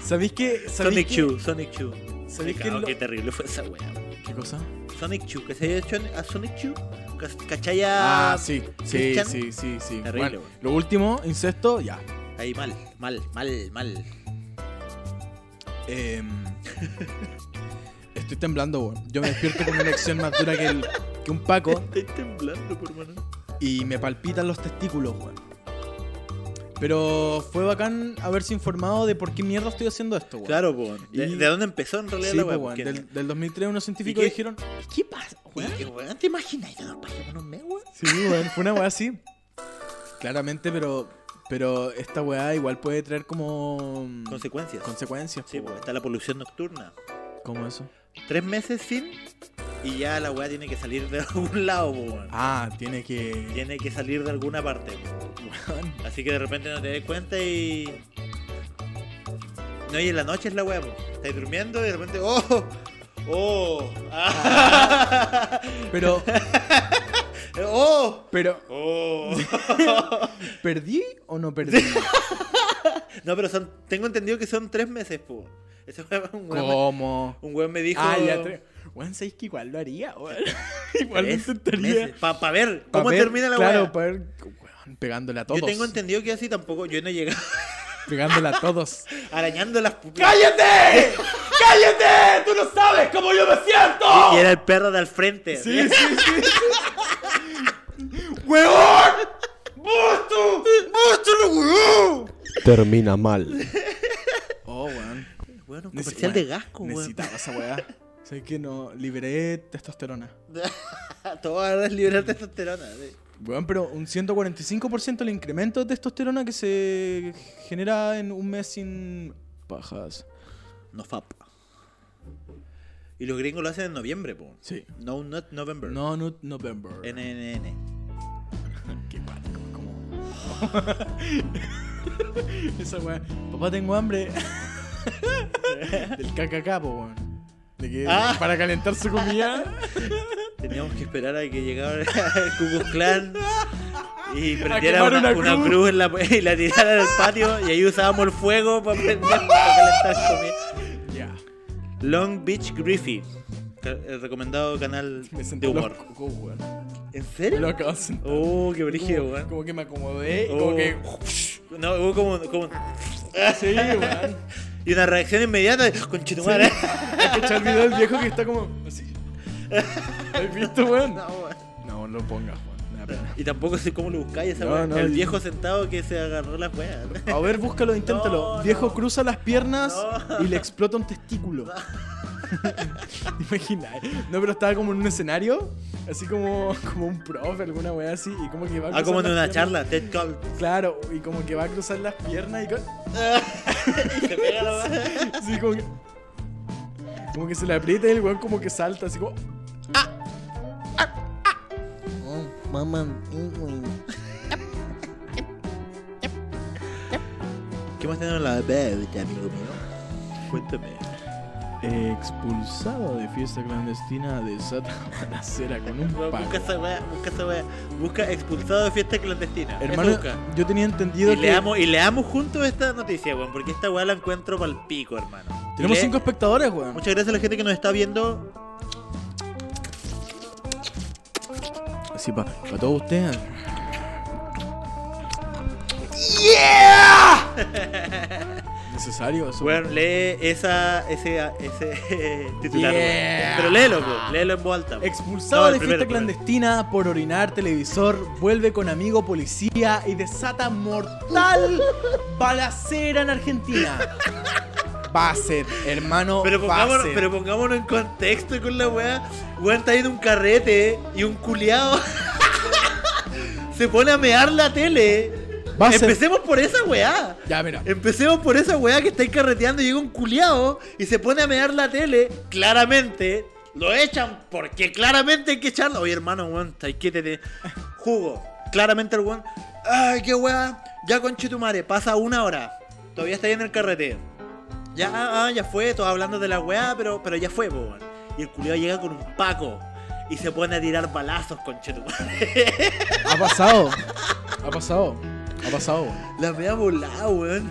[SPEAKER 2] ¿Sabéis que.
[SPEAKER 3] Sonic
[SPEAKER 2] ¿Sabéis que,
[SPEAKER 3] Chu, Sonic Chu.
[SPEAKER 2] ¿Sabéis que
[SPEAKER 3] Cagado,
[SPEAKER 2] lo-
[SPEAKER 3] Qué terrible fue esa wea. weón.
[SPEAKER 2] ¿Qué cosa?
[SPEAKER 3] Sonic Chu, que se haya hecho a Sonic Chu. Cas- ¿Cachaya?
[SPEAKER 2] Ah, sí, sí,
[SPEAKER 3] Christian.
[SPEAKER 2] sí, sí, sí.
[SPEAKER 3] Terrible,
[SPEAKER 2] Bueno,
[SPEAKER 3] weón.
[SPEAKER 2] lo último, incesto, ya.
[SPEAKER 3] Ahí mal, mal, mal, mal.
[SPEAKER 2] Em, estoy temblando, weón. Yo me despierto con una elección más dura que, el- que un Paco
[SPEAKER 3] Estoy temblando, por mano.
[SPEAKER 2] y me palpitan los testículos, weón. Pero fue bacán haberse informado de por qué mierda estoy haciendo esto, weón.
[SPEAKER 3] Claro, po. ¿De,
[SPEAKER 2] Y-
[SPEAKER 3] de dónde empezó en realidad
[SPEAKER 2] Sí,
[SPEAKER 3] la
[SPEAKER 2] po,
[SPEAKER 3] wea?
[SPEAKER 2] weón.
[SPEAKER 3] Porque-
[SPEAKER 2] Del, del 2003 unos científicos
[SPEAKER 3] qué?
[SPEAKER 2] dijeron,
[SPEAKER 4] ¿Qué pasa,
[SPEAKER 3] Oye, que weón, ¿te imaginas? Yo no paso con un mes, weón.
[SPEAKER 2] Sí, weón, fue una weá así. Claramente, pero, pero esta weá igual puede traer como mm,
[SPEAKER 3] Consecuencias.
[SPEAKER 2] consecuencias.
[SPEAKER 3] Sí,
[SPEAKER 2] po,
[SPEAKER 3] pues
[SPEAKER 2] weón.
[SPEAKER 3] está la polución nocturna.
[SPEAKER 2] ¿Cómo eso?
[SPEAKER 3] Tres meses sin y ya la weá tiene que salir de algún lado, po, weón.
[SPEAKER 2] Ah, tiene que.
[SPEAKER 3] Tiene que salir de alguna parte.
[SPEAKER 2] Weón.
[SPEAKER 3] Así que de repente no te das cuenta y. No, y en la noche es la weá, po. Estás durmiendo y de repente. ¡Oh! ¡Oh! ¡Ah!
[SPEAKER 2] Pero,
[SPEAKER 3] ¡Oh!
[SPEAKER 2] pero,
[SPEAKER 3] ¡Oh!
[SPEAKER 2] ¿perdí o no perdí?
[SPEAKER 3] No, pero son, tengo entendido que son tres meses, po. Ese weón, un weón, me-
[SPEAKER 2] ¿Cómo?
[SPEAKER 3] un weón me dijo.
[SPEAKER 2] Ah, ya tres. Weón, ¿sabes que igual lo haría? weón? igual lo intentaría.
[SPEAKER 3] Para ver
[SPEAKER 2] Pa'
[SPEAKER 3] cómo
[SPEAKER 2] ver-
[SPEAKER 3] termina la
[SPEAKER 2] Claro,
[SPEAKER 3] weá.
[SPEAKER 2] para ver. Weón, pegándole a todos.
[SPEAKER 3] Yo tengo entendido que así tampoco. Yo no he llegado
[SPEAKER 2] Pegándole a todos.
[SPEAKER 3] arañando las pupilas.
[SPEAKER 2] ¡Cállate! ¡Cállate! ¡Tú no sabes cómo yo me siento!
[SPEAKER 3] Y era el perro de al frente.
[SPEAKER 2] Sí, sí, sí. ¡Huevón! ¡Busto! ¡Busto, huevón!
[SPEAKER 5] Termina mal.
[SPEAKER 2] Oh, weón.
[SPEAKER 3] Bueno, un
[SPEAKER 2] Nece- weón,
[SPEAKER 3] comercial de gasco, weón.
[SPEAKER 2] Necesitaba esa weá. Sé que no. Liberé testosterona.
[SPEAKER 3] Todo ahora es liberar testosterona. sí.
[SPEAKER 2] Weón, pero un 145% el incremento de testosterona que se genera en un mes sin pajas.
[SPEAKER 3] No fap. Y los gringos lo hacen en noviembre, po.
[SPEAKER 2] Sí.
[SPEAKER 3] No, not November.
[SPEAKER 2] No, no, November.
[SPEAKER 3] NNN.
[SPEAKER 2] Qué pánico, como. Esa weá. Papá, tengo hambre. Del KKK, po, weón. De que
[SPEAKER 3] Ah.
[SPEAKER 2] para calentar su comida.
[SPEAKER 3] Teníamos que esperar a que llegara el Ku Klux Klan y
[SPEAKER 2] A
[SPEAKER 3] prendiera
[SPEAKER 2] quemar una
[SPEAKER 3] una, una
[SPEAKER 2] cruz.
[SPEAKER 3] cruz en la, y la tirara al patio y ahí usábamos el fuego para, prender, para calentar comida.
[SPEAKER 2] Ya.
[SPEAKER 3] Long Beach Griffey, ca- el recomendado canal
[SPEAKER 2] Me
[SPEAKER 3] de
[SPEAKER 2] senté
[SPEAKER 3] humor.
[SPEAKER 2] loco, weón.
[SPEAKER 3] ¿En
[SPEAKER 2] Me
[SPEAKER 3] serio?
[SPEAKER 2] lo acabo de sentar.
[SPEAKER 3] Oh, qué brígido,
[SPEAKER 2] como,
[SPEAKER 3] weón.
[SPEAKER 2] como que me acomodé y como
[SPEAKER 3] Oh.
[SPEAKER 2] que.
[SPEAKER 3] No, hubo como, como-
[SPEAKER 2] Sí, weón.
[SPEAKER 3] Y una reacción inmediata de conchetumare.
[SPEAKER 2] Hay que echar el video del viejo que está como. Así. ¿Has visto, weón?
[SPEAKER 3] No, weón.
[SPEAKER 2] No, no lo pongas, weón. Me da pena.
[SPEAKER 3] y tampoco sé cómo lo buscáis esa
[SPEAKER 2] No,
[SPEAKER 3] weá.
[SPEAKER 2] no,
[SPEAKER 3] El
[SPEAKER 2] yo-
[SPEAKER 3] viejo sentado que se agarró las weas.
[SPEAKER 2] A ver, búscalo, inténtalo.
[SPEAKER 3] No,
[SPEAKER 2] Viejo
[SPEAKER 3] no.
[SPEAKER 2] cruza las piernas
[SPEAKER 3] No.
[SPEAKER 2] y le explota un testículo. Imagina. eh. No, pero estaba como en un escenario, así como, como un profe, alguna weá así, y como que va a
[SPEAKER 3] Ah,
[SPEAKER 2] cruzar
[SPEAKER 3] como en
[SPEAKER 2] las
[SPEAKER 3] una
[SPEAKER 2] piernas.
[SPEAKER 3] charla, TED Talk.
[SPEAKER 2] Claro, y como que va a cruzar las piernas y co-
[SPEAKER 3] Y se pega la weá.
[SPEAKER 2] así como que, como que se le aprieta y el weón como que salta, así como. "Ah,
[SPEAKER 4] Oh, mamá, eh, güey.
[SPEAKER 3] ¿Qué más tenemos en la bebé, amigo mío? Cuéntame.
[SPEAKER 2] Expulsado de fiesta clandestina de Santa Balacera con un
[SPEAKER 3] Weón, Busca esa weá, busca esa weá. Busca expulsado de fiesta clandestina. Eso
[SPEAKER 2] Hermano,
[SPEAKER 3] busca.
[SPEAKER 2] yo tenía entendido
[SPEAKER 3] Y
[SPEAKER 2] que.
[SPEAKER 3] leamos, y leamos juntos esta noticia, weón, porque esta weá la encuentro pa'l pico, hermano.
[SPEAKER 2] Tenemos
[SPEAKER 3] Le-
[SPEAKER 2] cinco espectadores, weón.
[SPEAKER 3] Muchas gracias a la gente que nos está viendo.
[SPEAKER 2] Así para todos ustedes. ¡Yeah! Necesario eso.
[SPEAKER 3] Weón, lee esa, ese, ese titular. weón.
[SPEAKER 2] Yeah.
[SPEAKER 3] Pero léelo, weón, léelo en voz alta. weón.
[SPEAKER 2] Expulsado
[SPEAKER 3] No, el
[SPEAKER 2] de fiesta
[SPEAKER 3] primero,
[SPEAKER 2] clandestina por orinar televisor, vuelve con amigo policía y desata mortal balacera en Argentina. Bassett, hermano.
[SPEAKER 3] Pero pongámonos,
[SPEAKER 2] Bassett.
[SPEAKER 3] pero pongámonos en contexto con la weá. Weón está en un carrete y un culiado se pone a mear la tele.
[SPEAKER 2] Bassett.
[SPEAKER 3] Empecemos por esa weá.
[SPEAKER 2] Ya, mira.
[SPEAKER 3] Empecemos por esa weá que estáis carreteando. Llega un culiado y se pone a mear la tele. Claramente lo echan porque claramente hay que echarlo. Oye, hermano, weón, estáis de jugo. Claramente el weón. Ay, qué weá. Ya conchetumare, pasa una hora. Todavía está ahí en el carrete. Ya, ah, ah, ya fue, todos hablando de la weá, pero, pero ya fue, po, weón. Y el culiado llega con un paco y se pone a tirar balazos, conchetumare.
[SPEAKER 2] Ha pasado. Ha pasado. Ha pasado.
[SPEAKER 3] La vea volada, weón.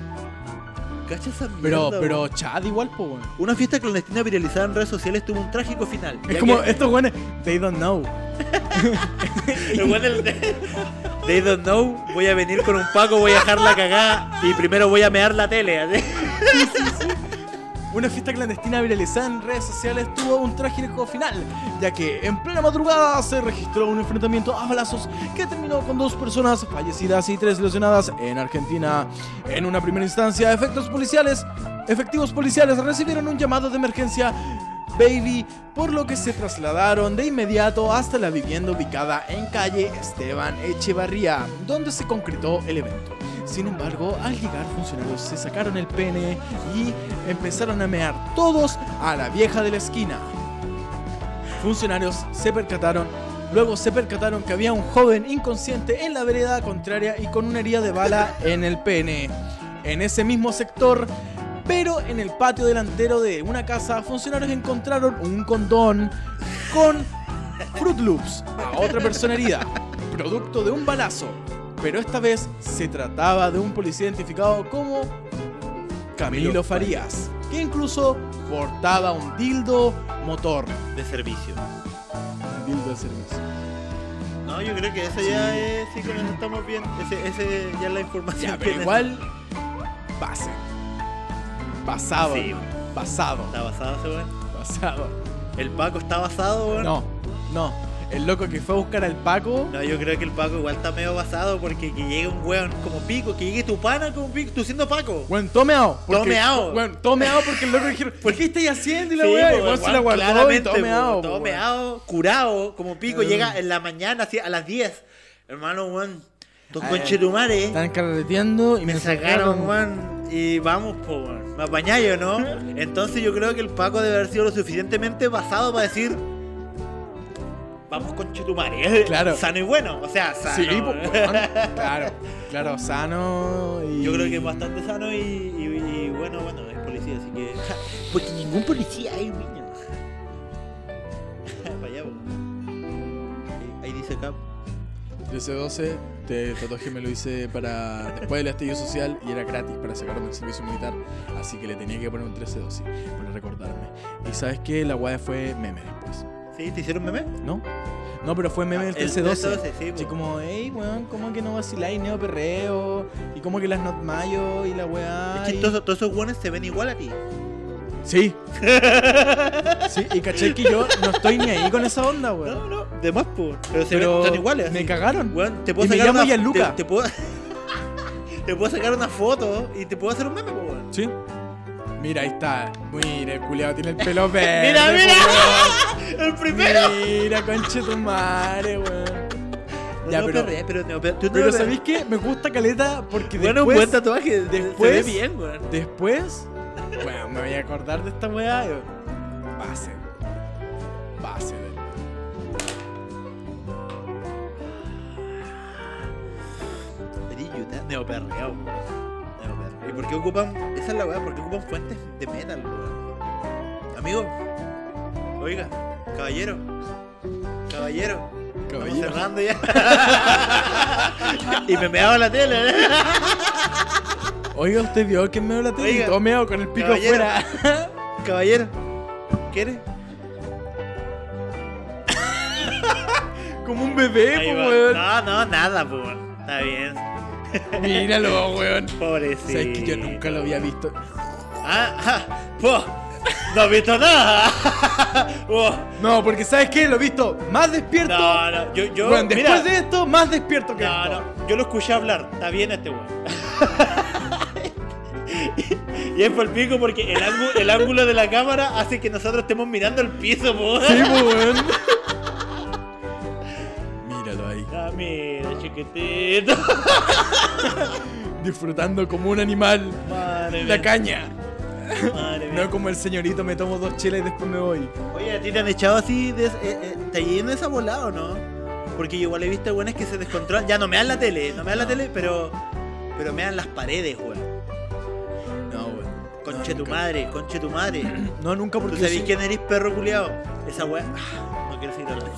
[SPEAKER 3] Cacha esa mierda.
[SPEAKER 2] Pero,
[SPEAKER 3] weón.
[SPEAKER 2] pero Chad igual, po, weón.
[SPEAKER 3] Una fiesta clandestina viralizada en redes sociales tuvo un trágico final.
[SPEAKER 2] Es
[SPEAKER 3] ya
[SPEAKER 2] como,
[SPEAKER 3] que-
[SPEAKER 2] estos weones, they don't know.
[SPEAKER 3] el weón del- They don't know, voy a venir con un paco, voy a dejar la cagada y primero voy a mear la tele. así.
[SPEAKER 2] Una fiesta clandestina viralizada en redes sociales tuvo un trágico final, ya que en plena madrugada se registró un enfrentamiento a balazos que terminó con dos personas fallecidas y tres lesionadas en Argentina. En una primera instancia, efectos policiales, efectivos policiales recibieron un llamado de emergencia Baby, por lo que se trasladaron de inmediato hasta la vivienda ubicada en calle Esteban Echevarría, donde se concretó el evento. Sin embargo, al llegar funcionarios se sacaron el pene y empezaron a mear todos a la vieja de la esquina. Funcionarios se percataron, luego se percataron que había un joven inconsciente en la vereda contraria y con una herida de bala en el pene. En ese mismo sector, pero en el patio delantero de una casa, funcionarios encontraron un condón con Fruit Loops a otra persona herida, producto de un balazo. Pero esta vez se trataba de un policía identificado como Camilo Farías, que incluso portaba un dildo motor.
[SPEAKER 3] De servicio.
[SPEAKER 2] Un dildo de servicio.
[SPEAKER 3] No, yo creo que eso ya es. Sí, con eso estamos bien. Ese, ese ya es la información
[SPEAKER 2] Ya,
[SPEAKER 3] que
[SPEAKER 2] pero igual, base. Basado.
[SPEAKER 3] Sí,
[SPEAKER 2] Basado.
[SPEAKER 3] está basado ese weón.
[SPEAKER 2] Basado.
[SPEAKER 3] El Paco está basado, weón.
[SPEAKER 2] No, no. El loco que fue a buscar al Paco.
[SPEAKER 3] No, yo creo que el Paco igual está medio basado porque que llegue un weón como pico, que llegue tu pana como pico, tú siendo Paco.
[SPEAKER 2] Bueno, tomeado.
[SPEAKER 3] Tomeado.
[SPEAKER 2] Bueno, tomeado porque el loco dijeron, ¿por qué estáis haciendo? Y la
[SPEAKER 3] Sí,
[SPEAKER 2] weá,
[SPEAKER 3] po,
[SPEAKER 2] y pues, weón pues, se la
[SPEAKER 3] weón,
[SPEAKER 2] guardó
[SPEAKER 3] claramente,
[SPEAKER 2] y
[SPEAKER 3] po,
[SPEAKER 2] tomeado. po,
[SPEAKER 3] todo
[SPEAKER 2] weón.
[SPEAKER 3] meado, curado, como pico,
[SPEAKER 2] Eh.
[SPEAKER 3] llega en la mañana así, a las 10. Hermano, weón, tus
[SPEAKER 2] Eh,
[SPEAKER 3] conchetumares
[SPEAKER 2] Están carreteando y me,
[SPEAKER 3] me sacaron, weón. Y vamos, po, weón. Me apañayo, ¿no? Entonces yo creo que el Paco debe haber sido lo suficientemente basado para decir. Vamos con Chetumare,
[SPEAKER 2] Claro.
[SPEAKER 3] sano y bueno, o sea, sano. ¿eh?
[SPEAKER 2] Sí, po, weón. Claro, claro, sano y...
[SPEAKER 3] Yo creo que es bastante sano y, y- y bueno, bueno, es policía, así que. Porque ningún policía hay, niño. Para allá, po. Ahí dice acá.
[SPEAKER 2] Yo ese 12, este tatuaje me lo hice para después del estallido social y era gratis para sacarme del servicio militar, así que le tenía que poner un 13-12 para recordarme. Y sabes que la guada fue meme después,
[SPEAKER 3] ¿Sí? ¿Te hicieron meme?
[SPEAKER 2] ¿no? No, pero fue meme del
[SPEAKER 3] Ah, el
[SPEAKER 2] 13-12.
[SPEAKER 3] 13-12, sí,
[SPEAKER 2] Así
[SPEAKER 3] po.
[SPEAKER 2] como, hey, weón, ¿cómo que no vaciláis neo perreo? Y como que las not mayo y la weá.
[SPEAKER 3] Es que
[SPEAKER 2] y-
[SPEAKER 3] todos, todos esos guanes se ven igual a ti.
[SPEAKER 2] Sí. sí, y caché que yo no estoy ni ahí con esa onda, weón.
[SPEAKER 3] No, no, de más, po. Pero se
[SPEAKER 2] Pero
[SPEAKER 3] ven están iguales.
[SPEAKER 2] me
[SPEAKER 3] así.
[SPEAKER 2] cagaron.
[SPEAKER 3] Weón, te puedo
[SPEAKER 2] Y me
[SPEAKER 3] sacar
[SPEAKER 2] llamo
[SPEAKER 3] una
[SPEAKER 2] Gianluca.
[SPEAKER 3] Te, te puedo. te puedo sacar una foto y te puedo hacer un meme, po, weón.
[SPEAKER 2] Sí. Mira, ahí está. Mira, el culiado tiene el pelo verde.
[SPEAKER 3] Mira,
[SPEAKER 2] po,
[SPEAKER 3] mira.
[SPEAKER 2] weón.
[SPEAKER 3] ¡El primero!
[SPEAKER 2] Mira, conche tu madre, weón.
[SPEAKER 3] No,
[SPEAKER 2] Ya,
[SPEAKER 3] no,
[SPEAKER 2] pero-
[SPEAKER 3] perre, pero, no, pero, tú no
[SPEAKER 2] Pero
[SPEAKER 3] perre.
[SPEAKER 2] ¿sabéis qué? Me gusta caleta porque
[SPEAKER 3] Bueno, un
[SPEAKER 2] después.
[SPEAKER 3] buen tatuaje.
[SPEAKER 2] después-
[SPEAKER 3] Después. Se ve bien, weón.
[SPEAKER 2] Después. Bueno, me voy a acordar de esta weá. y- Base. Base del.
[SPEAKER 3] Neoperreo, neoperreo. Neoperreo. ¿Y por qué ocupan? Esa es la weá, ¿por qué ocupan fuentes de metal, weón? Amigo, oiga, caballero, caballero, estamos
[SPEAKER 2] Caballero.
[SPEAKER 3] cerrando ya. y me meaba la tele, ¿eh?
[SPEAKER 2] Oiga, usted vio que me la tele y
[SPEAKER 3] Oiga,
[SPEAKER 2] todo meado con el pico
[SPEAKER 3] caballero.
[SPEAKER 2] afuera.
[SPEAKER 3] Caballero, ¿quiere?
[SPEAKER 2] Como un bebé,
[SPEAKER 3] Ahí
[SPEAKER 2] po,
[SPEAKER 3] va.
[SPEAKER 2] pues, weón.
[SPEAKER 3] No, no, nada, po, weón. Está bien,
[SPEAKER 2] Míralo, weón.
[SPEAKER 3] pobrecito.
[SPEAKER 2] Sabes que yo nunca lo había visto.
[SPEAKER 3] Ah, ah, po, no he visto nada. Po,
[SPEAKER 2] No, porque ¿sabes qué? Lo he visto más despierto.
[SPEAKER 3] no, no, yo, yo,
[SPEAKER 2] Weón, después
[SPEAKER 3] mira,
[SPEAKER 2] de esto, más despierto que
[SPEAKER 3] No,
[SPEAKER 2] esto.
[SPEAKER 3] no, yo lo escuché hablar, está bien este weón. y es por el pico porque el, ángu- el ángulo de la cámara hace que nosotros estemos mirando el piso, po.
[SPEAKER 2] Sí, po, weón. Míralo ahí.
[SPEAKER 3] Ah, mira, chiquitito.
[SPEAKER 2] Disfrutando como un animal.
[SPEAKER 3] Madre
[SPEAKER 2] La
[SPEAKER 3] mía,
[SPEAKER 2] caña.
[SPEAKER 3] madre mía.
[SPEAKER 2] No como el señorito, me tomo dos chelas y después me voy.
[SPEAKER 3] Oye, ¿a ti te han echado así? De, eh, eh, ¿Te lleno esa volada o no? Porque yo igual he visto weones que se descontrolan. Ya no me dan la tele, no me dan la tele, pero. Pero me dan las paredes, weón.
[SPEAKER 2] No, weón.
[SPEAKER 3] Conche
[SPEAKER 2] No,
[SPEAKER 3] tu
[SPEAKER 2] nunca.
[SPEAKER 3] madre, conche tu madre.
[SPEAKER 2] No, nunca
[SPEAKER 3] ¿Tú
[SPEAKER 2] porque.
[SPEAKER 3] sabés
[SPEAKER 2] yo soy-
[SPEAKER 3] quién eres, perro culiao? Esa weá. Ah, no quiero seguir hablando.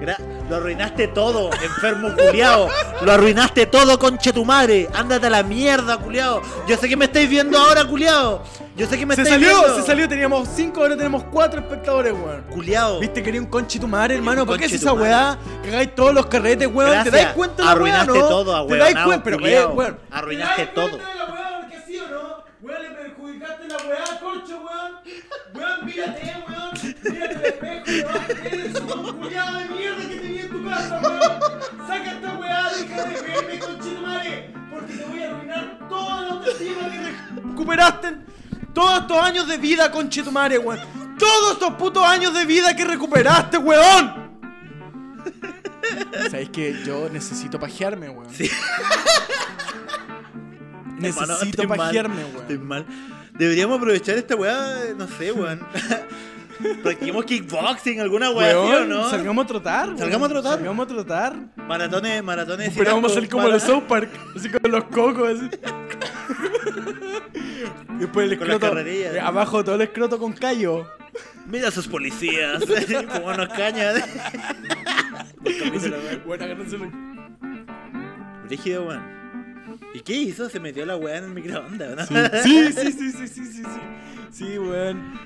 [SPEAKER 3] Gra- lo arruinaste todo, enfermo culiao. Lo arruinaste todo, conche tu madre. Ándate a la mierda, culiao. Yo sé que me estáis viendo ahora, culiao. Yo sé que me
[SPEAKER 2] Se
[SPEAKER 3] estáis
[SPEAKER 2] salió,
[SPEAKER 3] viendo.
[SPEAKER 2] se salió, teníamos 5, ahora tenemos 4 espectadores, weón.
[SPEAKER 3] Culiao.
[SPEAKER 2] Viste, quería un conche tu madre, hermano. ¿Para qué es
[SPEAKER 3] conche
[SPEAKER 2] esa
[SPEAKER 3] tu madre.
[SPEAKER 2] weá? Cagáis todos los carretes, weón. ¿Te
[SPEAKER 3] Gracias.
[SPEAKER 2] dais cuenta de la
[SPEAKER 3] Arruinaste
[SPEAKER 2] weá, no?
[SPEAKER 3] todo,
[SPEAKER 2] ¿Te dais
[SPEAKER 3] ahueonao,
[SPEAKER 2] cuenta? Pero, eh,
[SPEAKER 3] culiao.
[SPEAKER 2] weón.
[SPEAKER 3] Arruinaste
[SPEAKER 2] ¿Te dais cuenta
[SPEAKER 3] todo.
[SPEAKER 2] de la weá que sí o no? Weón, le perjudicaste la weá, concho, weón. Weón, mírate, weón. Mírate al espejo, weón. Eres un culiado de mierda que tenía en tu casa, weón. Saca esta weá, deja de verme, conchito madre. Porque te voy a arruinar toda la autoestima que recuperaste en todos estos años de vida, conchito madre, weón. Todos estos putos años de vida que recuperaste, weón. Sabéis que yo necesito pajearme, weón.
[SPEAKER 3] Hermano, estoy mal, Estoy mal. Deberíamos aprovechar esta weá, eh, no sé, weón. Practiquemos kickboxing, alguna weá, ¿sí o
[SPEAKER 2] Weón,
[SPEAKER 3] no?
[SPEAKER 2] salgamos a trotar. weón.
[SPEAKER 3] Salgamos a trotar.
[SPEAKER 2] Salgamos a trotar.
[SPEAKER 3] Maratones, maratones.
[SPEAKER 2] Pero vamos a
[SPEAKER 3] salir
[SPEAKER 2] salir como los South Park, así con los cocos. Así. Después el
[SPEAKER 3] Con las
[SPEAKER 2] escroto.
[SPEAKER 3] carrerillas.
[SPEAKER 2] eh, Abajo todo el escroto con callo.
[SPEAKER 3] Mira a sus policías. eh, como unos cañas.
[SPEAKER 2] Bueno, agárrense los-
[SPEAKER 3] Brígido, weón. ¿Y qué hizo? Se metió la weá en el microondas, ¿no?
[SPEAKER 2] Sí, sí, sí, sí, sí, sí, sí. Sí, weón.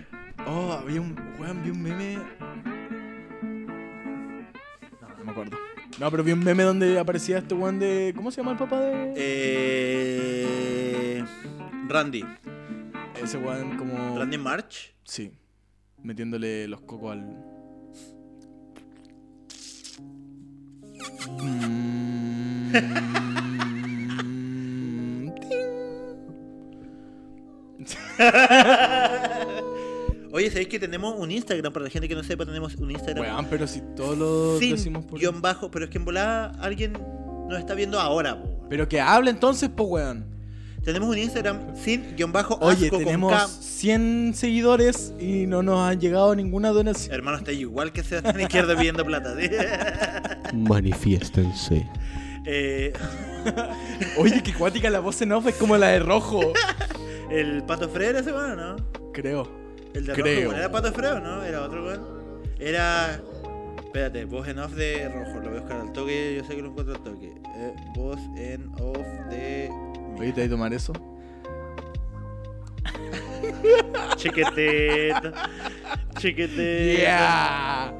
[SPEAKER 2] Oh, había un. Weón, vi un meme. No, no me acuerdo. No, pero vi un meme donde aparecía este weón de. ¿Cómo se llama el papá de.?
[SPEAKER 3] Eh... Randy.
[SPEAKER 2] E-, Ese weón como.
[SPEAKER 3] Randy March.
[SPEAKER 2] Sí. Metiéndole los cocos al. Mm.
[SPEAKER 3] Oye, ¿sabéis que tenemos un Instagram? Para la gente que no sepa, tenemos un Instagram.
[SPEAKER 2] Weón, pero si todos lo
[SPEAKER 3] sin
[SPEAKER 2] decimos por.
[SPEAKER 3] guión bajo, pero es que en volada alguien nos está viendo ahora. po, weón.
[SPEAKER 2] Pero que hable entonces, po, weón.
[SPEAKER 3] Tenemos un Instagram sin guión bajo.
[SPEAKER 2] Oye,
[SPEAKER 3] asco con
[SPEAKER 2] tenemos
[SPEAKER 3] K.
[SPEAKER 2] 100 seguidores y no nos han llegado ninguna donación.
[SPEAKER 3] Hermano, está igual que Sebastián Izquierda pidiendo plata. ¿sí?
[SPEAKER 5] Manifiéstense.
[SPEAKER 3] Eh,
[SPEAKER 2] Oye, que cuática la voz en off es como la de rojo.
[SPEAKER 3] el Pato Freire ese weón, ¿no?
[SPEAKER 2] Creo.
[SPEAKER 3] El de
[SPEAKER 2] Creo.
[SPEAKER 3] Rojo, weón. ¿Era Pato Freire o no? Era otro weón. Era. Espérate, voz en off de Rojo. Lo voy a buscar al toque. Yo sé que lo encuentro al toque. Eh, voz en off de.
[SPEAKER 2] Oye, te voy a tomar eso.
[SPEAKER 3] Chiquetito. Chiquetito.
[SPEAKER 2] ¡Yeah!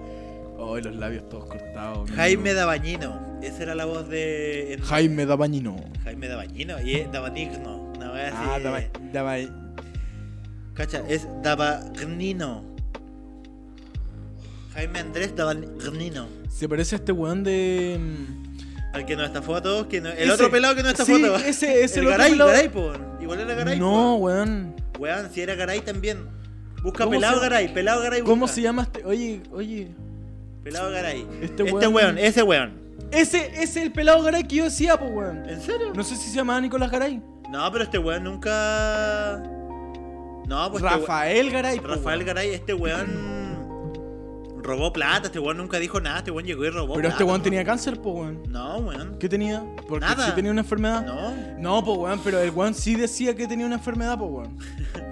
[SPEAKER 2] Oh, los labios todos cortados. mi
[SPEAKER 3] Jaime
[SPEAKER 2] amigo.
[SPEAKER 3] Dabañino. Esa era la voz de. en-
[SPEAKER 2] Jaime Dabañino.
[SPEAKER 3] Jaime Dabañino. Y es Dabadigno. Una vez así.
[SPEAKER 2] Ah, Daba- Daba-
[SPEAKER 3] Cacha, es Dabagnino. Jaime Andrés Dabagnino.
[SPEAKER 2] Se parece a este weón de. mm,
[SPEAKER 3] Al que no estafó a todos. Que no- El
[SPEAKER 2] Ese.
[SPEAKER 3] otro pelado que no estafó a
[SPEAKER 2] Sí,
[SPEAKER 3] todos.
[SPEAKER 2] ese- ese
[SPEAKER 3] el
[SPEAKER 2] el otro
[SPEAKER 3] Garay,
[SPEAKER 2] pelado.
[SPEAKER 3] Garay, po. Igual era Garay.
[SPEAKER 2] No,
[SPEAKER 3] po.
[SPEAKER 2] weón.
[SPEAKER 3] Weón, si era Garay también. Busca
[SPEAKER 2] ¿Cómo
[SPEAKER 3] pelado
[SPEAKER 2] se-
[SPEAKER 3] Garay, pelado Garay.
[SPEAKER 2] ¿Cómo
[SPEAKER 3] busca.
[SPEAKER 2] se llama este? Oye, oye.
[SPEAKER 3] Pelado Garay.
[SPEAKER 2] Este
[SPEAKER 3] Este
[SPEAKER 2] weón-
[SPEAKER 3] weón, ese weón.
[SPEAKER 2] Ese ese es el pelado Garay que yo decía, pues weón.
[SPEAKER 3] ¿En serio?
[SPEAKER 2] No sé si se llamaba Nicolás Garay.
[SPEAKER 3] No, pero este weón nunca. No, pues. este weón-
[SPEAKER 2] Rafael Garay. po,
[SPEAKER 3] Rafael
[SPEAKER 2] weón.
[SPEAKER 3] Garay, este weón robó plata, este weón nunca dijo nada, este weón llegó y robó
[SPEAKER 2] Pero este
[SPEAKER 3] plata.
[SPEAKER 2] weón tenía cáncer, pues weón.
[SPEAKER 3] No, weón.
[SPEAKER 2] ¿Qué tenía? Porque
[SPEAKER 3] Nada.
[SPEAKER 2] sí tenía una enfermedad.
[SPEAKER 3] No.
[SPEAKER 2] No, pues weón, pero el weón sí decía que tenía una enfermedad, pues weón.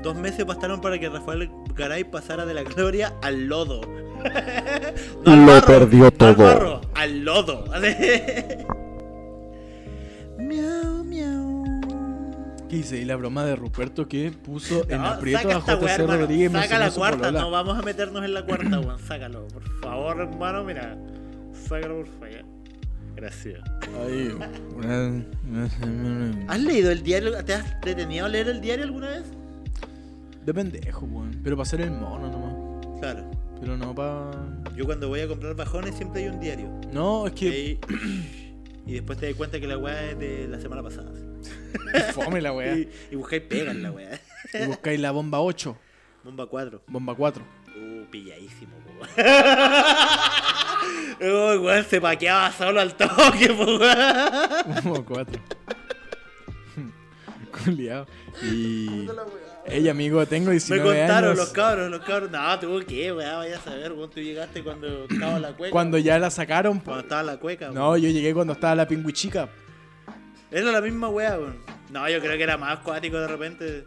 [SPEAKER 3] Dos meses bastaron para que Rafael Garay pasara de la gloria al lodo. No al
[SPEAKER 5] Lo
[SPEAKER 3] barro,
[SPEAKER 5] perdió
[SPEAKER 3] no al
[SPEAKER 5] todo.
[SPEAKER 3] barro, al lodo. miau, miau.
[SPEAKER 2] ¿Qué hice? Y la broma de Ruperto que puso en
[SPEAKER 3] No,
[SPEAKER 2] aprieto
[SPEAKER 3] saca
[SPEAKER 2] a
[SPEAKER 3] esta weá,
[SPEAKER 2] JC
[SPEAKER 3] hermano.
[SPEAKER 2] Rodríguez.
[SPEAKER 3] Saca
[SPEAKER 2] mencionó
[SPEAKER 3] la
[SPEAKER 2] su
[SPEAKER 3] cuarta,
[SPEAKER 2] polola.
[SPEAKER 3] no vamos a meternos en la cuarta, weón. Sácalo, por favor, hermano, mira. Sácalo, por favor. Gracias.
[SPEAKER 2] Ahí, una- una-
[SPEAKER 3] ¿Has leído el diario? ¿Te has detenido a leer el diario alguna vez?
[SPEAKER 2] De pendejo, weón. Pero para ser el mono nomás.
[SPEAKER 3] Claro.
[SPEAKER 2] Pero no para.
[SPEAKER 3] Yo cuando voy a comprar bajones siempre hay un diario.
[SPEAKER 2] No, es que.
[SPEAKER 3] Ahí- Y después te das cuenta que la weá es de la semana pasada. así.
[SPEAKER 2] Fome la weá.
[SPEAKER 3] Y, y buscáis pegas la weá.
[SPEAKER 2] Y buscáis la bomba 8,
[SPEAKER 3] Bomba 4.
[SPEAKER 2] bomba 4.
[SPEAKER 3] Uh, pilladísimo, po. Uy, weón, se paqueaba solo al toque, po, weón.
[SPEAKER 2] Bomba 4. Culiao. Y. Ey, amigo, tengo
[SPEAKER 3] Me
[SPEAKER 2] 19
[SPEAKER 3] contaron
[SPEAKER 2] años.
[SPEAKER 3] los cabros, los cabros. No, tú qué, weá, vaya a saber, weón. Tú llegaste cuando estaba la cueca.
[SPEAKER 2] Cuando ya la sacaron. po.
[SPEAKER 3] Cuando estaba la cueca, weón.
[SPEAKER 2] No, yo llegué cuando estaba la pingüichica.
[SPEAKER 3] Era la misma weá, weón. No, yo creo que era más acuático de repente.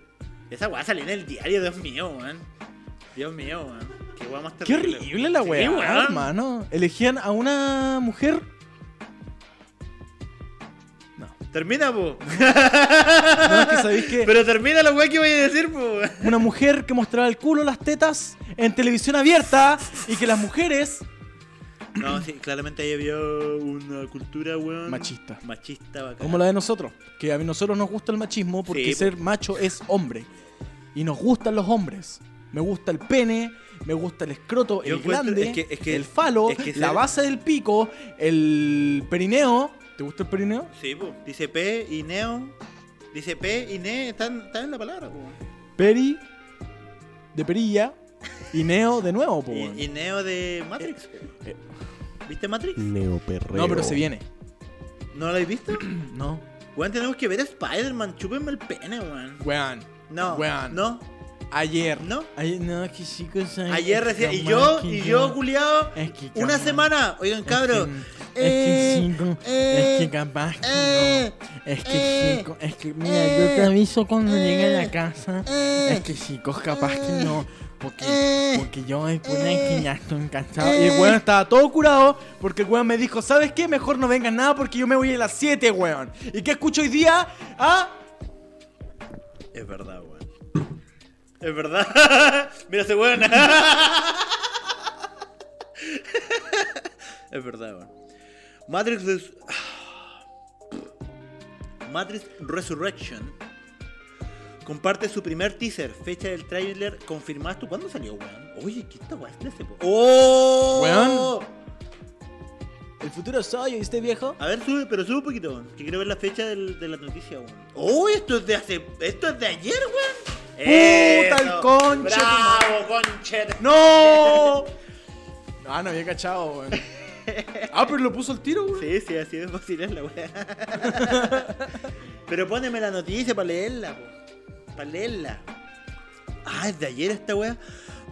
[SPEAKER 3] Esa weá salía en el diario, Dios mío, weón. Dios mío, weón. Qué weá más
[SPEAKER 2] Qué
[SPEAKER 3] terrible.
[SPEAKER 2] horrible la
[SPEAKER 3] Sí,
[SPEAKER 2] weá,
[SPEAKER 3] weón.
[SPEAKER 2] hermano. Elegían a una mujer.
[SPEAKER 3] Termina, po.
[SPEAKER 2] No, es que sabéis que
[SPEAKER 3] Pero termina la weá que voy a decir, po.
[SPEAKER 2] una mujer que mostraba el culo, las tetas en televisión abierta y que las mujeres.
[SPEAKER 3] No, sí, claramente ahí había una cultura, weón.
[SPEAKER 2] Machista.
[SPEAKER 3] Machista, bacán.
[SPEAKER 2] Como la de nosotros. Que a nosotros nos gusta el machismo porque
[SPEAKER 3] Sí, po.
[SPEAKER 2] ser macho es hombre. Y nos gustan los hombres. Me gusta el pene, me gusta el escroto,
[SPEAKER 3] Yo
[SPEAKER 2] el
[SPEAKER 3] encuentro-
[SPEAKER 2] grande,
[SPEAKER 3] es que- es que-
[SPEAKER 2] el falo,
[SPEAKER 3] es que
[SPEAKER 2] la
[SPEAKER 3] ser-
[SPEAKER 2] base del pico, el perineo. ¿Te gusta el perineo?
[SPEAKER 3] Sí, po. Dice P y Neo. Dice P y Ne están, están en la palabra, po.
[SPEAKER 2] Peri de perilla y neo de nuevo, po, weón.
[SPEAKER 3] Y, y Neo de Matrix. po.
[SPEAKER 2] eh.
[SPEAKER 3] ¿Viste Matrix?
[SPEAKER 5] Neoperreo.
[SPEAKER 2] No, pero se viene.
[SPEAKER 3] ¿No lo habéis visto?
[SPEAKER 2] No.
[SPEAKER 3] weón, tenemos que ver a Spider-Man. Chúpenme el pene, weón.
[SPEAKER 2] Weón.
[SPEAKER 3] No,
[SPEAKER 2] Weón.
[SPEAKER 3] no,
[SPEAKER 2] Ayer.
[SPEAKER 3] no.
[SPEAKER 4] Ay, no, que chicos. ay,
[SPEAKER 3] Ayer
[SPEAKER 4] es que
[SPEAKER 3] recién, y
[SPEAKER 4] mamá,
[SPEAKER 3] yo,
[SPEAKER 4] que
[SPEAKER 3] y yo, culiado,
[SPEAKER 4] es que
[SPEAKER 3] una
[SPEAKER 4] capaz-
[SPEAKER 3] semana. Oigan, cabros.
[SPEAKER 4] Es que chico, es
[SPEAKER 3] eh,
[SPEAKER 4] que capaz que
[SPEAKER 3] eh,
[SPEAKER 4] no. Es que
[SPEAKER 3] eh,
[SPEAKER 4] chico, es que mira, yo te aviso cuando llegue a la casa.
[SPEAKER 3] eh,
[SPEAKER 4] Es que chicos, capaz que no. Porque,
[SPEAKER 3] eh,
[SPEAKER 4] porque yo de cuna
[SPEAKER 3] eh,
[SPEAKER 4] que ya estoy cansado.
[SPEAKER 2] Y el weón estaba todo curado porque el weón me dijo, ¿sabes qué? Mejor no vengas nada porque yo me voy a las 7, weón. ¿Y qué escucho hoy día? Ah,
[SPEAKER 3] Es verdad, weón. Es verdad. Mira ese weón. es verdad, weón. Matrix Res- Matrix Resurrection comparte su primer teaser, fecha del tráiler confirmada. ¿Tú cuándo salió, weón? Oye, ¿qué esta weón es de ese po- ¡Oh!
[SPEAKER 2] Weón. el futuro soy yo, ¿viste viejo?
[SPEAKER 3] A ver, sube, pero sube un poquito, weón. Que quiero ver la fecha del- de la noticia, weón. ¡Oh, esto es de hace. Esto es de ayer, weón!
[SPEAKER 2] ¡Puta, el
[SPEAKER 3] Eso.
[SPEAKER 2] conche tu
[SPEAKER 3] ¡Bravo, conche!
[SPEAKER 2] ¡No! Ah, no había cachado, weón. Ah, pero lo puso al tiro, weón.
[SPEAKER 3] Sí, sí, así de fácil es la weá. Pero póneme la noticia para leerla, po. Para leerla. Ah, es de ayer esta weá.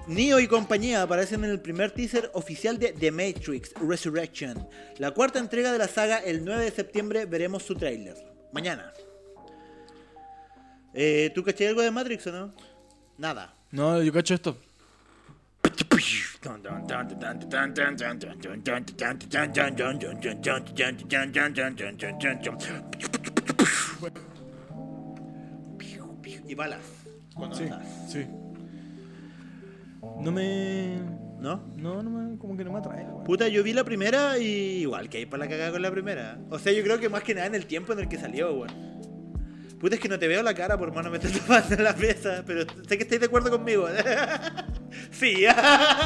[SPEAKER 3] Neo y compañía aparecen en el primer teaser oficial de The Matrix Resurrection. La cuarta entrega de la saga, el 9 de septiembre, veremos su tráiler. Mañana. Eh, ¿Tú caché algo de Matrix o no? Nada.
[SPEAKER 2] No, yo cacho esto.
[SPEAKER 3] Y balas. Cuando
[SPEAKER 2] Sí,
[SPEAKER 3] andas,
[SPEAKER 2] sí. No me...
[SPEAKER 3] ¿No?
[SPEAKER 2] No, no me... Como que no me atrae, weón.
[SPEAKER 3] Puta, yo vi la primera y igual que hay para la cagada con la primera. O sea, yo creo que más que nada en el tiempo en el que salió, weón. Puta, es que no te veo la cara, por mano, me estás tapando la mesa, pero sé que estáis de acuerdo conmigo. sí,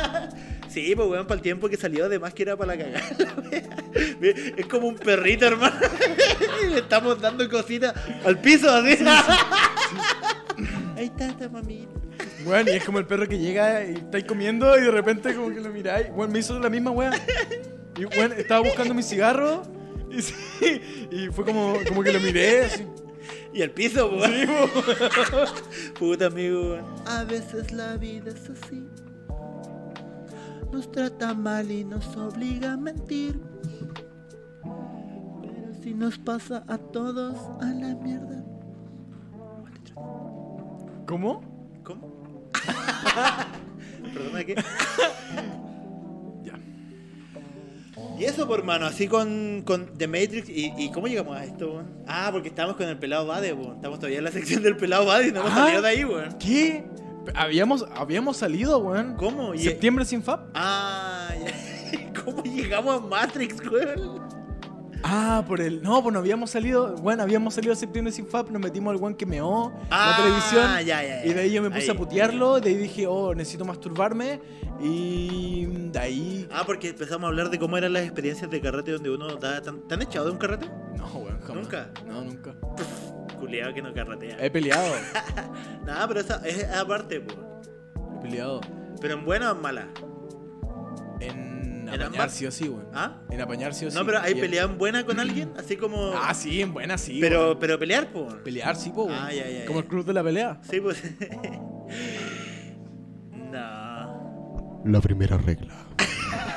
[SPEAKER 3] sí, pues weón, para el tiempo que salió, además que era para la cagada. la wea. es como un perrito, hermano. Le estamos dando cositas al piso, así. Ahí está, está, mami.
[SPEAKER 2] Bueno, y es como el perro que llega y estáis comiendo y de repente como que lo miráis. Bueno, me hizo la misma weá. Y bueno, estaba buscando mi cigarro y, sí, y fue como, como que lo miré así.
[SPEAKER 3] Y el piso, weón.
[SPEAKER 2] pues.
[SPEAKER 3] Puta amigo. A veces la vida es así. Nos trata mal y nos obliga a mentir. Pero si nos pasa a todos a la mierda.
[SPEAKER 2] ¿Cómo?
[SPEAKER 3] ¿Cómo? Perdona que.
[SPEAKER 2] Ya.
[SPEAKER 3] Y eso, por mano, así con, con The Matrix. ¿Y, y cómo llegamos a esto, weón? Ah, porque estamos con el pelado Bade, weón. Estamos todavía en la sección del pelado Bade y no hemos
[SPEAKER 2] Ah.
[SPEAKER 3] salido de ahí, weón.
[SPEAKER 2] ¿Qué? Habíamos, habíamos salido, weón.
[SPEAKER 3] ¿Cómo? Y-
[SPEAKER 2] ¿Septiembre sin FAP?
[SPEAKER 3] Ah, ya. ¿cómo llegamos a Matrix, weón?
[SPEAKER 2] Ah, por el... No, pues no habíamos salido... Bueno, habíamos salido septiembre sin FAP, nos metimos al weón que meó
[SPEAKER 3] Ah,
[SPEAKER 2] la televisión.
[SPEAKER 3] ya, ya, ya.
[SPEAKER 2] Y de ahí yo me puse
[SPEAKER 3] Ahí.
[SPEAKER 2] a putearlo, y de ahí dije, oh, necesito masturbarme. Y de ahí
[SPEAKER 3] Ah, porque empezamos a hablar de cómo eran las experiencias de carrete donde uno da. ¿Te han, te han echado de un carrete?
[SPEAKER 2] No, weón, jamás.
[SPEAKER 3] ¿Nunca?
[SPEAKER 2] No, nunca.
[SPEAKER 3] Culeado que no carretea.
[SPEAKER 2] He peleado.
[SPEAKER 3] Nada, pero esa es aparte, po.
[SPEAKER 2] he peleado.
[SPEAKER 3] Pero en buena o en mala.
[SPEAKER 2] En
[SPEAKER 3] ¿En
[SPEAKER 2] apañar
[SPEAKER 3] ambas?
[SPEAKER 2] sí o sí, weón.
[SPEAKER 3] ¿Ah?
[SPEAKER 2] En apañar sí o sí.
[SPEAKER 3] No, pero hay
[SPEAKER 2] Y en-
[SPEAKER 3] peleado en buena con alguien, así como.
[SPEAKER 2] Ah, sí, en buena sí. weón.
[SPEAKER 3] Pero, pero pelear, po.
[SPEAKER 2] Pelear sí, po, weón.
[SPEAKER 3] Ah, ya, ya,
[SPEAKER 2] Como
[SPEAKER 3] ya.
[SPEAKER 2] el club de la pelea.
[SPEAKER 3] Sí, pues. no.
[SPEAKER 5] La primera regla.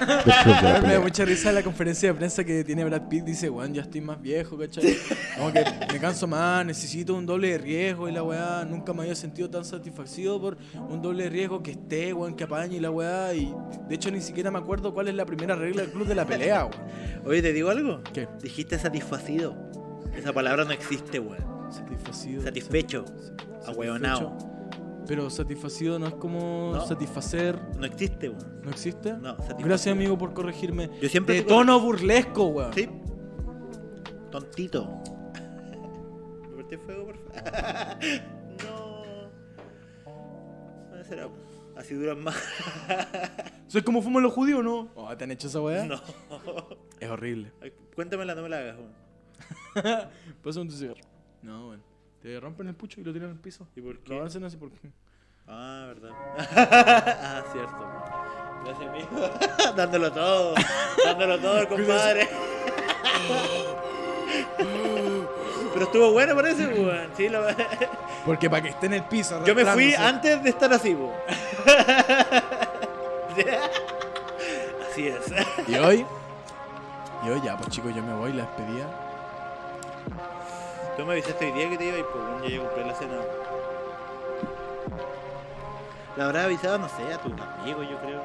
[SPEAKER 5] Después de la
[SPEAKER 2] Me da
[SPEAKER 5] pelea.
[SPEAKER 2] mucha risa la conferencia de prensa que tiene Brad Pitt. Dice, weón, ya estoy más viejo, ¿cachai? Como que me canso más, necesito un doble de riesgo y la weá. Nunca me había sentido tan satisfacido por un doble de riesgo que esté, weón, que apañe y la weá. Y de hecho ni siquiera me acuerdo cuál es la primera regla del club de la pelea, weón.
[SPEAKER 3] Oye, ¿te digo algo?
[SPEAKER 2] ¿Qué?
[SPEAKER 3] Dijiste satisfacido. Esa palabra no existe, weón.
[SPEAKER 2] Satisfacido.
[SPEAKER 3] Satisfecho.
[SPEAKER 2] sat-
[SPEAKER 3] Ahueonao.
[SPEAKER 2] satisfecho. Pero satisfacido no es como
[SPEAKER 3] No.
[SPEAKER 2] satisfacer.
[SPEAKER 3] No existe, weón.
[SPEAKER 2] ¿No existe?
[SPEAKER 3] No, satisfacido.
[SPEAKER 2] Gracias, amigo, por corregirme.
[SPEAKER 3] Yo siempre
[SPEAKER 2] De
[SPEAKER 3] te corrijo.
[SPEAKER 2] tono burlesco, weón.
[SPEAKER 3] Sí. Tontito. ¿Me partí fuego, por favor? no. Ah, será. Así duran más.
[SPEAKER 2] ¿Soy como fuman los judíos no? Oh, ¿Te han hecho esa weá?
[SPEAKER 3] no.
[SPEAKER 2] Es horrible.
[SPEAKER 3] Ay, Cuéntamela, no me la hagas, weón.
[SPEAKER 2] Pásame tu cigarro. No, weón. Te rompen el pucho y lo tiran al piso.
[SPEAKER 3] ¿Y por
[SPEAKER 2] Lo
[SPEAKER 3] qué?
[SPEAKER 2] hacen así porque.
[SPEAKER 3] Ah, verdad. ah, cierto. Gracias, amigo. dándolo todo. Dándolo todo, el compadre. Pero estuvo bueno, parece, weón. Sí, lo-
[SPEAKER 2] Porque para que esté en el piso.
[SPEAKER 3] Yo me fui
[SPEAKER 2] arrastrándose.
[SPEAKER 3] antes de estar así, weón. así es.
[SPEAKER 2] Y hoy. Y hoy ya, pues chicos, yo me voy, la despedida.
[SPEAKER 3] Tú me avisaste hoy día que te iba y pues bueno, yo ya compré la cena. La habrá avisado, no sé, a tus amigos, yo creo.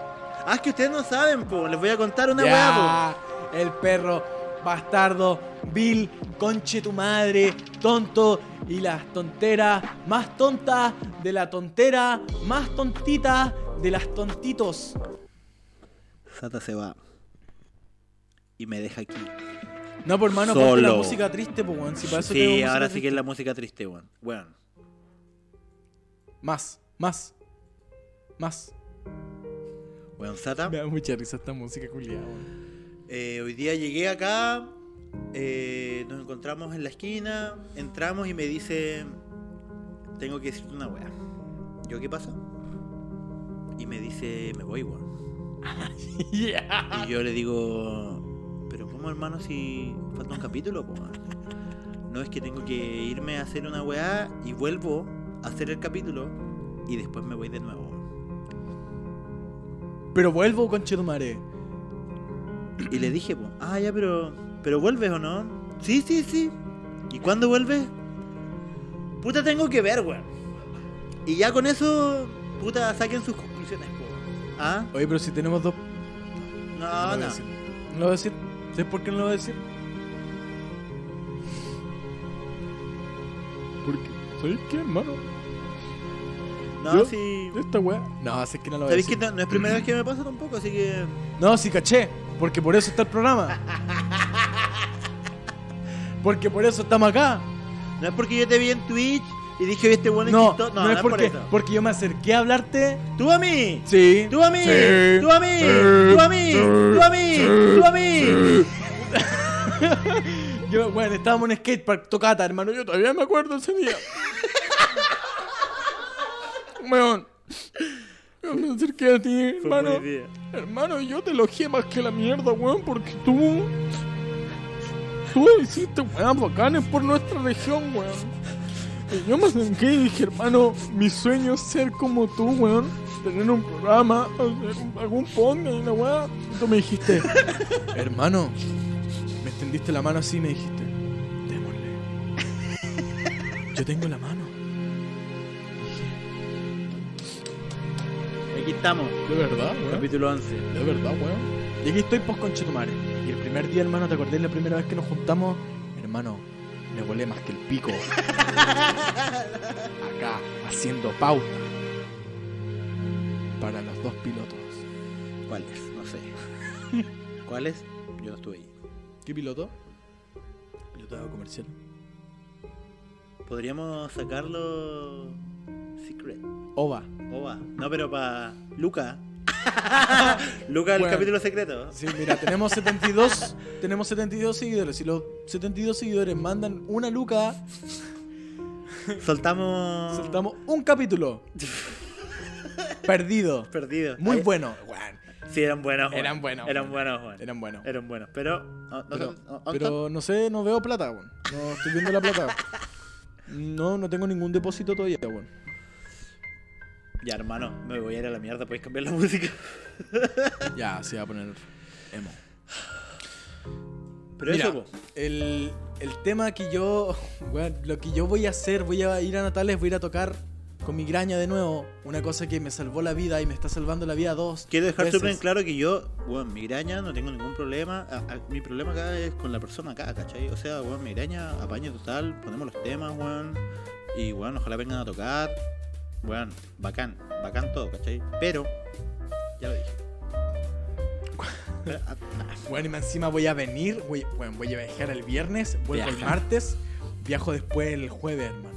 [SPEAKER 3] Ah, es que ustedes no saben, po. Les voy a contar una hueá, po.
[SPEAKER 2] ya, el perro, bastardo, vil, conche tu madre, tonto y las tonteras más tontas de la tontera más tontita de las tontitos.
[SPEAKER 3] Sata se va. Y me deja aquí.
[SPEAKER 2] No, por mano, ponte la
[SPEAKER 3] Solo.
[SPEAKER 2] música triste, pues, weón. Si para eso tengo
[SPEAKER 3] sí,
[SPEAKER 2] música
[SPEAKER 3] ahora sí que
[SPEAKER 2] triste.
[SPEAKER 3] es la música triste, weón. Weón.
[SPEAKER 2] Más, más, más.
[SPEAKER 3] Weón Sata.
[SPEAKER 2] Me da mucha risa esta música, culiada, weón.
[SPEAKER 3] eh, hoy día llegué acá. eh, nos encontramos en la esquina. Entramos y me dice. Tengo que decirte una weá. ¿Yo qué pasa? Y me dice, me voy, weón. Y yo le digo, pero ¿cómo hermano si falta un capítulo? po, weón?". No es que tengo que irme a hacer una weá y vuelvo a hacer el capítulo y después me voy de nuevo. weón".
[SPEAKER 2] Pero vuelvo, conche tu madre.
[SPEAKER 3] Y le dije, po, ah, ya, pero, pero vuelves o no? Sí, sí, sí. ¿Y cuándo vuelves? Puta, tengo que ver, weón. Y ya con eso, puta, saquen sus conclusiones, po. ¿Ah?
[SPEAKER 2] Oye, pero si tenemos dos.
[SPEAKER 3] No,
[SPEAKER 2] lo voy a
[SPEAKER 3] no.
[SPEAKER 2] decir. No lo voy a decir. ¿Sabes por qué no lo voy a decir? Porque soy qué, hermano.
[SPEAKER 3] No,
[SPEAKER 2] Yo-
[SPEAKER 3] sí.
[SPEAKER 2] Esta weá. No, sé que no lo voy a
[SPEAKER 3] Sabéis
[SPEAKER 2] decir.
[SPEAKER 3] que no, no es primera vez que me pasa tampoco, así que.
[SPEAKER 2] No, sí caché, porque por eso está el programa. Porque por eso estamos acá.
[SPEAKER 3] No es porque yo te vi en Twitch y dije, este bueno
[SPEAKER 2] No,
[SPEAKER 3] chistoso.
[SPEAKER 2] no, es porque,
[SPEAKER 3] por eso.
[SPEAKER 2] porque yo me acerqué a hablarte.
[SPEAKER 3] ¡Tú a mí!
[SPEAKER 2] Sí.
[SPEAKER 3] ¡Tú a mí!
[SPEAKER 2] Sí.
[SPEAKER 3] ¡Tú a mí! ¡Tú a mí! ¡Tú a mí! ¡Tú a mí!
[SPEAKER 2] Yo, bueno, estábamos en skatepark tocata, hermano. Yo todavía me acuerdo ese día. Weón. Yo me acerqué a ti, hermano.
[SPEAKER 3] Fue muy bien.
[SPEAKER 2] Hermano, yo te elogié más que la mierda, weón, porque tú. Tú hiciste weón bacanes por nuestra región, weón. Y yo me acerqué y dije, hermano, mi sueño es ser como tú, weón. Tener un programa, hacer un- algún podcast y la weá. Y tú me dijiste, hermano, me extendiste la mano así y me dijiste, démosle. Yo tengo la mano.
[SPEAKER 3] Aquí estamos,
[SPEAKER 2] De verdad, weón.
[SPEAKER 3] capítulo 11.
[SPEAKER 2] De verdad, weón. Y aquí estoy pues, post conchetumare. Y el primer día, hermano, ¿te acordás la primera vez que nos juntamos? Hermano, me volé más que el pico. Acá, haciendo pauta. Para los dos pilotos.
[SPEAKER 3] ¿Cuáles? No sé. ¿Cuáles? Yo no estuve ahí.
[SPEAKER 2] ¿Qué piloto? Piloto comercial.
[SPEAKER 3] Podríamos sacarlo. Secret.
[SPEAKER 2] Ova.
[SPEAKER 3] Oba. No, pero para. Luca. Luca, el
[SPEAKER 2] Bueno.
[SPEAKER 3] capítulo secreto.
[SPEAKER 2] Sí, mira, tenemos 72, tenemos 72 seguidores. Si los 72 seguidores mandan una luca,
[SPEAKER 3] Soltamos.
[SPEAKER 2] soltamos un capítulo. Perdido.
[SPEAKER 3] Perdidos.
[SPEAKER 2] Muy
[SPEAKER 3] Ay,
[SPEAKER 2] bueno. Weón.
[SPEAKER 3] Sí, eran buenos. Juan.
[SPEAKER 2] Eran buenos,
[SPEAKER 3] Eran
[SPEAKER 2] Juan.
[SPEAKER 3] buenos, Juan.
[SPEAKER 2] Eran buenos.
[SPEAKER 3] Eran buenos. Pero. no, no,
[SPEAKER 2] Pero,
[SPEAKER 3] no, no, no,
[SPEAKER 2] pero no sé, no veo plata, weón. No estoy viendo la plata. No, no tengo ningún depósito todavía, weón.
[SPEAKER 3] Ya, hermano, me voy a ir a la mierda, podéis cambiar la música.
[SPEAKER 2] Ya, se va a poner emo.
[SPEAKER 3] Pero
[SPEAKER 2] Mira,
[SPEAKER 3] eso, po.
[SPEAKER 2] el, el tema que yo. weón, lo que yo voy a hacer, voy a ir a Natales, voy a ir a tocar con migraña de nuevo. Una cosa que me salvó la vida y me está salvando la vida dos.
[SPEAKER 3] Quiero dejar
[SPEAKER 2] veces.
[SPEAKER 3] súper en claro que yo, weón, migraña, no tengo ningún problema. A- a- mi problema acá es con la persona acá, ¿cachai? O sea, weón, migraña, apaño total, ponemos los temas, weón. Y, weón, ojalá vengan a tocar. Weón, bacán, bacán todo, ¿cachai? Pero, ya lo dije. Pero, ah,
[SPEAKER 2] Bueno, y más encima voy a venir, voy, bueno, voy a viajar el viernes, vuelvo el
[SPEAKER 3] Viaja.
[SPEAKER 2] martes, viajo después el jueves, hermano.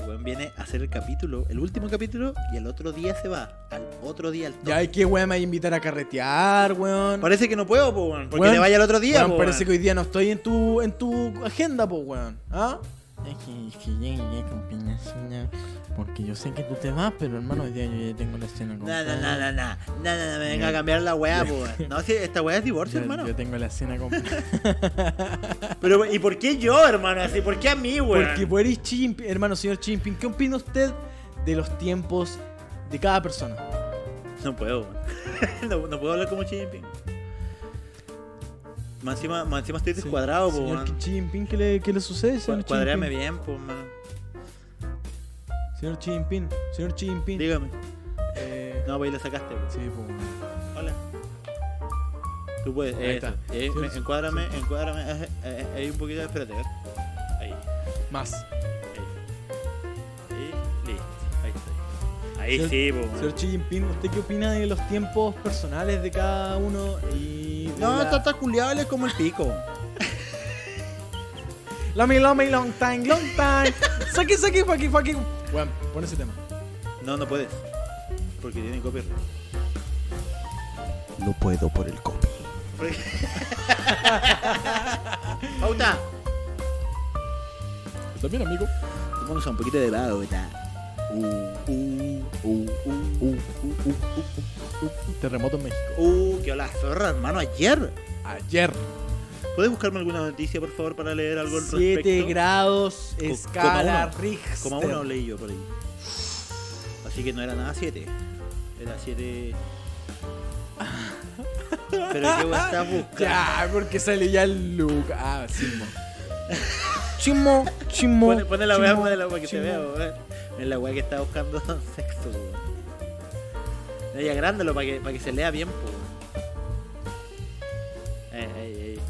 [SPEAKER 3] el weón viene a hacer el capítulo, el último capítulo, y el otro día se va. Al otro día, al
[SPEAKER 2] Ya hay que, weón, me va a invitar a carretear, weón.
[SPEAKER 3] Parece que no puedo, po, weón, porque
[SPEAKER 2] Weón,
[SPEAKER 3] le vaya al otro día,
[SPEAKER 2] Weón,
[SPEAKER 3] po,
[SPEAKER 2] parece
[SPEAKER 3] weón.
[SPEAKER 2] que hoy día no estoy en tu, en tu agenda, pues, weón. ¿Ah?
[SPEAKER 4] Es que, es que yo llegué con Pinacina. Porque yo sé que tú te vas, pero hermano, hoy día yo ya tengo la escena
[SPEAKER 3] No,
[SPEAKER 4] completa.
[SPEAKER 3] no, no, no, no, no, no, no, me venga a cambiar la weá, po, weón. No, si esta weá es divorcio,
[SPEAKER 4] Yo,
[SPEAKER 3] hermano.
[SPEAKER 4] yo tengo la escena completa.
[SPEAKER 3] Pero, ¿y por qué yo, hermano? Así, ¿por qué a mí, weón?
[SPEAKER 2] Porque vos eres Xi Jinping, hermano, señor Xi Jinping, ¿qué opina usted de los tiempos de cada persona?
[SPEAKER 3] No puedo, weón. no, no puedo hablar como Xi Jinping. Más encima, más encima estoy descuadrado, po,
[SPEAKER 2] señor
[SPEAKER 3] weón.
[SPEAKER 2] Xi Jinping, ¿qué le, qué le sucede, señor Xi
[SPEAKER 3] Cuadréame
[SPEAKER 2] Jinping?
[SPEAKER 3] bien, po, hermano.
[SPEAKER 2] Señor Xi Jinping, señor Xi Jinping.
[SPEAKER 3] Dígame.
[SPEAKER 2] Eh,
[SPEAKER 3] No, pues ahí la sacaste, po.
[SPEAKER 2] Sí, pues, weón.
[SPEAKER 3] Hola. Tú puedes.
[SPEAKER 2] Ahí
[SPEAKER 3] eso.
[SPEAKER 2] está.
[SPEAKER 3] Eh,
[SPEAKER 2] Sí,
[SPEAKER 3] me-
[SPEAKER 2] sí.
[SPEAKER 3] encuádrame, encuádrame. eh, eh, eh, Ahí un poquito, espérate, a ver. Ahí,
[SPEAKER 2] Más.
[SPEAKER 3] ahí. Ahí, listo. Ahí estoy. Ahí
[SPEAKER 2] Señor-
[SPEAKER 3] sí, po, weón.
[SPEAKER 2] Señor Xi Jinping, ¿usted qué opina de los tiempos personales de cada uno? Y de
[SPEAKER 3] No,
[SPEAKER 2] la...
[SPEAKER 3] tata culiable es como el pico.
[SPEAKER 2] Lomi, lomi, long time, long time. Saki, saki, fucky, fucky. Weón, pon ese tema.
[SPEAKER 3] No, no puedes. Porque tiene copyright.
[SPEAKER 5] No puedo por el copy.
[SPEAKER 3] ¡Pauta!
[SPEAKER 2] También, amigo.
[SPEAKER 3] Tomamos un poquito de pauta.
[SPEAKER 2] Terremoto en México.
[SPEAKER 3] Uh, qué hola zorra, hermano, ayer.
[SPEAKER 2] Ayer.
[SPEAKER 3] ¿Puedes buscarme alguna noticia, por favor, para leer algo al
[SPEAKER 2] 7
[SPEAKER 3] respecto?
[SPEAKER 2] grados,
[SPEAKER 3] Co-
[SPEAKER 2] escala
[SPEAKER 3] coma uno.
[SPEAKER 2] Richter.
[SPEAKER 3] Como uno leí yo por ahí. Así que no era nada 7. Era 7. Pero qué vos estás buscando.
[SPEAKER 2] Ya, porque sale ya el look. Ah, Simo.
[SPEAKER 4] Chimo, chimo.
[SPEAKER 3] Pone, pone la weá,
[SPEAKER 4] chimo,
[SPEAKER 3] pone la weá que te
[SPEAKER 4] chimo.
[SPEAKER 3] vea, weón. Es la weá que está buscando sexo, weón. No, ya grándalo para que, para que se lea bien, po, weón. Ey, ey, ey.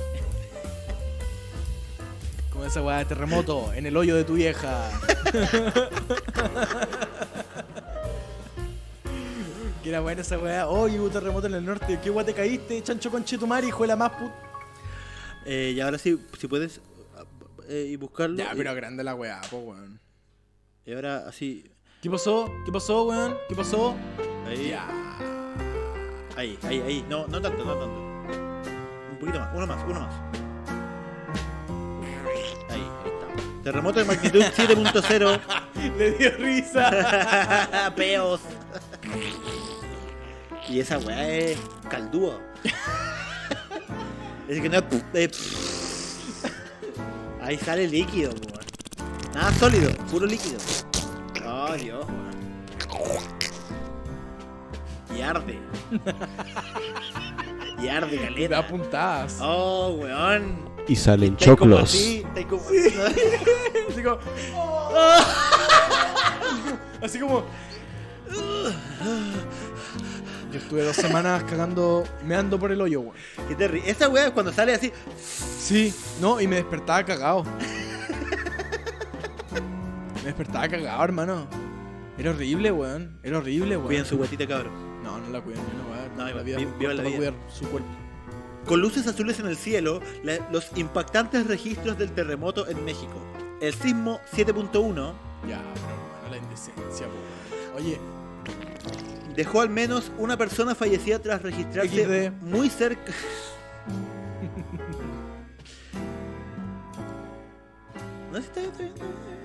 [SPEAKER 2] Como esa weá de terremoto en el hoyo de tu vieja. que era buena esa weá. Oye, hubo terremoto en el norte. ¿Qué weá te caíste, chancho conchetumari, hijo de la más put.
[SPEAKER 3] Eh, y ahora sí, si puedes eh, y buscarlo.
[SPEAKER 2] Ya,
[SPEAKER 3] y-
[SPEAKER 2] pero grande la weá, po, weón.
[SPEAKER 3] Y ahora así.
[SPEAKER 2] ¿Qué pasó? ¿Qué pasó, weón? ¿Qué pasó?
[SPEAKER 3] Ahí. Ahí, ahí, ahí. No, no tanto, no tanto. Un poquito más, uno más, uno más. Ahí, ahí está. Terremoto de magnitud 7.0.
[SPEAKER 2] Le dio risa.
[SPEAKER 3] Peos. y esa weá es caldúo. es que no es. es- Ahí sale líquido, weón. Nada sólido, puro líquido. Oh, Dios, weón. Y arde. y
[SPEAKER 2] Le
[SPEAKER 3] arde,
[SPEAKER 2] da
[SPEAKER 3] caleta.
[SPEAKER 2] puntadas.
[SPEAKER 3] Oh, weón.
[SPEAKER 5] Y salen
[SPEAKER 3] Está ahí como
[SPEAKER 5] choclos.
[SPEAKER 3] así, está ahí como-
[SPEAKER 2] Así como. Así como. Yo estuve dos semanas cagando, meando por el hoyo, weón.
[SPEAKER 3] Qué terri- Esa weá es cuando sale así.
[SPEAKER 2] Sí, no, y me despertaba cagado. Me despertaba cagado, hermano. Era horrible, weón. Era horrible, weón.
[SPEAKER 3] Cuiden su guatita, cabrón.
[SPEAKER 2] No, no la cuidan, yo no voy a
[SPEAKER 3] No,
[SPEAKER 2] la
[SPEAKER 3] vi-
[SPEAKER 2] vida.
[SPEAKER 3] vi-
[SPEAKER 2] es muy
[SPEAKER 3] viva la
[SPEAKER 2] corta para
[SPEAKER 3] vida.
[SPEAKER 2] cuidar su cuerpo.
[SPEAKER 3] Con luces azules en el cielo, la- los impactantes registros del terremoto en México. El sismo 7.1
[SPEAKER 2] Ya, pero bueno, la indecencia, weón. Oye,
[SPEAKER 3] dejó al menos una persona fallecida tras registrarse
[SPEAKER 2] XD.
[SPEAKER 3] muy cerca. No sé si está bien, está bien, está bien.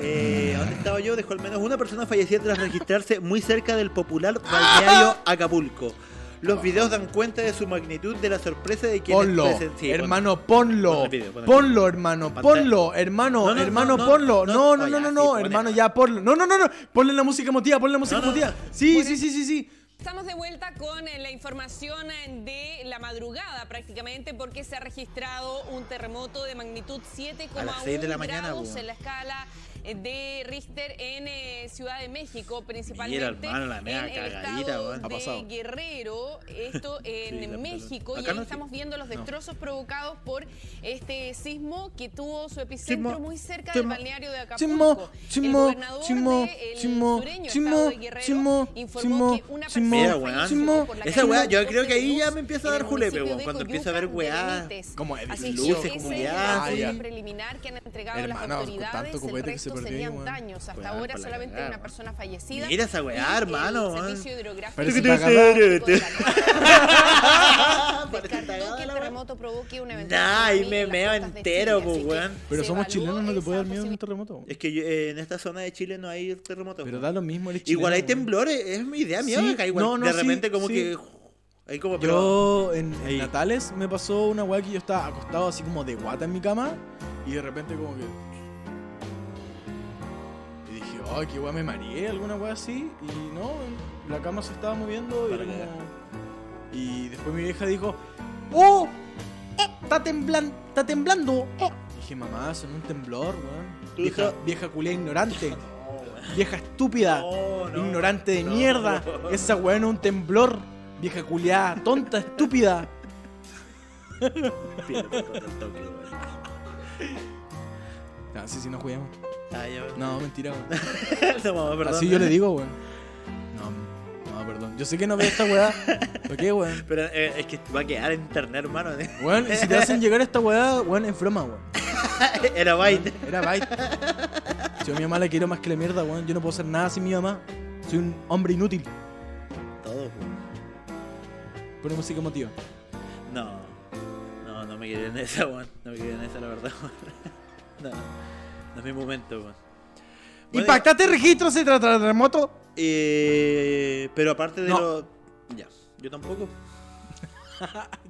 [SPEAKER 3] Eh, ¿Dónde estaba yo? Dejó al menos una persona fallecida tras registrarse muy cerca del popular balneario Acapulco. Los videos dan cuenta de su magnitud de la sorpresa de quienes
[SPEAKER 5] Ponlo,
[SPEAKER 3] presenciaron.
[SPEAKER 5] hermano, ponlo.
[SPEAKER 3] Pon el video, pon el
[SPEAKER 5] Ponlo, hermano,
[SPEAKER 3] Pantalla.
[SPEAKER 5] ponlo, hermano,
[SPEAKER 3] No, no, no,
[SPEAKER 5] hermano,
[SPEAKER 3] no,
[SPEAKER 5] ponlo.
[SPEAKER 3] no, no,
[SPEAKER 5] No, no, no,
[SPEAKER 3] ya,
[SPEAKER 5] no,
[SPEAKER 3] sí,
[SPEAKER 5] no,
[SPEAKER 3] ponela.
[SPEAKER 5] hermano, ya ponlo. No, no, no, no. Ponle la música emotiva, ponle la música
[SPEAKER 3] No, no,
[SPEAKER 5] emotiva.
[SPEAKER 3] no.
[SPEAKER 5] Sí, sí, sí, sí, sí.
[SPEAKER 7] Estamos de vuelta con eh, la información eh, de la madrugada prácticamente porque se ha registrado un terremoto de magnitud
[SPEAKER 3] A las seis
[SPEAKER 7] 7,1
[SPEAKER 3] de la mañana,
[SPEAKER 7] grados
[SPEAKER 3] weón.
[SPEAKER 7] en la escala eh, de Richter en eh, Ciudad de México, principalmente
[SPEAKER 3] hermano, la mea
[SPEAKER 7] en el
[SPEAKER 3] cagadita,
[SPEAKER 7] estado
[SPEAKER 3] weón. Ha
[SPEAKER 7] de
[SPEAKER 2] pasado.
[SPEAKER 7] Guerrero, esto en
[SPEAKER 3] Sí, la
[SPEAKER 7] México,
[SPEAKER 3] pelota.
[SPEAKER 7] y
[SPEAKER 3] Acá
[SPEAKER 7] ahí
[SPEAKER 3] no-
[SPEAKER 7] estamos viendo los
[SPEAKER 3] no.
[SPEAKER 7] destrozos provocados por este sismo que tuvo su epicentro
[SPEAKER 5] Sismo,
[SPEAKER 7] muy cerca
[SPEAKER 5] sismo,
[SPEAKER 7] del balneario de Acapulco.
[SPEAKER 5] sismo,
[SPEAKER 7] El
[SPEAKER 5] sismo,
[SPEAKER 7] gobernador
[SPEAKER 5] sismo,
[SPEAKER 7] de El
[SPEAKER 5] sismo,
[SPEAKER 7] sureño
[SPEAKER 5] sismo,
[SPEAKER 7] estado de Guerrero
[SPEAKER 5] sismo,
[SPEAKER 7] informó
[SPEAKER 5] sismo,
[SPEAKER 7] que una
[SPEAKER 5] sismo,
[SPEAKER 7] persona
[SPEAKER 3] Mira, weón.
[SPEAKER 7] falleció
[SPEAKER 5] sismo.
[SPEAKER 7] por la
[SPEAKER 3] Esa
[SPEAKER 7] caída
[SPEAKER 3] weá,
[SPEAKER 7] del
[SPEAKER 3] yo
[SPEAKER 7] corte
[SPEAKER 3] creo que
[SPEAKER 7] de
[SPEAKER 3] ahí ya
[SPEAKER 7] luz
[SPEAKER 3] me empieza a
[SPEAKER 7] en
[SPEAKER 3] dar
[SPEAKER 7] el
[SPEAKER 3] julepe,
[SPEAKER 7] municipio
[SPEAKER 3] weón,
[SPEAKER 7] de
[SPEAKER 3] cuando
[SPEAKER 7] Coyuca,
[SPEAKER 3] empieza a ver
[SPEAKER 7] de
[SPEAKER 3] weá.
[SPEAKER 7] Benítez.
[SPEAKER 5] Como
[SPEAKER 7] Así que
[SPEAKER 3] luces, como
[SPEAKER 7] ese es el
[SPEAKER 3] weá,
[SPEAKER 7] reporte
[SPEAKER 5] ya.
[SPEAKER 7] preliminar que han entregado
[SPEAKER 5] Hermano,
[SPEAKER 7] las
[SPEAKER 5] con
[SPEAKER 7] autoridades,
[SPEAKER 5] tanto
[SPEAKER 7] el
[SPEAKER 5] copete que se
[SPEAKER 7] resto
[SPEAKER 5] perdió ahí,
[SPEAKER 7] serían
[SPEAKER 5] weón.
[SPEAKER 7] daños. Hasta
[SPEAKER 3] Weón,
[SPEAKER 7] ahora
[SPEAKER 3] pa' la
[SPEAKER 7] solamente
[SPEAKER 3] cagada,
[SPEAKER 7] una
[SPEAKER 3] weón.
[SPEAKER 7] persona fallecida.
[SPEAKER 3] Mira esa weá,
[SPEAKER 7] y el
[SPEAKER 3] hermano, weón.
[SPEAKER 7] Servicio hidrográfico
[SPEAKER 5] Parece
[SPEAKER 7] del
[SPEAKER 5] cagada.
[SPEAKER 7] Banco de la-
[SPEAKER 3] Parece
[SPEAKER 7] Descartó que
[SPEAKER 3] cagada
[SPEAKER 7] el
[SPEAKER 3] la
[SPEAKER 7] terremoto provoque una eventual
[SPEAKER 3] Nah, ahí
[SPEAKER 7] tsunami
[SPEAKER 3] me
[SPEAKER 7] en las
[SPEAKER 3] meo
[SPEAKER 7] costas de
[SPEAKER 3] entero,
[SPEAKER 7] Chile,
[SPEAKER 3] pues,
[SPEAKER 7] así que
[SPEAKER 3] weón.
[SPEAKER 7] se
[SPEAKER 2] Pero somos
[SPEAKER 7] evaluó
[SPEAKER 2] chilenos, no te puede
[SPEAKER 7] esa
[SPEAKER 2] dar miedo en un
[SPEAKER 7] posibilidad.
[SPEAKER 2] terremoto.
[SPEAKER 3] Es que yo- eh, en esta zona de Chile no hay terremotos.
[SPEAKER 2] Pero
[SPEAKER 3] weón.
[SPEAKER 2] da lo mismo, eres
[SPEAKER 3] Igual hay
[SPEAKER 2] chileno,
[SPEAKER 3] temblores, es mi idea mía.
[SPEAKER 2] Sí,
[SPEAKER 3] acá igual.
[SPEAKER 2] no, no,
[SPEAKER 3] de
[SPEAKER 2] sí,
[SPEAKER 3] repente como
[SPEAKER 2] sí.
[SPEAKER 3] que... Ahí como... pero-
[SPEAKER 2] Yo en, en
[SPEAKER 3] Ey.
[SPEAKER 2] Natales me pasó una weá que yo estaba acostado así como de guata en mi cama y de repente como que... Y dije, ay, qué weá, me mareé, alguna weá así. Y no, la cama se estaba moviendo y
[SPEAKER 3] Para
[SPEAKER 2] era
[SPEAKER 3] cagar.
[SPEAKER 2] como- Y después mi vieja dijo, ¡Oh! eh, ¡Está temblando! ¡Está temblando! eh". Dije, mamá, son un temblor, weón.
[SPEAKER 3] Tú
[SPEAKER 2] Vieja,
[SPEAKER 3] so-
[SPEAKER 2] vieja culia ignorante.
[SPEAKER 3] No, weón.
[SPEAKER 2] Vieja estúpida.
[SPEAKER 3] No, no.
[SPEAKER 2] Ignorante de
[SPEAKER 3] No.
[SPEAKER 2] mierda. Esa weá no es un temblor. Vieja culiada, tonta, estúpida.
[SPEAKER 3] Pierde con el toque, weón.
[SPEAKER 2] No, sí, sí, nos cuidamos.
[SPEAKER 3] Ah, ya, weón.
[SPEAKER 2] No, mentira, weón.
[SPEAKER 3] No, mamá, perdón.
[SPEAKER 2] Así yo le digo, weón. No, no, perdón. Yo sé que no veo esta weá. ¿Por qué, weón?
[SPEAKER 3] Pero eh, es que va a quedar en internet, hermano.
[SPEAKER 2] Weón, y si te hacen llegar esta weá, weón, es broma, weón.
[SPEAKER 3] Era Byte.
[SPEAKER 2] Era bait. Yo a mi mamá la quiero más que la mierda, weón. Yo no puedo hacer nada sin mi mamá. Soy un hombre inútil.
[SPEAKER 3] Todo, weón.
[SPEAKER 2] Pone música emotiva.
[SPEAKER 3] No. No, no me quedé en esa, weón. No me quedé en esa, la verdad, weón. No. No es mi momento, weón. Bueno,
[SPEAKER 2] Impactante registro se trata de terremoto.
[SPEAKER 3] Eh, pero aparte de
[SPEAKER 2] No.
[SPEAKER 3] lo. Ya, yo tampoco.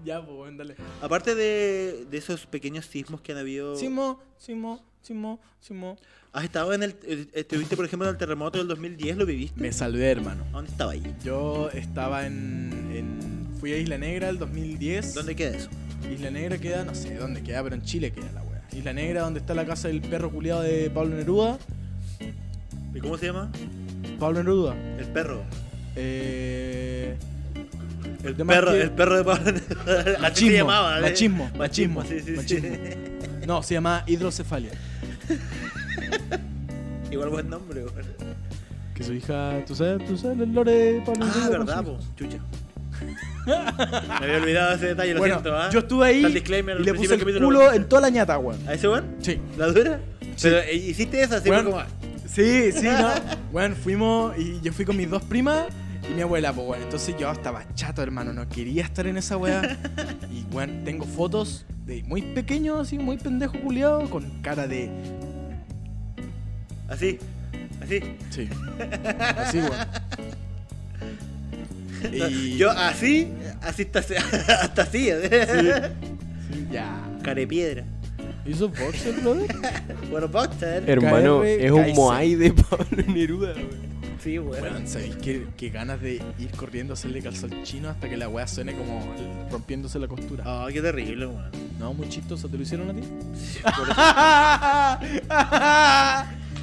[SPEAKER 2] Ya, pues, weón, dale.
[SPEAKER 3] Aparte de, de esos pequeños sismos que han habido.
[SPEAKER 2] Simo, Simo, Simo, Simo.
[SPEAKER 3] ¿Has estado en el. eh, Estuviste, por ejemplo, en el terremoto del 2010? ¿Lo viviste?
[SPEAKER 2] Me salvé, hermano.
[SPEAKER 3] ¿Dónde estaba ahí?
[SPEAKER 2] Yo estaba en, en- Fui a Isla Negra el 2010.
[SPEAKER 3] ¿Dónde queda eso?
[SPEAKER 2] Isla Negra queda, no sé dónde queda, pero en Chile queda la wea. Isla Negra, donde está la casa del perro culiado de Pablo Neruda.
[SPEAKER 3] ¿Y cómo se llama?
[SPEAKER 2] Pablo Neruda.
[SPEAKER 3] El perro.
[SPEAKER 2] Eh.
[SPEAKER 3] El
[SPEAKER 2] tema
[SPEAKER 3] perro,
[SPEAKER 2] es que-
[SPEAKER 3] el perro de Pablo. Así
[SPEAKER 2] Machismo,
[SPEAKER 3] se llamaba. ¿eh?
[SPEAKER 2] machismo, machismo,
[SPEAKER 3] sí, sí,
[SPEAKER 2] machismo.
[SPEAKER 3] sí.
[SPEAKER 2] No, se llama Hidrocefalia.
[SPEAKER 3] Igual buen nombre, güey.
[SPEAKER 2] Que su hija. ¿Tú sabes, tú sabes el lore de Pablo Neruda?
[SPEAKER 3] Ah,
[SPEAKER 2] con
[SPEAKER 3] verdad,
[SPEAKER 2] su hija?
[SPEAKER 3] po. Chucha. Me había olvidado ese detalle, lo
[SPEAKER 2] Bueno,
[SPEAKER 3] siento, ¿ah?
[SPEAKER 2] yo estuve ahí
[SPEAKER 3] Está el disclaimer al
[SPEAKER 2] y le
[SPEAKER 3] principio
[SPEAKER 2] puse
[SPEAKER 3] del
[SPEAKER 2] el
[SPEAKER 3] capítulo.
[SPEAKER 2] culo en toda la ñata, weón.
[SPEAKER 3] ¿A ese weón?
[SPEAKER 2] Sí.
[SPEAKER 3] ¿La dura? Pero eh, hiciste esa, así fue
[SPEAKER 2] Weón,
[SPEAKER 3] como.
[SPEAKER 2] Sí, sí, no. Bueno, fuimos y yo fui con mis dos primas y mi abuela, pues bueno, entonces yo estaba chato, hermano, no quería estar en esa weá. Y bueno, tengo fotos de muy pequeño, así, muy pendejo culiado, con cara de.
[SPEAKER 3] Así. Así.
[SPEAKER 2] Sí. Así, weón. Y
[SPEAKER 3] Yo así, así hasta, hasta así. ¿eh?
[SPEAKER 2] Sí, ya.
[SPEAKER 3] Carepiedra.
[SPEAKER 2] ¿Hizo boxer, brother?
[SPEAKER 3] Bueno, Boxer.
[SPEAKER 5] Hermano,
[SPEAKER 2] KR,
[SPEAKER 5] es un
[SPEAKER 2] Kaiser.
[SPEAKER 5] Moai de Pablo Neruda, güey.
[SPEAKER 3] Sí, weón.
[SPEAKER 2] Weón, ¿sabéis qué, qué ganas de ir corriendo a hacerle calzón chino hasta que la weá suene como rompiéndose la costura?
[SPEAKER 3] Ah, qué terrible, weón.
[SPEAKER 2] No, muy chistoso, ¿te lo hicieron a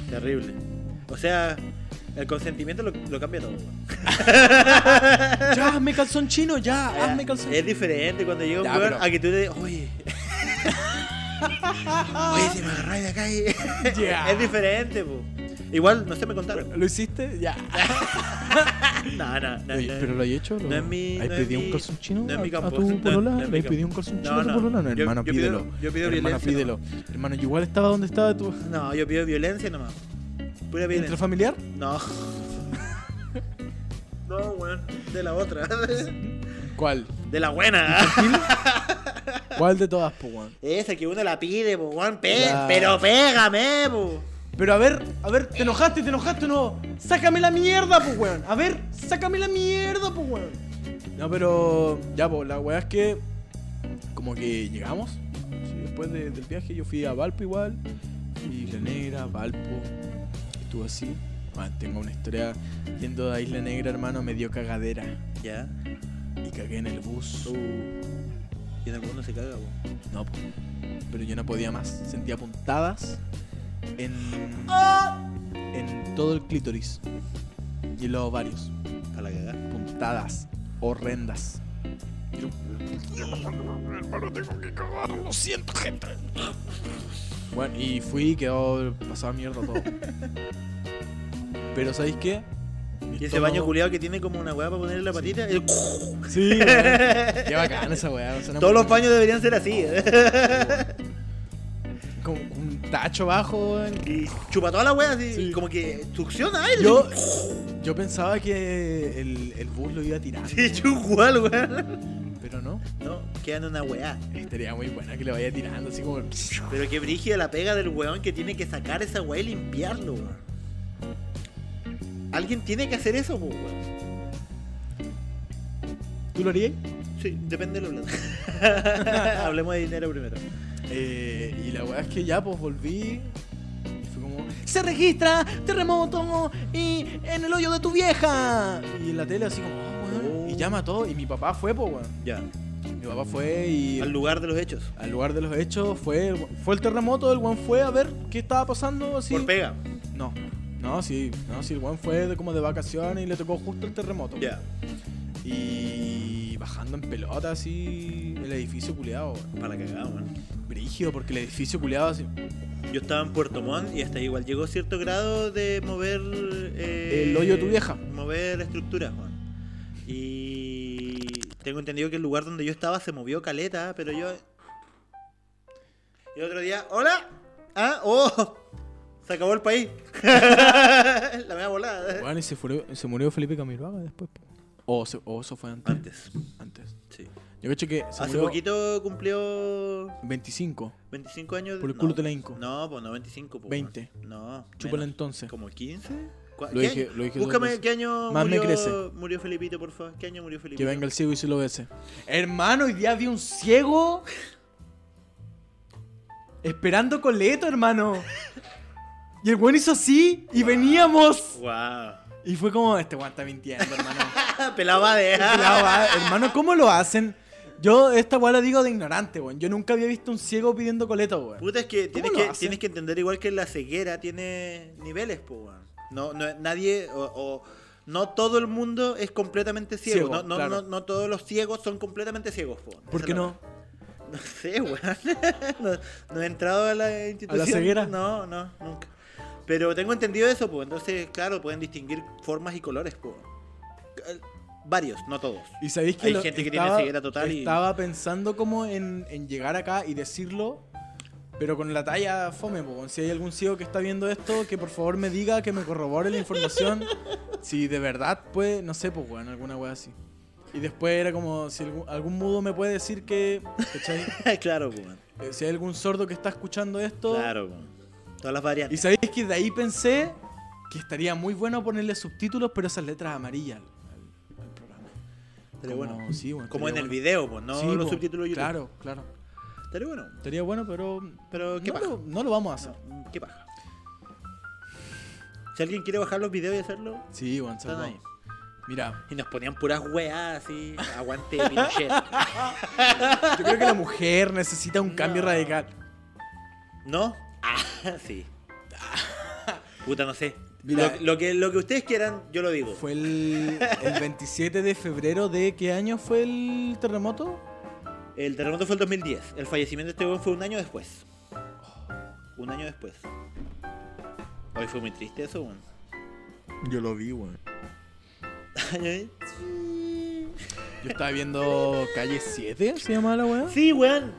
[SPEAKER 2] ti?
[SPEAKER 3] Terrible. O sea, el consentimiento lo, lo cambia todo. weón.
[SPEAKER 2] Ya, hazme calzón chino, ya, hazme calzón
[SPEAKER 3] Es diferente cuando llega un
[SPEAKER 2] Ya,
[SPEAKER 3] weón
[SPEAKER 2] pero-
[SPEAKER 3] a que tú te oye. oye, si me agarráis de acá. y-
[SPEAKER 2] Ya.
[SPEAKER 3] es diferente, po. Igual, no sé, me contaron.
[SPEAKER 2] ¿Lo hiciste? Ya.
[SPEAKER 3] No, no, no.
[SPEAKER 2] Oye,
[SPEAKER 3] no.
[SPEAKER 2] ¿Pero lo hay hecho? ¿Lo-
[SPEAKER 3] no es mi-
[SPEAKER 2] ¿Has
[SPEAKER 3] no es
[SPEAKER 2] pedido
[SPEAKER 3] mi-
[SPEAKER 2] un calzón chino
[SPEAKER 3] no es mi
[SPEAKER 2] a- a
[SPEAKER 3] campo, no-
[SPEAKER 2] tu polola?
[SPEAKER 3] no es mi
[SPEAKER 2] ¿Le has
[SPEAKER 3] campo.
[SPEAKER 2] pedido un calzón chino
[SPEAKER 3] No,
[SPEAKER 2] a tu
[SPEAKER 3] no.
[SPEAKER 2] polola? No,
[SPEAKER 3] Yo-
[SPEAKER 2] hermano,
[SPEAKER 3] yo pido-
[SPEAKER 2] pídelo.
[SPEAKER 3] yo pido
[SPEAKER 2] hermano,
[SPEAKER 3] violencia,
[SPEAKER 2] pídelo. Hermano, yo igual estaba donde estaba tu...
[SPEAKER 3] No, yo pido violencia nomás. Pura violencia.
[SPEAKER 2] ¿Intrafamiliar?
[SPEAKER 3] No. No, weón. De la otra.
[SPEAKER 2] ¿Cuál?
[SPEAKER 3] De la buena.
[SPEAKER 2] ¿Cuál de todas, po, weón?
[SPEAKER 3] Esa que uno la pide, po, weón. Pe-
[SPEAKER 2] Claro.
[SPEAKER 3] Pero pégame, po.
[SPEAKER 2] Pero a ver, a ver, ¿te pues, enojaste, te enojaste o no? ¡Sácame la mierda, po, weón! A ver, sácame la mierda, po, weón. No, pero ya, pues la weá es que como que llegamos. sí, después de- del viaje yo fui a Valpo igual. Y Isla Negra, Valpo. Estuvo así. Ah, tengo una historia yendo a Isla Negra, hermano, me dio cagadera.
[SPEAKER 3] Ya.
[SPEAKER 2] Y cagué en el bus.
[SPEAKER 3] Uh. Y en el mundo se caga, po.
[SPEAKER 2] No, po. pero yo no podía más. Sentía puntadas en,
[SPEAKER 3] Ah.
[SPEAKER 2] en todo el clítoris y en los ovarios.
[SPEAKER 3] A la cagada.
[SPEAKER 2] Puntadas horrendas. Yo- Hermano, tengo que cagar. Lo siento, gente. Bueno, y fui y quedó pasado mierda todo. Pero ¿sabéis qué? Mi
[SPEAKER 3] Y ese baño
[SPEAKER 2] estómago-
[SPEAKER 3] culiado que tiene como una weá para ponerle la patita. el-
[SPEAKER 2] Sí, weón. Qué bacán esa weá. suena
[SPEAKER 3] Todos
[SPEAKER 2] muy-
[SPEAKER 3] los baños deberían ser así. ¿eh?
[SPEAKER 2] Con un tacho bajo, weón.
[SPEAKER 3] Y chupa toda la weá así.
[SPEAKER 2] Sí.
[SPEAKER 3] Como que succiona eh. aire.
[SPEAKER 2] Yo, yo pensaba que el, el bus lo iba a tirar.
[SPEAKER 3] Sí, chupa igual, weá.
[SPEAKER 2] Pero no.
[SPEAKER 3] No, quedan una weá.
[SPEAKER 2] Estaría muy buena que lo vaya tirando así como.
[SPEAKER 3] Pero qué brígida la pega del weón que tiene que sacar esa weá y limpiarlo, weón. Alguien tiene que hacer eso, po, weón.
[SPEAKER 2] ¿Tú lo harías?
[SPEAKER 3] Sí, depende de lo Hablemos de dinero primero.
[SPEAKER 2] Eh, y la weá es que ya, pues volví. Y fue como. ¡Se registra! ¡Terremoto! ¡Y en el hoyo de tu vieja! Y en la tele así como. "Oh, weón", Y llama a todo. Y mi papá fue, pues, weón.
[SPEAKER 3] Ya.
[SPEAKER 2] Mi papá fue y.
[SPEAKER 3] Al lugar de los hechos.
[SPEAKER 2] Al lugar de los hechos fue, fue el terremoto, el weón fue a ver qué estaba pasando así.
[SPEAKER 3] Por pega.
[SPEAKER 2] No, no, sí, no, sí, el weón fue de- como de vacaciones y le tocó justo el terremoto.
[SPEAKER 3] Ya.
[SPEAKER 2] Y bajando en pelota así el edificio culeado,
[SPEAKER 3] Para la cagada, weón.
[SPEAKER 2] brígido, porque el edificio culeado así.
[SPEAKER 3] Yo estaba en Puerto Montt y hasta igual llegó cierto grado de mover. eh,
[SPEAKER 2] El hoyo de tu vieja.
[SPEAKER 3] Mover estructuras, Juan. Y. Tengo entendido que el lugar donde yo estaba se movió caleta, pero yo. Y el otro día. ¡Hola! ¡Ah! ¡Oh! Se acabó el país. La mea volada.
[SPEAKER 2] Bueno, y se, furió- se murió Felipe Camiroaga después. po. O, se- o eso fue antes.
[SPEAKER 3] Antes,
[SPEAKER 2] Antes.
[SPEAKER 3] sí.
[SPEAKER 2] Yo cacho que se
[SPEAKER 3] Hace
[SPEAKER 2] murió
[SPEAKER 3] poquito cumplió
[SPEAKER 2] 25.
[SPEAKER 3] 25 años.
[SPEAKER 2] Por el
[SPEAKER 3] no.
[SPEAKER 2] culo te la hinco.
[SPEAKER 3] No, pues no 25. Pues,
[SPEAKER 2] 20.
[SPEAKER 3] No.
[SPEAKER 2] Chúpala
[SPEAKER 3] menos.
[SPEAKER 2] entonces.
[SPEAKER 3] ¿Como 15? ¿Cuá-
[SPEAKER 2] Lo
[SPEAKER 3] qué
[SPEAKER 2] dije-
[SPEAKER 3] año?
[SPEAKER 2] lo dije dos
[SPEAKER 3] Búscame
[SPEAKER 2] veces.
[SPEAKER 3] qué año
[SPEAKER 2] Más me
[SPEAKER 3] murió,
[SPEAKER 2] crece.
[SPEAKER 3] murió Felipito, por favor. ¿Qué año murió Felipito?
[SPEAKER 2] Que venga el ciego y se lo bese. Hermano, hoy día vi un ciego. Esperando coleto, hermano. Y el weón hizo así y veníamos.
[SPEAKER 3] Wow.
[SPEAKER 2] Y fue como, este weón está mintiendo, hermano.
[SPEAKER 3] Pelaba de.
[SPEAKER 2] La va- hermano, ¿cómo lo hacen? Yo esta weá la digo de ignorante, weón. Yo nunca había visto un ciego pidiendo coleto, weón.
[SPEAKER 3] Puta, es que tienes,
[SPEAKER 2] lo
[SPEAKER 3] que
[SPEAKER 2] hacen?
[SPEAKER 3] tienes que entender igual que la ceguera tiene niveles, po, weón. No, no, nadie. O, o- no todo el mundo es completamente ciego.
[SPEAKER 2] Ciego,
[SPEAKER 3] no, no,
[SPEAKER 2] claro.
[SPEAKER 3] no, no todos los ciegos son completamente ciegos, po.
[SPEAKER 2] ¿Por
[SPEAKER 3] Esa
[SPEAKER 2] qué
[SPEAKER 3] es la
[SPEAKER 2] no?
[SPEAKER 3] weá. No sé, weón. no, no he entrado a la institución.
[SPEAKER 2] ceguera?
[SPEAKER 3] No, no, nunca. Pero tengo entendido eso, pues. Entonces, claro, pueden distinguir formas y colores, po. Eh, Varios, no todos.
[SPEAKER 2] Y sabéis que
[SPEAKER 3] Hay
[SPEAKER 2] lo-
[SPEAKER 3] gente que tiene ceguera total y-
[SPEAKER 2] Estaba pensando como en, en llegar acá y decirlo, pero con la talla fome, po, weón. Si hay algún ciego que está viendo esto, que por favor me diga, que me corrobore la información. si de verdad puede, no sé, pues, weón, alguna weá así. Y después era como, si algún, algún mudo me puede decir que, ¿cachai?
[SPEAKER 3] claro, pues. man.
[SPEAKER 2] Eh, si hay algún sordo que está escuchando esto,
[SPEAKER 3] Claro, pues. Todas las
[SPEAKER 2] Y
[SPEAKER 3] variantes.
[SPEAKER 2] sabéis que de ahí pensé que estaría muy bueno ponerle subtítulos, pero esas letras amarillas al, al- al programa.
[SPEAKER 3] Estaría
[SPEAKER 2] Como-
[SPEAKER 3] bueno.
[SPEAKER 2] sí, bueno,
[SPEAKER 3] Como en
[SPEAKER 2] estaría
[SPEAKER 3] el
[SPEAKER 2] bueno.
[SPEAKER 3] video, pues, no
[SPEAKER 2] Sí,
[SPEAKER 3] los
[SPEAKER 2] po,
[SPEAKER 3] subtítulos de YouTube.
[SPEAKER 2] Claro, claro.
[SPEAKER 3] Estaría bueno.
[SPEAKER 2] Estaría bueno, pero.
[SPEAKER 3] Pero, ¿qué
[SPEAKER 2] no,
[SPEAKER 3] paja?
[SPEAKER 2] lo, no lo vamos a hacer.
[SPEAKER 3] No, Mm, qué paja. Si alguien quiere bajar los videos y hacerlo,
[SPEAKER 2] Sí, bueno, se lo
[SPEAKER 3] están ahí.
[SPEAKER 2] vamos. Mira,
[SPEAKER 3] Y nos ponían puras weas así. Aguante Pinochet.
[SPEAKER 2] yo creo que la mujer necesita un cambio
[SPEAKER 3] No.
[SPEAKER 2] radical.
[SPEAKER 3] ¿No? Ah, sí. Puta, no sé.
[SPEAKER 2] Mira.
[SPEAKER 3] lo, lo que, lo que ustedes quieran, yo lo digo.
[SPEAKER 2] Fue el, el 27 de febrero de qué año fue el terremoto?
[SPEAKER 3] El terremoto fue el 2010. El fallecimiento de este weón fue un año después. Un año después. Hoy fue muy triste eso, weón.
[SPEAKER 1] Yo lo vi, weón.
[SPEAKER 2] Yo estaba viendo calle 7, se llamaba la weá.
[SPEAKER 3] Sí, weón.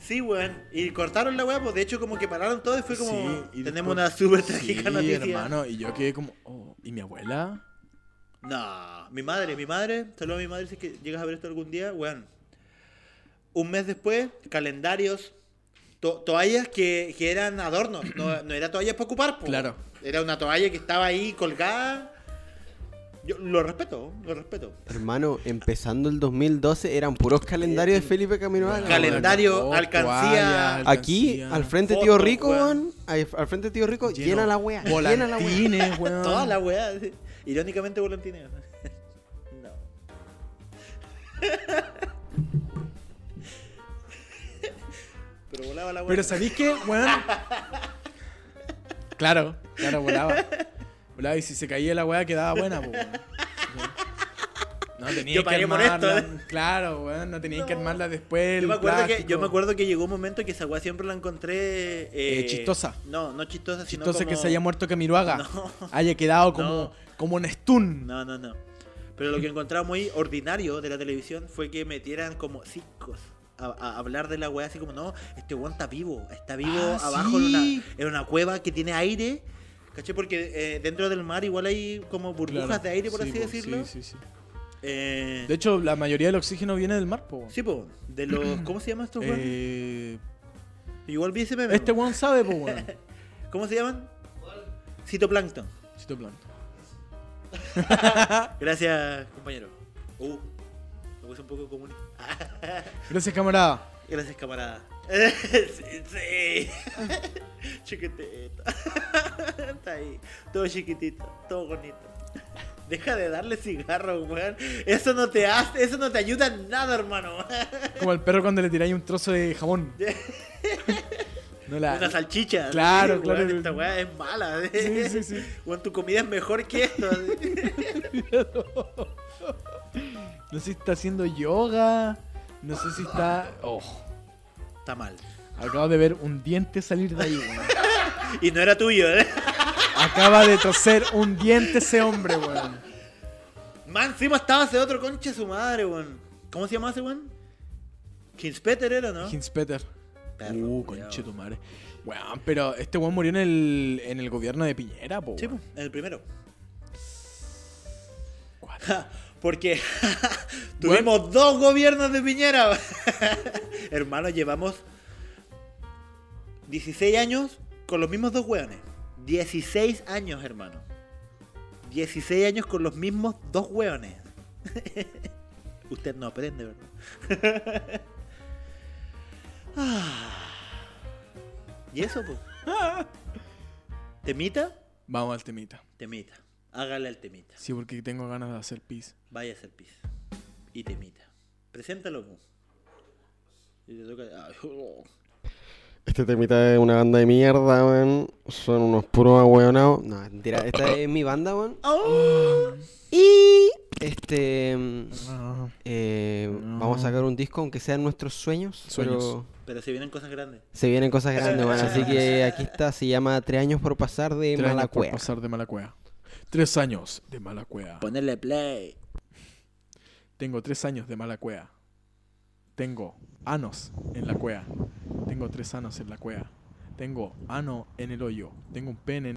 [SPEAKER 3] Sí, weón. Y cortaron la weá, pues de hecho como que pararon todo y fue como...
[SPEAKER 2] Sí, y
[SPEAKER 3] tenemos
[SPEAKER 2] después-
[SPEAKER 3] una súper trágica
[SPEAKER 2] sí,
[SPEAKER 3] noticia.
[SPEAKER 2] hermano, y yo quedé como, oh, ¿y mi abuela?
[SPEAKER 3] No, mi madre, mi madre. Saludos a mi madre si es que llegas a ver esto algún día, weón. Un mes después, calendarios, to- toallas que, que eran adornos. No, no era toallas para ocupar, po.
[SPEAKER 2] Claro.
[SPEAKER 3] Era una toalla que estaba ahí colgada. Yo lo respeto, lo respeto.
[SPEAKER 8] Hermano, empezando el 2012 eran puros calendarios de Felipe Camiroaga. weón.
[SPEAKER 3] Calendario,
[SPEAKER 2] Oh,
[SPEAKER 3] alcancía.
[SPEAKER 2] toalla,
[SPEAKER 8] Aquí,
[SPEAKER 2] alcancía.
[SPEAKER 8] al frente
[SPEAKER 3] Foto,
[SPEAKER 8] tío Rico,
[SPEAKER 3] weón.
[SPEAKER 8] weón. ahí- Al frente tío Rico,
[SPEAKER 2] Lleno.
[SPEAKER 8] llena la wea. Llena la wea.
[SPEAKER 2] Volantines, weón.
[SPEAKER 3] Toda la weá. sí. Irónicamente volantines. No. Pero volaba la weá.
[SPEAKER 2] Pero ¿sabéis qué, weón? Claro, claro, volaba. Volaba y si se caía la weá quedaba buena, po, weón. No tenía
[SPEAKER 3] Yo
[SPEAKER 2] que
[SPEAKER 3] pagué por
[SPEAKER 2] armarla.
[SPEAKER 3] esto, eh.
[SPEAKER 2] Claro, weón, no tenía que armarla después.
[SPEAKER 3] Yo
[SPEAKER 2] el
[SPEAKER 3] me, acuerdo que,
[SPEAKER 2] plástico.
[SPEAKER 3] yo me acuerdo que llegó un momento que esa weá siempre la encontré. eh,
[SPEAKER 2] Eh, chistosa.
[SPEAKER 3] No, no chistosa, sino.
[SPEAKER 2] Chistoso que
[SPEAKER 3] como-
[SPEAKER 2] se haya muerto Camiroaga.
[SPEAKER 3] No.
[SPEAKER 2] Haya quedado como,
[SPEAKER 3] No.
[SPEAKER 2] como un stun.
[SPEAKER 3] No, no, no. Pero lo que encontraba muy ordinario de la televisión fue que metieran como psicos a, a hablar de la weá así como, no, este weón está vivo, está vivo
[SPEAKER 2] Ah, sí.
[SPEAKER 3] abajo en, una, en una cueva que tiene aire. ¿Caché? Porque eh, dentro del mar igual hay como burbujas
[SPEAKER 2] Claro.
[SPEAKER 3] de aire, por
[SPEAKER 2] Sí,
[SPEAKER 3] así
[SPEAKER 2] po,
[SPEAKER 3] decirlo.
[SPEAKER 2] Sí, sí, sí.
[SPEAKER 3] Eh,
[SPEAKER 2] De hecho, la mayoría del oxígeno viene del mar, po. weón.
[SPEAKER 3] sí, pues, po, de los... ¿Cómo se llaman estos weones?
[SPEAKER 2] Eh,
[SPEAKER 3] igual vi ese meme.
[SPEAKER 2] este
[SPEAKER 3] po.
[SPEAKER 2] weón sabe, po, weón.
[SPEAKER 3] ¿Cómo se llaman? Citoplancton.
[SPEAKER 2] Citoplancton.
[SPEAKER 3] Gracias, compañero. Uh, me puse un poco común. Ah,
[SPEAKER 2] Gracias, camarada.
[SPEAKER 3] Gracias, camarada. sí, sí. chiquitito. Está ahí. Todo chiquitito, todo bonito. Deja de darle cigarro, weón. Eso no te hace, eso no te ayuda en nada, hermano.
[SPEAKER 2] Ah, Como el perro cuando le tiráis un trozo de jamón. No la.
[SPEAKER 3] Una salchicha.
[SPEAKER 2] Claro,
[SPEAKER 3] Sí,
[SPEAKER 2] claro.
[SPEAKER 3] weón, esta weá es mala.
[SPEAKER 2] Sí, sí, sí.
[SPEAKER 3] Weón, tu comida es mejor que esto.
[SPEAKER 2] No sé si está haciendo yoga. No sé si está. Oh,
[SPEAKER 3] Está mal.
[SPEAKER 2] acabo de ver un diente salir de ahí, weón.
[SPEAKER 3] Y no era tuyo, ¿eh?
[SPEAKER 2] Acaba de toser un diente ese hombre, weón.
[SPEAKER 3] Man, encima estaba ese otro conche su madre, weón. ¿Cómo se llamaba ese weón? Kingspeter era, ¿no?
[SPEAKER 2] Hinspeter.
[SPEAKER 3] Perro,
[SPEAKER 2] Uh,
[SPEAKER 3] culiao.
[SPEAKER 2] conche tu madre. Weón, pero este weón murió en el, en el gobierno de Piñera, po.
[SPEAKER 3] Sí,
[SPEAKER 2] weón.
[SPEAKER 3] po, Pues, el primero.
[SPEAKER 2] What?
[SPEAKER 3] Ja, Porque tuvimos dos gobiernos de Piñera. Hermano, llevamos 16 años con los mismos dos hueones. 16 años, hermano. 16 años con los mismos dos hueones. Usted no aprende, ¿verdad? Ah. y eso, pues. ¿Temita?
[SPEAKER 2] Vamos al temita.
[SPEAKER 3] Temita. Hágale al temita.
[SPEAKER 2] Sí, porque tengo ganas de hacer pis.
[SPEAKER 3] Vaya a hacer pis. Y temita. Preséntalo. mu. Y te toca. ay, oh.
[SPEAKER 8] Este temita es una banda de mierda, weón. Son unos puros ahueonados. No, mentira, esta es mi banda, weón. Y este mm, eh, vamos a sacar un disco, aunque sean nuestros sueños.
[SPEAKER 2] Sueños.
[SPEAKER 8] Pero
[SPEAKER 3] Pero se vienen cosas grandes.
[SPEAKER 8] se vienen cosas grandes, weón. Así que aquí está, se llama Tres años por pasar de
[SPEAKER 2] Tres años por
[SPEAKER 8] Malacuea.
[SPEAKER 2] pasar de mala cueva. Tres años de mala cueva.
[SPEAKER 3] Ponerle play.
[SPEAKER 2] Tengo tres años de mala cuea. Tengo anos en la cuea. Tengo tres anos en la cuea. Tengo ano en el hoyo. Tengo un pene en...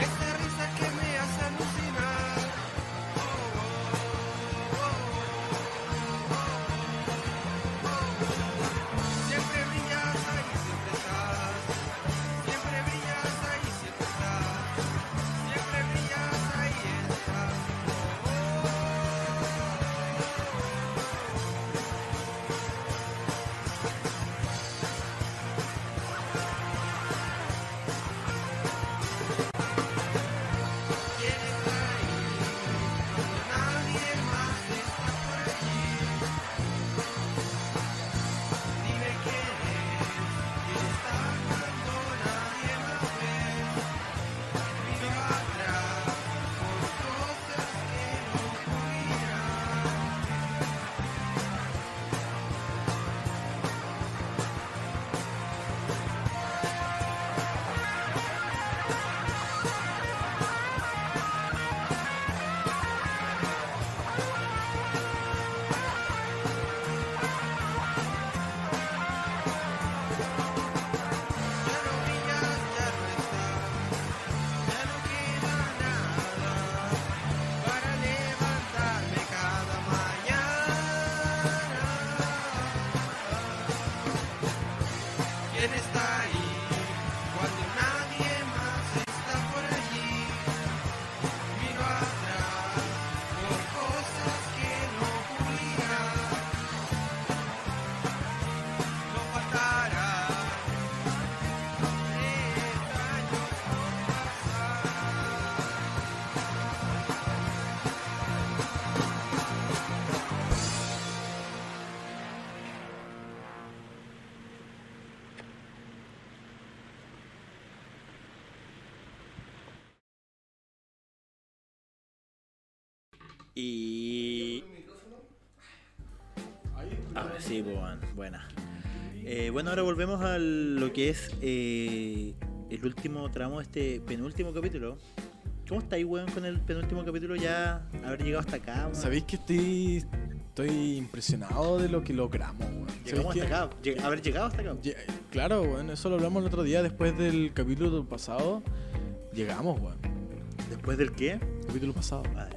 [SPEAKER 6] Esa risa que me hace
[SPEAKER 3] Y. Ahora sí, pues, weón, buena. Eh, bueno, ahora volvemos a lo que es eh, el último tramo de este penúltimo capítulo. ¿Cómo estáis, weón, con el penúltimo capítulo ya haber llegado hasta acá? weón?
[SPEAKER 2] ¿Sabéis que estoy, estoy impresionado de lo que logramos, weón?
[SPEAKER 3] Llegamos
[SPEAKER 2] ¿Sabéis
[SPEAKER 3] hasta acá. lleg- haber llegado hasta acá.
[SPEAKER 2] que- Lle- Claro, weón, eso lo hablamos el otro día después del capítulo pasado. Llegamos, weón.
[SPEAKER 3] ¿Después del qué?
[SPEAKER 2] Capítulo pasado.
[SPEAKER 3] Vale.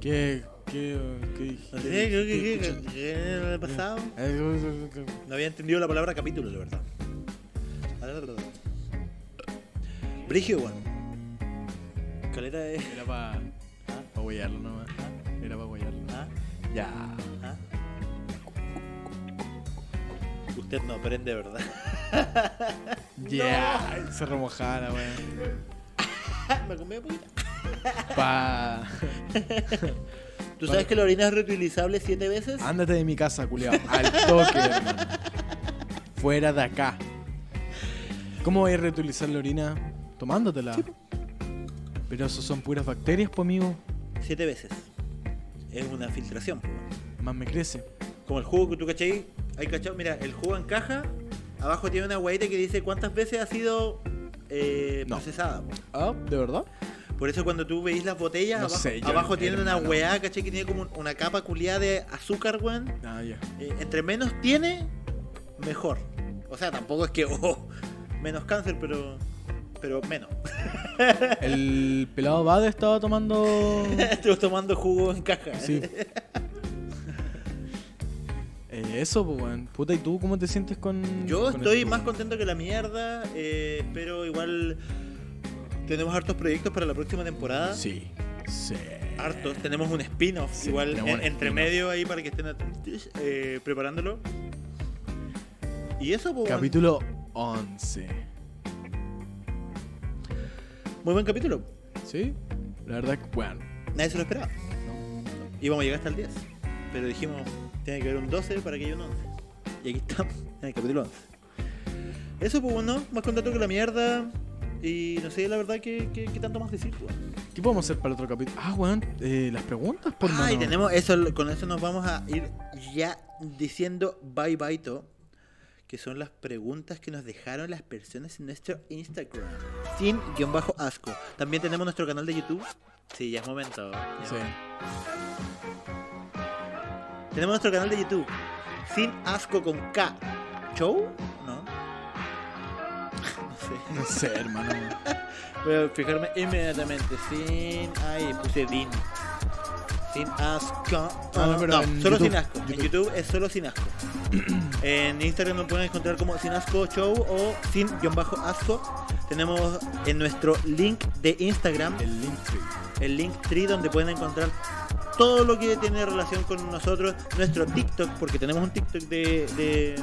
[SPEAKER 2] ¿Qué, qué, qué dije?
[SPEAKER 3] Ah, No sé, creo que- que- que- que- que- pasado. No había entendido la palabra capítulo, la verdad. Brigio, weón. Caleta de.
[SPEAKER 2] Era para pa guayarlo nomás. Era para guayarlo.
[SPEAKER 3] ¿Ah?
[SPEAKER 2] Ya.
[SPEAKER 3] ¿Ah? Usted no aprende, ¿verdad?
[SPEAKER 2] Ya. Se remojara, weón.
[SPEAKER 3] Me comí poquito.
[SPEAKER 2] Pa.
[SPEAKER 3] ¿Tú sabes que la orina es reutilizable siete veces?
[SPEAKER 2] Ándate de mi casa, culiao. Al toque, hermano. Fuera de acá. ¿Cómo vais a reutilizar la orina? Tomándotela. Pero eso son puras bacterias, pues, amigo.
[SPEAKER 3] Siete veces. Es una filtración, pues, po.
[SPEAKER 2] Más me crece.
[SPEAKER 3] Como el jugo que tú cachai. Hay cachado, mira, el jugo en caja. Abajo tiene una guaita que dice cuántas veces ha sido eh,
[SPEAKER 2] No.
[SPEAKER 3] procesada. po.
[SPEAKER 2] Ah, ¿de verdad?
[SPEAKER 3] Por eso cuando tú veis las botellas,
[SPEAKER 2] No
[SPEAKER 3] abajo,
[SPEAKER 2] sé, yo-
[SPEAKER 3] abajo tiene una
[SPEAKER 2] hermano.
[SPEAKER 3] weá, ¿cachai? Que tiene como un- una capa culiada de azúcar, weón.
[SPEAKER 2] Ah, ya.
[SPEAKER 3] Eh, entre menos tiene, mejor. O sea, tampoco es que oh, menos cáncer, pero pero menos.
[SPEAKER 2] El pelado Bade estaba tomando.
[SPEAKER 3] Estoy tomando jugo en caja.
[SPEAKER 2] Sí. Eh, eso, pues, weón. Puta, ¿y tú cómo te sientes con.?
[SPEAKER 3] Yo
[SPEAKER 2] con
[SPEAKER 3] estoy
[SPEAKER 2] esto?
[SPEAKER 3] más contento que la mierda, eh, pero igual tenemos hartos proyectos para la próxima temporada.
[SPEAKER 2] Sí. Sí.
[SPEAKER 3] Hartos, tenemos un spin-off
[SPEAKER 2] Sí,
[SPEAKER 3] igual
[SPEAKER 2] tenemos
[SPEAKER 3] en-
[SPEAKER 2] un
[SPEAKER 3] entre
[SPEAKER 2] spin-off.
[SPEAKER 3] medio ahí para que estén atentos, eh, preparándolo. Y eso, pues,
[SPEAKER 2] Capítulo 11.
[SPEAKER 3] muy buen capítulo.
[SPEAKER 2] ¿Sí? La verdad que, bueno.
[SPEAKER 3] Nadie se lo esperaba. Íbamos a llegar hasta el 10. Pero dijimos, tiene que haber un 12 para que haya un 11. Y aquí estamos, en el capítulo 11. Eso, pues bueno, más contento que la mierda. Y no sé, la verdad, qué, qué- qué tanto más decir. pues.
[SPEAKER 2] ¿Qué podemos hacer para el otro capítulo? Ah, weón, eh, las preguntas, por
[SPEAKER 3] Ah, y tenemos eso, con eso nos vamos a ir ya diciendo bye bye to. Que son las preguntas que nos dejaron las personas en nuestro Instagram. Sin guión bajo asco. También tenemos nuestro canal de YouTube. Sí, ya es momento. ya es
[SPEAKER 2] Sí.
[SPEAKER 3] Tenemos nuestro canal de YouTube. Sin asco con K. ¿Show? No. No sé.
[SPEAKER 2] No sé, hermano.
[SPEAKER 3] Voy a fijarme inmediatamente. Sin. Ahí puse Din. Sin asco.
[SPEAKER 2] Ah, No, no, pero en
[SPEAKER 3] solo
[SPEAKER 2] YouTube,
[SPEAKER 3] sin asco. En YouTube es solo sin asco. en Instagram me pueden encontrar como sin asco show o sin guión bajo asco. Tenemos en nuestro link de Instagram
[SPEAKER 2] El link
[SPEAKER 3] el Linktree donde pueden encontrar todo lo que tiene relación con nosotros, nuestro TikTok, porque tenemos un TikTok de, de,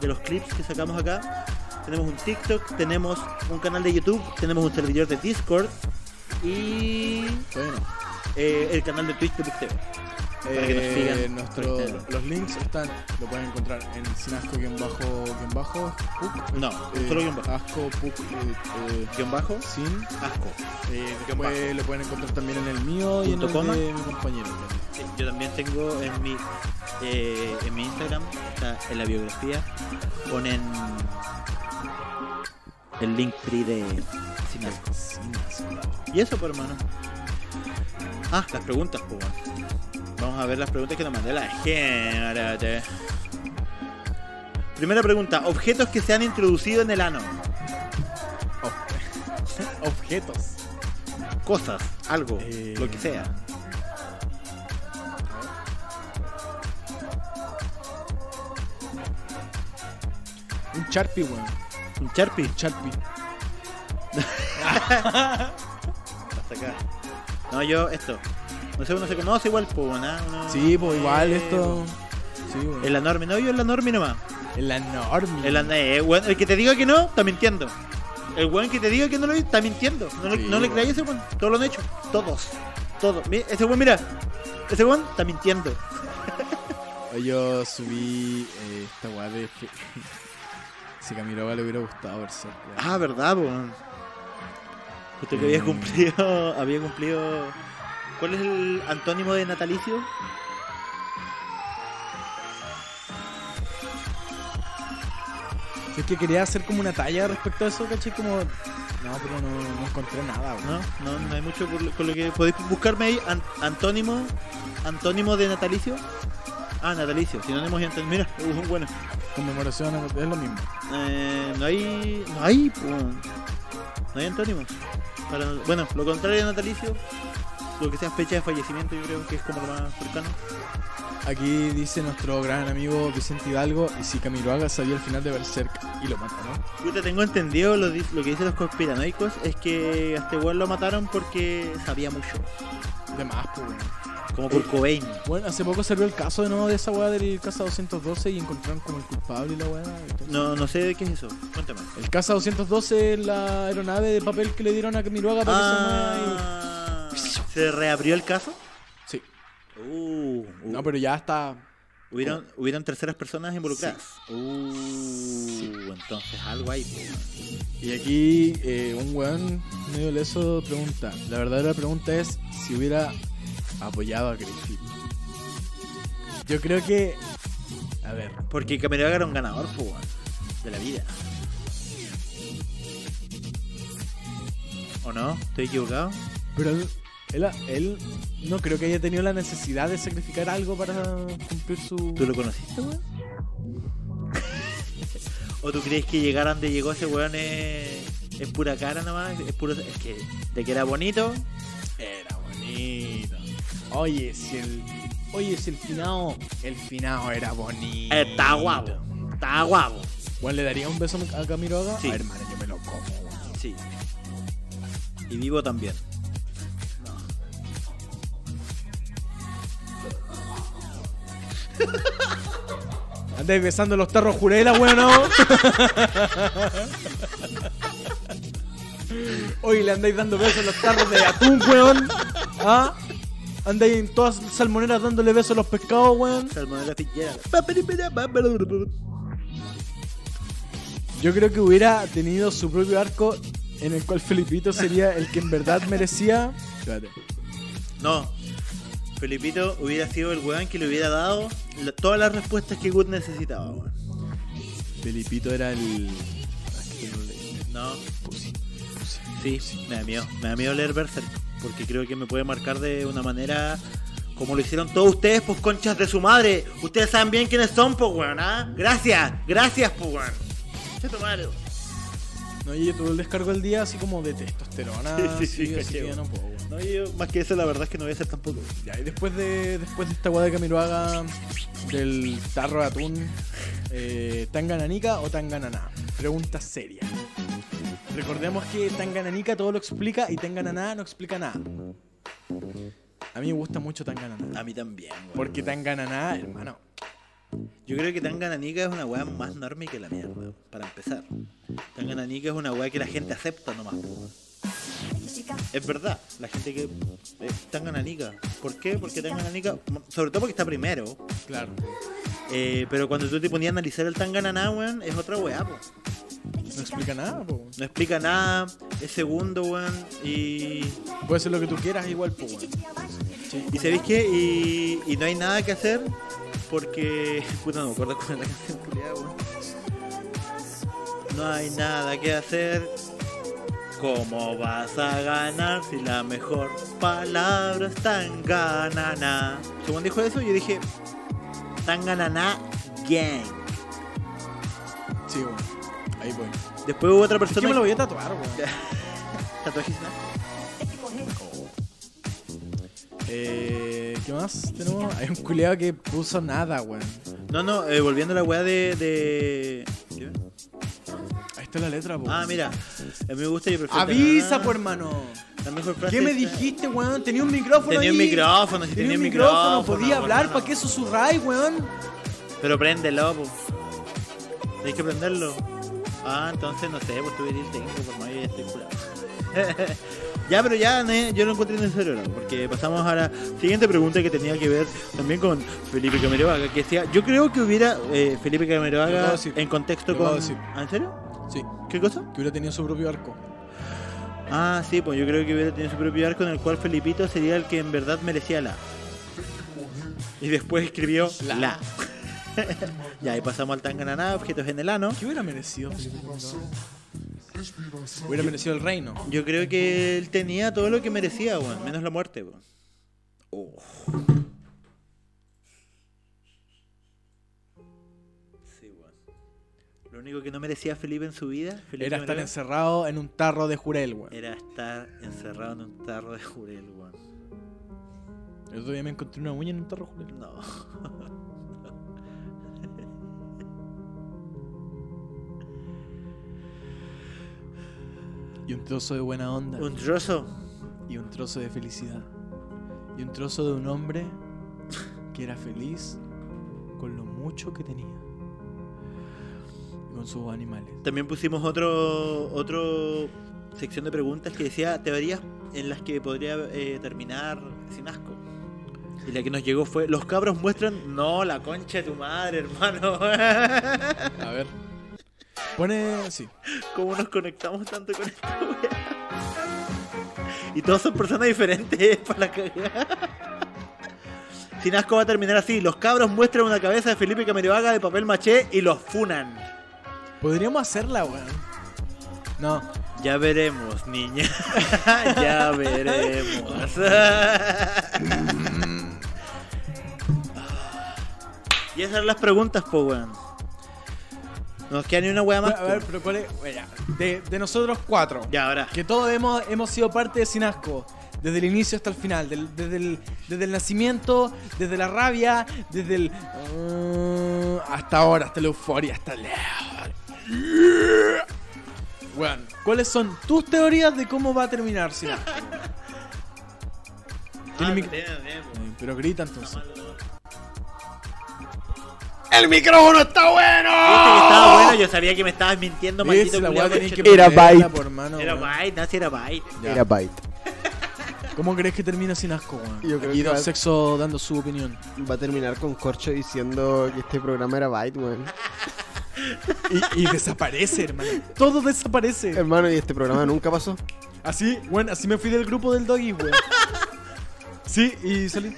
[SPEAKER 3] de los clips que sacamos acá, tenemos un TikTok, tenemos un canal de YouTube, tenemos un servidor de Discord y
[SPEAKER 2] Bueno.
[SPEAKER 3] eh, el canal de Twitch de Big Tech. Para que nos
[SPEAKER 2] Eh,
[SPEAKER 3] sigan.
[SPEAKER 2] nuestro,
[SPEAKER 3] Ahí está.
[SPEAKER 2] los links están, lo pueden encontrar en sinasco guión bajo guión bajo puc,
[SPEAKER 3] No,
[SPEAKER 2] eh,
[SPEAKER 3] solo guión bajo.
[SPEAKER 2] asco puc, eh, eh,
[SPEAKER 3] ah, Guión bajo,
[SPEAKER 2] sin
[SPEAKER 3] asco.
[SPEAKER 2] eh,
[SPEAKER 3] Guión
[SPEAKER 2] después lo pueden encontrar también en el mío y en
[SPEAKER 3] Punto
[SPEAKER 2] el
[SPEAKER 3] coma.
[SPEAKER 2] de mi compañero
[SPEAKER 3] Sí, Yo también tengo en mi eh, en mi Instagram, está en la biografía, ponen el link free de Sin Asco. Y eso, por hermano. Ah, las preguntas, pues. bueno. Vamos a ver las preguntas que nos mandó la gente. Primera pregunta, objetos que se han introducido en el ano.
[SPEAKER 2] objetos
[SPEAKER 3] Cosas, algo,
[SPEAKER 2] Eh,
[SPEAKER 3] lo que sea.
[SPEAKER 2] un sharpie weón
[SPEAKER 3] Un Sharpie.
[SPEAKER 2] sharpie
[SPEAKER 3] Hasta acá. No, yo esto. No sé, uno se conoce igual, pues, ¿no? Uno-
[SPEAKER 2] sí pues igual
[SPEAKER 3] Eh,
[SPEAKER 2] esto sí weón.
[SPEAKER 3] El anormi, no, yo el anormi nomás.
[SPEAKER 2] el enorme
[SPEAKER 3] El, an- eh, weón, el que te diga que no, está mintiendo. El weón que te diga que no lo hizo, está mintiendo. No, le-
[SPEAKER 2] Sí,
[SPEAKER 3] no le
[SPEAKER 2] weón.
[SPEAKER 3] creáis a ese weón. Todos lo han hecho. Todos. Todos. Mi- Ese weón, mira. Ese weón está mintiendo.
[SPEAKER 2] Yo subí eh, esta weá de. que- si Camiroga le hubiera gustado ver ser, weón.
[SPEAKER 3] Ah, verdad, weón. Justo que había
[SPEAKER 2] Mm.
[SPEAKER 3] cumplido. Había cumplido ¿Cuál es el antónimo de natalicio?
[SPEAKER 5] Es que quería hacer como una talla respecto a eso, caché, como... No, pero no, no encontré nada, güey.
[SPEAKER 3] No, no, no hay mucho por lo- con lo que podéis buscarme ahí. an- antónimo, antónimo de natalicio. Ah, natalicio, sinónimos y antónimos. Mira, uh, bueno.
[SPEAKER 2] Conmemoración es es lo mismo.
[SPEAKER 3] Eh, no hay, no hay, po, weón. no hay antónimos. Para- bueno, lo contrario de natalicio, lo que sea fecha de fallecimiento, yo creo que es como lo más cercano.
[SPEAKER 2] Aquí dice nuestro gran amigo Vicente Hidalgo, y si Camiroaga sabía el final de Berserk y lo mata, ¿no?
[SPEAKER 3] Puta, tengo entendido lo, di- lo que dicen los conspiranoicos es que a este weón lo mataron porque sabía mucho.
[SPEAKER 2] De más, pues, weón.
[SPEAKER 3] Como por Cobain.
[SPEAKER 2] Bueno, hace poco salió el caso de nuevo de esa weá del Casa 212 y encontraron como el culpable y la weá. entonces-
[SPEAKER 3] No, no sé de qué es eso. Cuéntame.
[SPEAKER 2] El Casa 212 es la aeronave de papel que le dieron a Camiroaga para que se mueva
[SPEAKER 3] Ah, ¿Se reabrió el caso?
[SPEAKER 2] y- Sí.
[SPEAKER 3] Uh, uh,
[SPEAKER 2] No, pero ya está.
[SPEAKER 3] ¿Hubieron, hubieron terceras personas involucradas. Uh, entonces algo hay. po.
[SPEAKER 2] Y aquí eh, un weón medio leso pregunta. La verdadera pregunta es si hubiera apoyado a Griffith. Yo creo que... A ver.
[SPEAKER 3] Porque Camilo era un ganador, po, weón, de la vida. ¿O no? ¿Estoy equivocado?
[SPEAKER 2] Pero él, él, él no creo que haya tenido la necesidad de sacrificar algo para cumplir su...
[SPEAKER 3] ¿Tú lo conociste, weón? ¿O tú crees que llegar a donde llegó ese weón es, es pura cara nomás? Es, puro, es que de que era bonito.
[SPEAKER 2] Era bonito. Oye, si el... Oye, si el finao... El finao era bonito.
[SPEAKER 3] Eh, Está guapo. Está guapo.
[SPEAKER 2] Bueno, ¿le daría un beso a Camiroaga?
[SPEAKER 3] Sí.
[SPEAKER 2] A ver, hermano, yo me lo como. weón.
[SPEAKER 3] Sí. Y vivo también.
[SPEAKER 5] Andáis besando los tarros jurela, weón, ¿no? Oye, le andáis dando besos a los tarros de atún, weón. ¿Ah? Andáis en todas salmoneras dándole besos a los pescados, weón.
[SPEAKER 3] Salmonella Fitzgerald.
[SPEAKER 5] Yo creo que hubiera tenido su propio arco en el cual Felipito sería el que en verdad merecía.
[SPEAKER 2] Espérate.
[SPEAKER 3] No. Felipito hubiera sido el weón que le hubiera dado la- todas las respuestas que Good necesitaba, weón.
[SPEAKER 2] Felipito era el... Ah, es que no leí.
[SPEAKER 3] No.
[SPEAKER 2] Pussy.
[SPEAKER 3] Sí, me da miedo. Me da miedo leer Berserk. Porque creo que me puede marcar de una manera como lo hicieron todos ustedes, pues conchas de su madre. Ustedes saben bien quiénes son, pues weón, ¿ah? Gracias, gracias, pues weón. Che tu madre, weón.
[SPEAKER 2] No, y yo tuve el descargo del día así como de testosterona.
[SPEAKER 3] Sí, sí,
[SPEAKER 2] así,
[SPEAKER 3] sí,
[SPEAKER 2] así
[SPEAKER 3] caché,
[SPEAKER 2] que
[SPEAKER 3] weón.
[SPEAKER 2] no puedo, weón.
[SPEAKER 3] No, yo más que eso la verdad es que no voy a hacer tampoco.
[SPEAKER 2] Ya, y después de, después de esta guada de Camiroaga, del tarro de atún, eh, ¿Tangananica o Tangananá? Pregunta seria. Recordemos que Tangananica todo lo explica y Tangananá no explica nada. A mí me gusta mucho Tangananá.
[SPEAKER 3] A mí también, weón.
[SPEAKER 2] Porque Tangananá, hermano,
[SPEAKER 3] Yo creo que Tangananica es una weá más enorme que la mierda, weón, para empezar. Tangananica es una weá que la gente acepta nomás. po, weón. Es verdad, la gente que. eh, Tangananica. ¿Por qué? Porque Tangananica. Sobre todo porque está primero.
[SPEAKER 2] claro.
[SPEAKER 3] eh, pero cuando tú te ponías a analizar el Tangananá, weón, es otra weá, po.
[SPEAKER 2] No explica nada, po.
[SPEAKER 3] No explica nada, es segundo, weón. Y.
[SPEAKER 2] Puede ser lo que tú quieras, igual, po. weón.
[SPEAKER 3] ¿Y sabéis qué? Y, y no hay nada que hacer porque. Puta, no me acuerdo cuál es la canción culiada, weón. No hay nada que hacer. ¿Cómo vas a ganar si la mejor palabra es tan ganana? Según dijo eso, yo dije. Tan ganana gang.
[SPEAKER 2] Sí, bueno. Ahí voy.
[SPEAKER 3] Después hubo otra
[SPEAKER 2] Es que
[SPEAKER 3] persona.
[SPEAKER 2] me lo voy a tatuar, weón.
[SPEAKER 3] Tatuajes, ¿no?
[SPEAKER 2] Eh, ¿Qué más tenemos? Hay un culeado que puso nada, weón.
[SPEAKER 3] No, no, eh, volviendo a la weá de. de... ¿Sí?
[SPEAKER 2] Ahí está la letra, po.
[SPEAKER 3] Ah, mira. A mí me gusta y yo prefiero.
[SPEAKER 5] Avisa,
[SPEAKER 3] Ah,
[SPEAKER 5] pues, hermano.
[SPEAKER 3] la mejor frase
[SPEAKER 5] ¿Qué me
[SPEAKER 3] está-
[SPEAKER 5] dijiste, weón? Tenía un micrófono
[SPEAKER 3] Tenía un
[SPEAKER 5] ahí.
[SPEAKER 3] micrófono, sí,
[SPEAKER 5] Tenía un
[SPEAKER 3] micrófono.
[SPEAKER 5] micrófono, podía hablar. ¿Para
[SPEAKER 3] hermano.
[SPEAKER 5] qué susurráis, weón?
[SPEAKER 3] Pero préndelo, pues. Tienes que prenderlo. Ah, entonces no sé, pues tuve el técnico, por más yo ya estoy curado. ya, pero ya, ne, yo lo encontré necesario ahora, porque pasamos a la siguiente pregunta que tenía que ver también con Felipe Cameroaga, que decía, yo creo que hubiera eh, Felipe
[SPEAKER 2] Lo puedo
[SPEAKER 3] Cameroaga
[SPEAKER 2] decir.
[SPEAKER 3] en contexto
[SPEAKER 2] Lo
[SPEAKER 3] con...
[SPEAKER 2] puedo decir.
[SPEAKER 3] ¿Ah, ¿En serio?
[SPEAKER 2] Sí,
[SPEAKER 3] ¿Qué cosa?
[SPEAKER 2] que hubiera tenido su propio arco.
[SPEAKER 3] Ah, sí, pues yo creo que hubiera tenido su propio arco en el cual Felipito sería el que en verdad merecía la. Y después escribió la. ya, y pasamos al Tanganana, objetos en el ano.
[SPEAKER 2] ¿Qué hubiera merecido Felipe González? Hubiera merecido el reino.
[SPEAKER 3] Yo creo que él tenía todo lo que merecía, weón, menos la muerte, weón. Oh. Sí, weón. Lo único que no merecía Felipe en su vida Felipe
[SPEAKER 2] Era estar
[SPEAKER 3] Moreno,
[SPEAKER 2] encerrado en un tarro de jurel,
[SPEAKER 5] Eh.
[SPEAKER 2] weón.
[SPEAKER 3] era estar encerrado en un tarro de jurel, weón.
[SPEAKER 2] El otro día me encontré una uña en un tarro de
[SPEAKER 5] Mm.
[SPEAKER 2] jurel.
[SPEAKER 3] No.
[SPEAKER 2] Y un trozo de buena onda.
[SPEAKER 3] Un trozo.
[SPEAKER 2] Y un trozo de felicidad. Y un trozo de un hombre que era feliz con lo mucho que tenía. Y con sus animales.
[SPEAKER 3] También pusimos otro otro sección de preguntas que decía teorías en las que podría eh, terminar sin asco. Y la que nos llegó fue, los cabros muestran, no, la concha de tu madre, hermano.
[SPEAKER 2] A ver. Pone. Sí.
[SPEAKER 3] ¿Cómo nos conectamos tanto con esta wea? Y todos son personas diferentes para la cagada. Sin asco va a terminar así. Los cabros muestran una cabeza de Felipe Camerioaga de papel maché y los funan.
[SPEAKER 2] Podríamos hacerla, weón. No.
[SPEAKER 3] Ya veremos, niña. ya veremos. y esas son las preguntas, po, weón. Nos queda ni una wea más.
[SPEAKER 2] A ver,
[SPEAKER 3] po.
[SPEAKER 2] pero pone. bueno, ya. De, de nosotros cuatro.
[SPEAKER 3] Ya, ahora.
[SPEAKER 2] Que todos hemos, hemos sido parte de Sin Asco. Desde el inicio hasta el final. del- desde, el, desde el nacimiento, desde la rabia, desde el. mm, hasta ahora, hasta la euforia, hasta el. Bueno, ¿cuáles son tus teorías de cómo va a terminar Sin Asco?
[SPEAKER 3] Ah,
[SPEAKER 2] Tiene mic- Eh, Pero grita entonces.
[SPEAKER 8] ¡El micrófono está
[SPEAKER 3] Viste
[SPEAKER 8] bueno!
[SPEAKER 3] que estaba bueno, yo sabía que me estabas mintiendo, maldito
[SPEAKER 2] Es la
[SPEAKER 3] culiao,
[SPEAKER 2] weá, tenés que
[SPEAKER 3] concha tu-
[SPEAKER 8] Era
[SPEAKER 2] ponerla,
[SPEAKER 8] bait.
[SPEAKER 2] po, hermano,
[SPEAKER 3] Era
[SPEAKER 2] weón.
[SPEAKER 3] byte, nazi era byte.
[SPEAKER 2] Ya.
[SPEAKER 8] Era Byte.
[SPEAKER 2] ¿Cómo crees que termina sin asco, weón?
[SPEAKER 8] Yo creo
[SPEAKER 2] y
[SPEAKER 8] que
[SPEAKER 2] Don
[SPEAKER 8] va-
[SPEAKER 2] Sexo dando su opinión.
[SPEAKER 8] Va a terminar con Corcho diciendo que este programa era Byte, weón.
[SPEAKER 2] Y, y desaparece, hermano. Em. Todo desaparece.
[SPEAKER 8] Hermano, y este programa nunca pasó.
[SPEAKER 2] Así, bueno, así me fui del grupo del doggy, weón. Sí, y salí.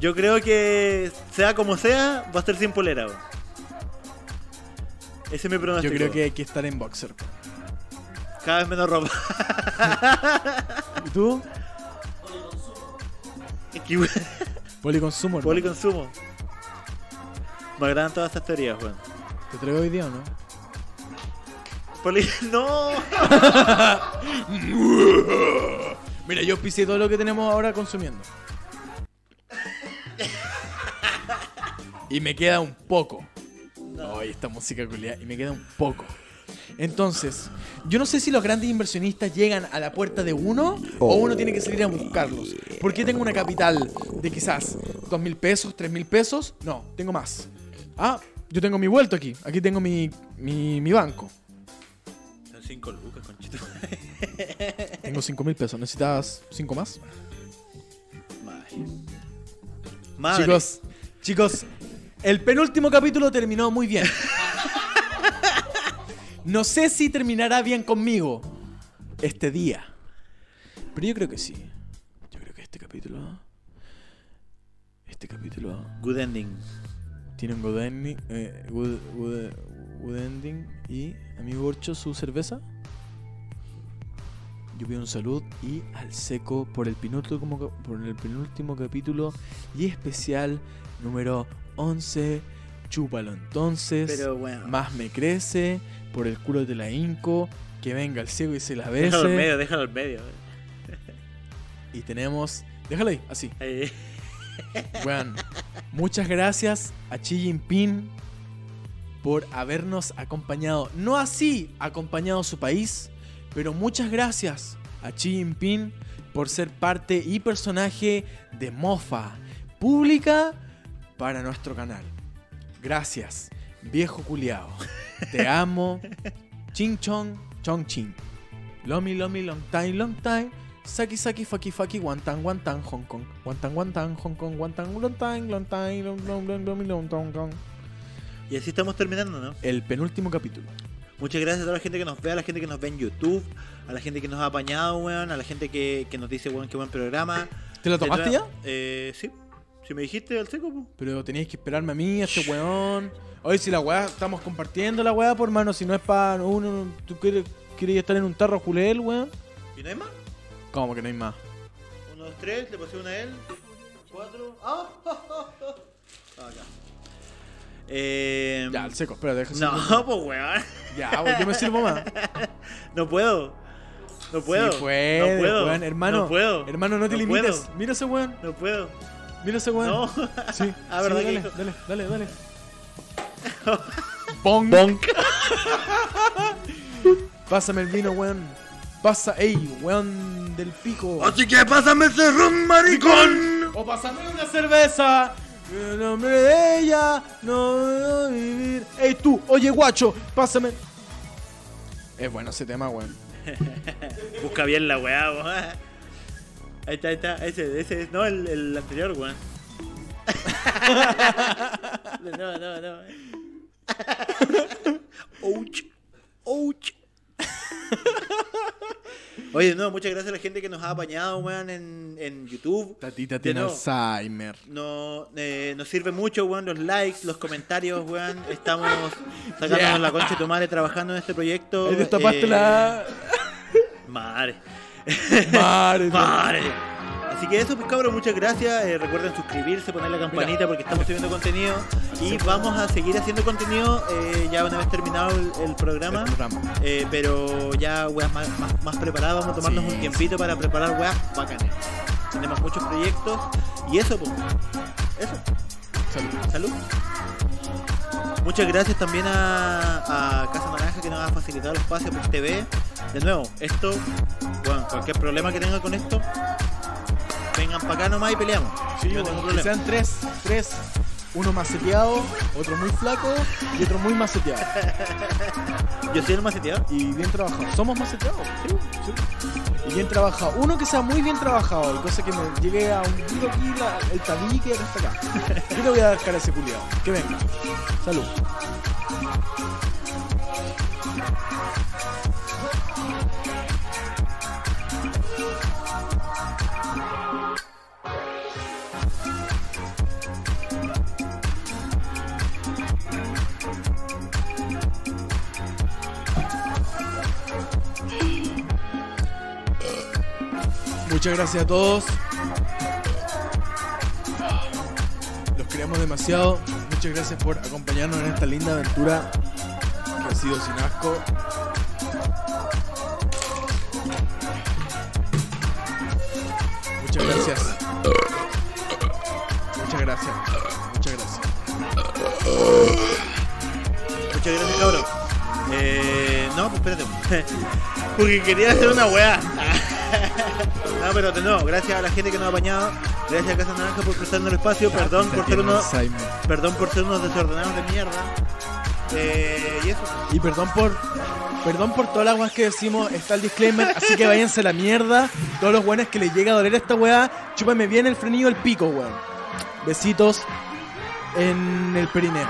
[SPEAKER 3] Yo creo que, sea como sea, va a estar sin polera, weón. Ese es mi
[SPEAKER 2] Yo
[SPEAKER 3] pronóstico.
[SPEAKER 2] creo que hay que estar en boxer. weón.
[SPEAKER 3] Cada vez menos ropa.
[SPEAKER 2] ¿Y tú?
[SPEAKER 3] Qué weón.
[SPEAKER 2] Policonsumo, hermano.
[SPEAKER 3] Policonsumo. Me agradan todas estas teorías, weón.
[SPEAKER 2] ¿Te traigo hoy día o no?
[SPEAKER 3] Poli... ¡No!
[SPEAKER 2] Mira, yo pisé todo lo que tenemos ahora consumiendo. Y me queda un poco. Ay, esta música culiada. Y me queda un poco. Entonces, yo no sé si los grandes inversionistas llegan a la puerta de uno o uno tiene que salir a buscarlos. Porque tengo una capital de quizás dos mil pesos, tres mil pesos. No, tengo más. Ah, yo tengo mi vuelto aquí. Aquí tengo mi, mi, mi banco.
[SPEAKER 3] Son cinco lucas, conchito.
[SPEAKER 2] Tengo cinco mil pesos. ¿Necesitas cinco más?
[SPEAKER 3] Madre. Madre.
[SPEAKER 2] Chicos, chicos, el penúltimo capítulo terminó muy bien. No sé si terminará bien conmigo este día. Pero yo creo que sí. Yo creo que este capítulo. Este capítulo
[SPEAKER 3] Good ending.
[SPEAKER 2] tiene un good ending. eh, good- good- good ending. Y, amigo Orcho, su cerveza. Yo pido un salud y al seco por el, penúltimo, ca- por el penúltimo capítulo y especial número 11. Chúpalo entonces.
[SPEAKER 3] Pero bueno.
[SPEAKER 2] Más me crece. Por el culo de la Inco. Que venga el seco y se la bese.
[SPEAKER 3] Déjalo al medio, déjalo al medio. eh. weón.
[SPEAKER 2] Y tenemos. Déjalo ahí, así.
[SPEAKER 3] Ahí.
[SPEAKER 2] Weón, muchas gracias a Xi Jinping por habernos acompañado. No así acompañado su país, pero muchas gracias a Xi Jinping por ser parte y personaje de mofa pública para nuestro canal. Gracias, viejo culiao. Te amo. Ching chong, chong ching. Lomi, lomi, long time, long time. Saki, saki, faki, faki, guantán, guantán, Hong Kong. Guantán, guantán, Hong Kong, guantán, long time, long time, long, long, long, long, long, long, long.
[SPEAKER 3] Y así estamos terminando, ¿no?
[SPEAKER 2] El penúltimo capítulo.
[SPEAKER 3] Muchas gracias a toda la gente que nos ve, a la gente que nos ve en YouTube, a la gente que nos ha apañado, weón, a la gente que, que nos dice, weón, qué buen programa.
[SPEAKER 2] ¿Te la tomaste
[SPEAKER 3] Detrás-
[SPEAKER 2] ya?
[SPEAKER 3] Eh, sí. Si me dijiste al seco, po.
[SPEAKER 2] Pero teníais que esperarme a mí, a este weón. Hoy si la weá, estamos compartiendo la weá, por mano, si no es para uno, tú quieres, quieres estar en un tarro culel, weón.
[SPEAKER 3] ¿Y no hay más?
[SPEAKER 2] ¿Cómo que no hay más?
[SPEAKER 3] Uno, dos, tres, le pasé una a él. Cuatro. ¡Ah! Ah, ya. Eh,
[SPEAKER 2] Ya, el seco, espérate, deja
[SPEAKER 3] No, pues weón.
[SPEAKER 2] Ya, weón, yo me sirvo más.
[SPEAKER 3] No puedo. No puedo.
[SPEAKER 2] Sí, puede,
[SPEAKER 3] no puedo.
[SPEAKER 2] weón. Hermano,
[SPEAKER 3] No puedo.
[SPEAKER 2] hermano, no te
[SPEAKER 3] No
[SPEAKER 2] limites.
[SPEAKER 3] puedo.
[SPEAKER 2] Mira ese weón,
[SPEAKER 3] No puedo.
[SPEAKER 2] mira ese weón.
[SPEAKER 3] No.
[SPEAKER 2] Sí,
[SPEAKER 3] Ah,
[SPEAKER 2] sí,
[SPEAKER 3] verdad que
[SPEAKER 2] dale,
[SPEAKER 3] dijo.
[SPEAKER 2] dale, dale, dale. Bonk. Pásame el vino, weón. Pasa, ey, weón del pico.
[SPEAKER 1] Así que pásame ese rum, maricón.
[SPEAKER 2] O pásame una cerveza. El nombre de ella no debo vivir. Ey, tú, oye, guacho, pásame. Es bueno ese tema, weón.
[SPEAKER 3] Busca bien la weá, weón. Ahí está, ahí está. Ese, ese es. No, el, el anterior, weón. no, no, no. Ouch. Ouch. Oye, no, muchas gracias a la gente que nos ha apañado, weón, en, en YouTube.
[SPEAKER 2] Tatita
[SPEAKER 3] De
[SPEAKER 2] tiene
[SPEAKER 3] nuevo.
[SPEAKER 2] Alzheimer.
[SPEAKER 3] No, eh, nos sirve mucho, weón, los likes, los comentarios, weón. Estamos sacándonos
[SPEAKER 2] Yeah.
[SPEAKER 3] la concha de tu madre trabajando en este proyecto.
[SPEAKER 2] Ahí destapaste
[SPEAKER 3] eh,
[SPEAKER 2] la.
[SPEAKER 3] Madre.
[SPEAKER 2] Madre.
[SPEAKER 3] Madre. Así que eso, pues cabros, muchas gracias. Eh, recuerden suscribirse, poner la campanita porque estamos subiendo contenido. Y vamos a seguir haciendo contenido eh, ya una vez terminado el, el programa.
[SPEAKER 2] programa.
[SPEAKER 3] Eh, pero ya weas más, más, más preparadas, vamos a tomarnos un tiempito para preparar weas bacanas. Tenemos muchos proyectos. Y eso, pues. Eso.
[SPEAKER 2] Salud.
[SPEAKER 3] Salud. Muchas gracias también a, a Casa Naranja que nos ha facilitado el espacio por TV. De nuevo, esto, bueno, cualquier problema que tengan con esto, vengan para acá nomás y peleamos.
[SPEAKER 2] Sí,
[SPEAKER 3] Yo
[SPEAKER 2] bueno,
[SPEAKER 3] no tengo
[SPEAKER 2] que
[SPEAKER 3] problema.
[SPEAKER 2] sean tres, tres. Uno maceteado, otro muy flaco y otro muy maceteado.
[SPEAKER 3] Yo soy el maceteado.
[SPEAKER 2] Y bien trabajado. Somos maceteados. sí, sí. Y bien trabajado. Uno que sea muy bien trabajado. Y cosa que me llegue a un tiro aquí la- el tabique hasta acá. Yo te voy a dar cara a ese culiado. Que venga. Salud. Muchas gracias a todos. Los queremos demasiado. Muchas gracias por acompañarnos en esta linda aventura que ha sido sin asco. Muchas gracias. Muchas gracias. Muchas gracias.
[SPEAKER 3] Muchas gracias, cabrón. Eh, no, pues espérate. Porque quería hacer una weá. No, pero de nuevo, gracias a la gente que nos ha apañado. Gracias a Casa Naranja por prestarnos el espacio. Perdón por ser unos,
[SPEAKER 2] Alzheimer.
[SPEAKER 3] perdón por ser unos desordenados de mierda. Eh, y eso.
[SPEAKER 2] Y perdón por perdón por todas las weas que decimos, está el disclaimer, así que váyanse a la mierda. Todos los buenos que les llega a doler esta weá, chúpame bien el frenillo el pico, weón. Besitos en el perineo.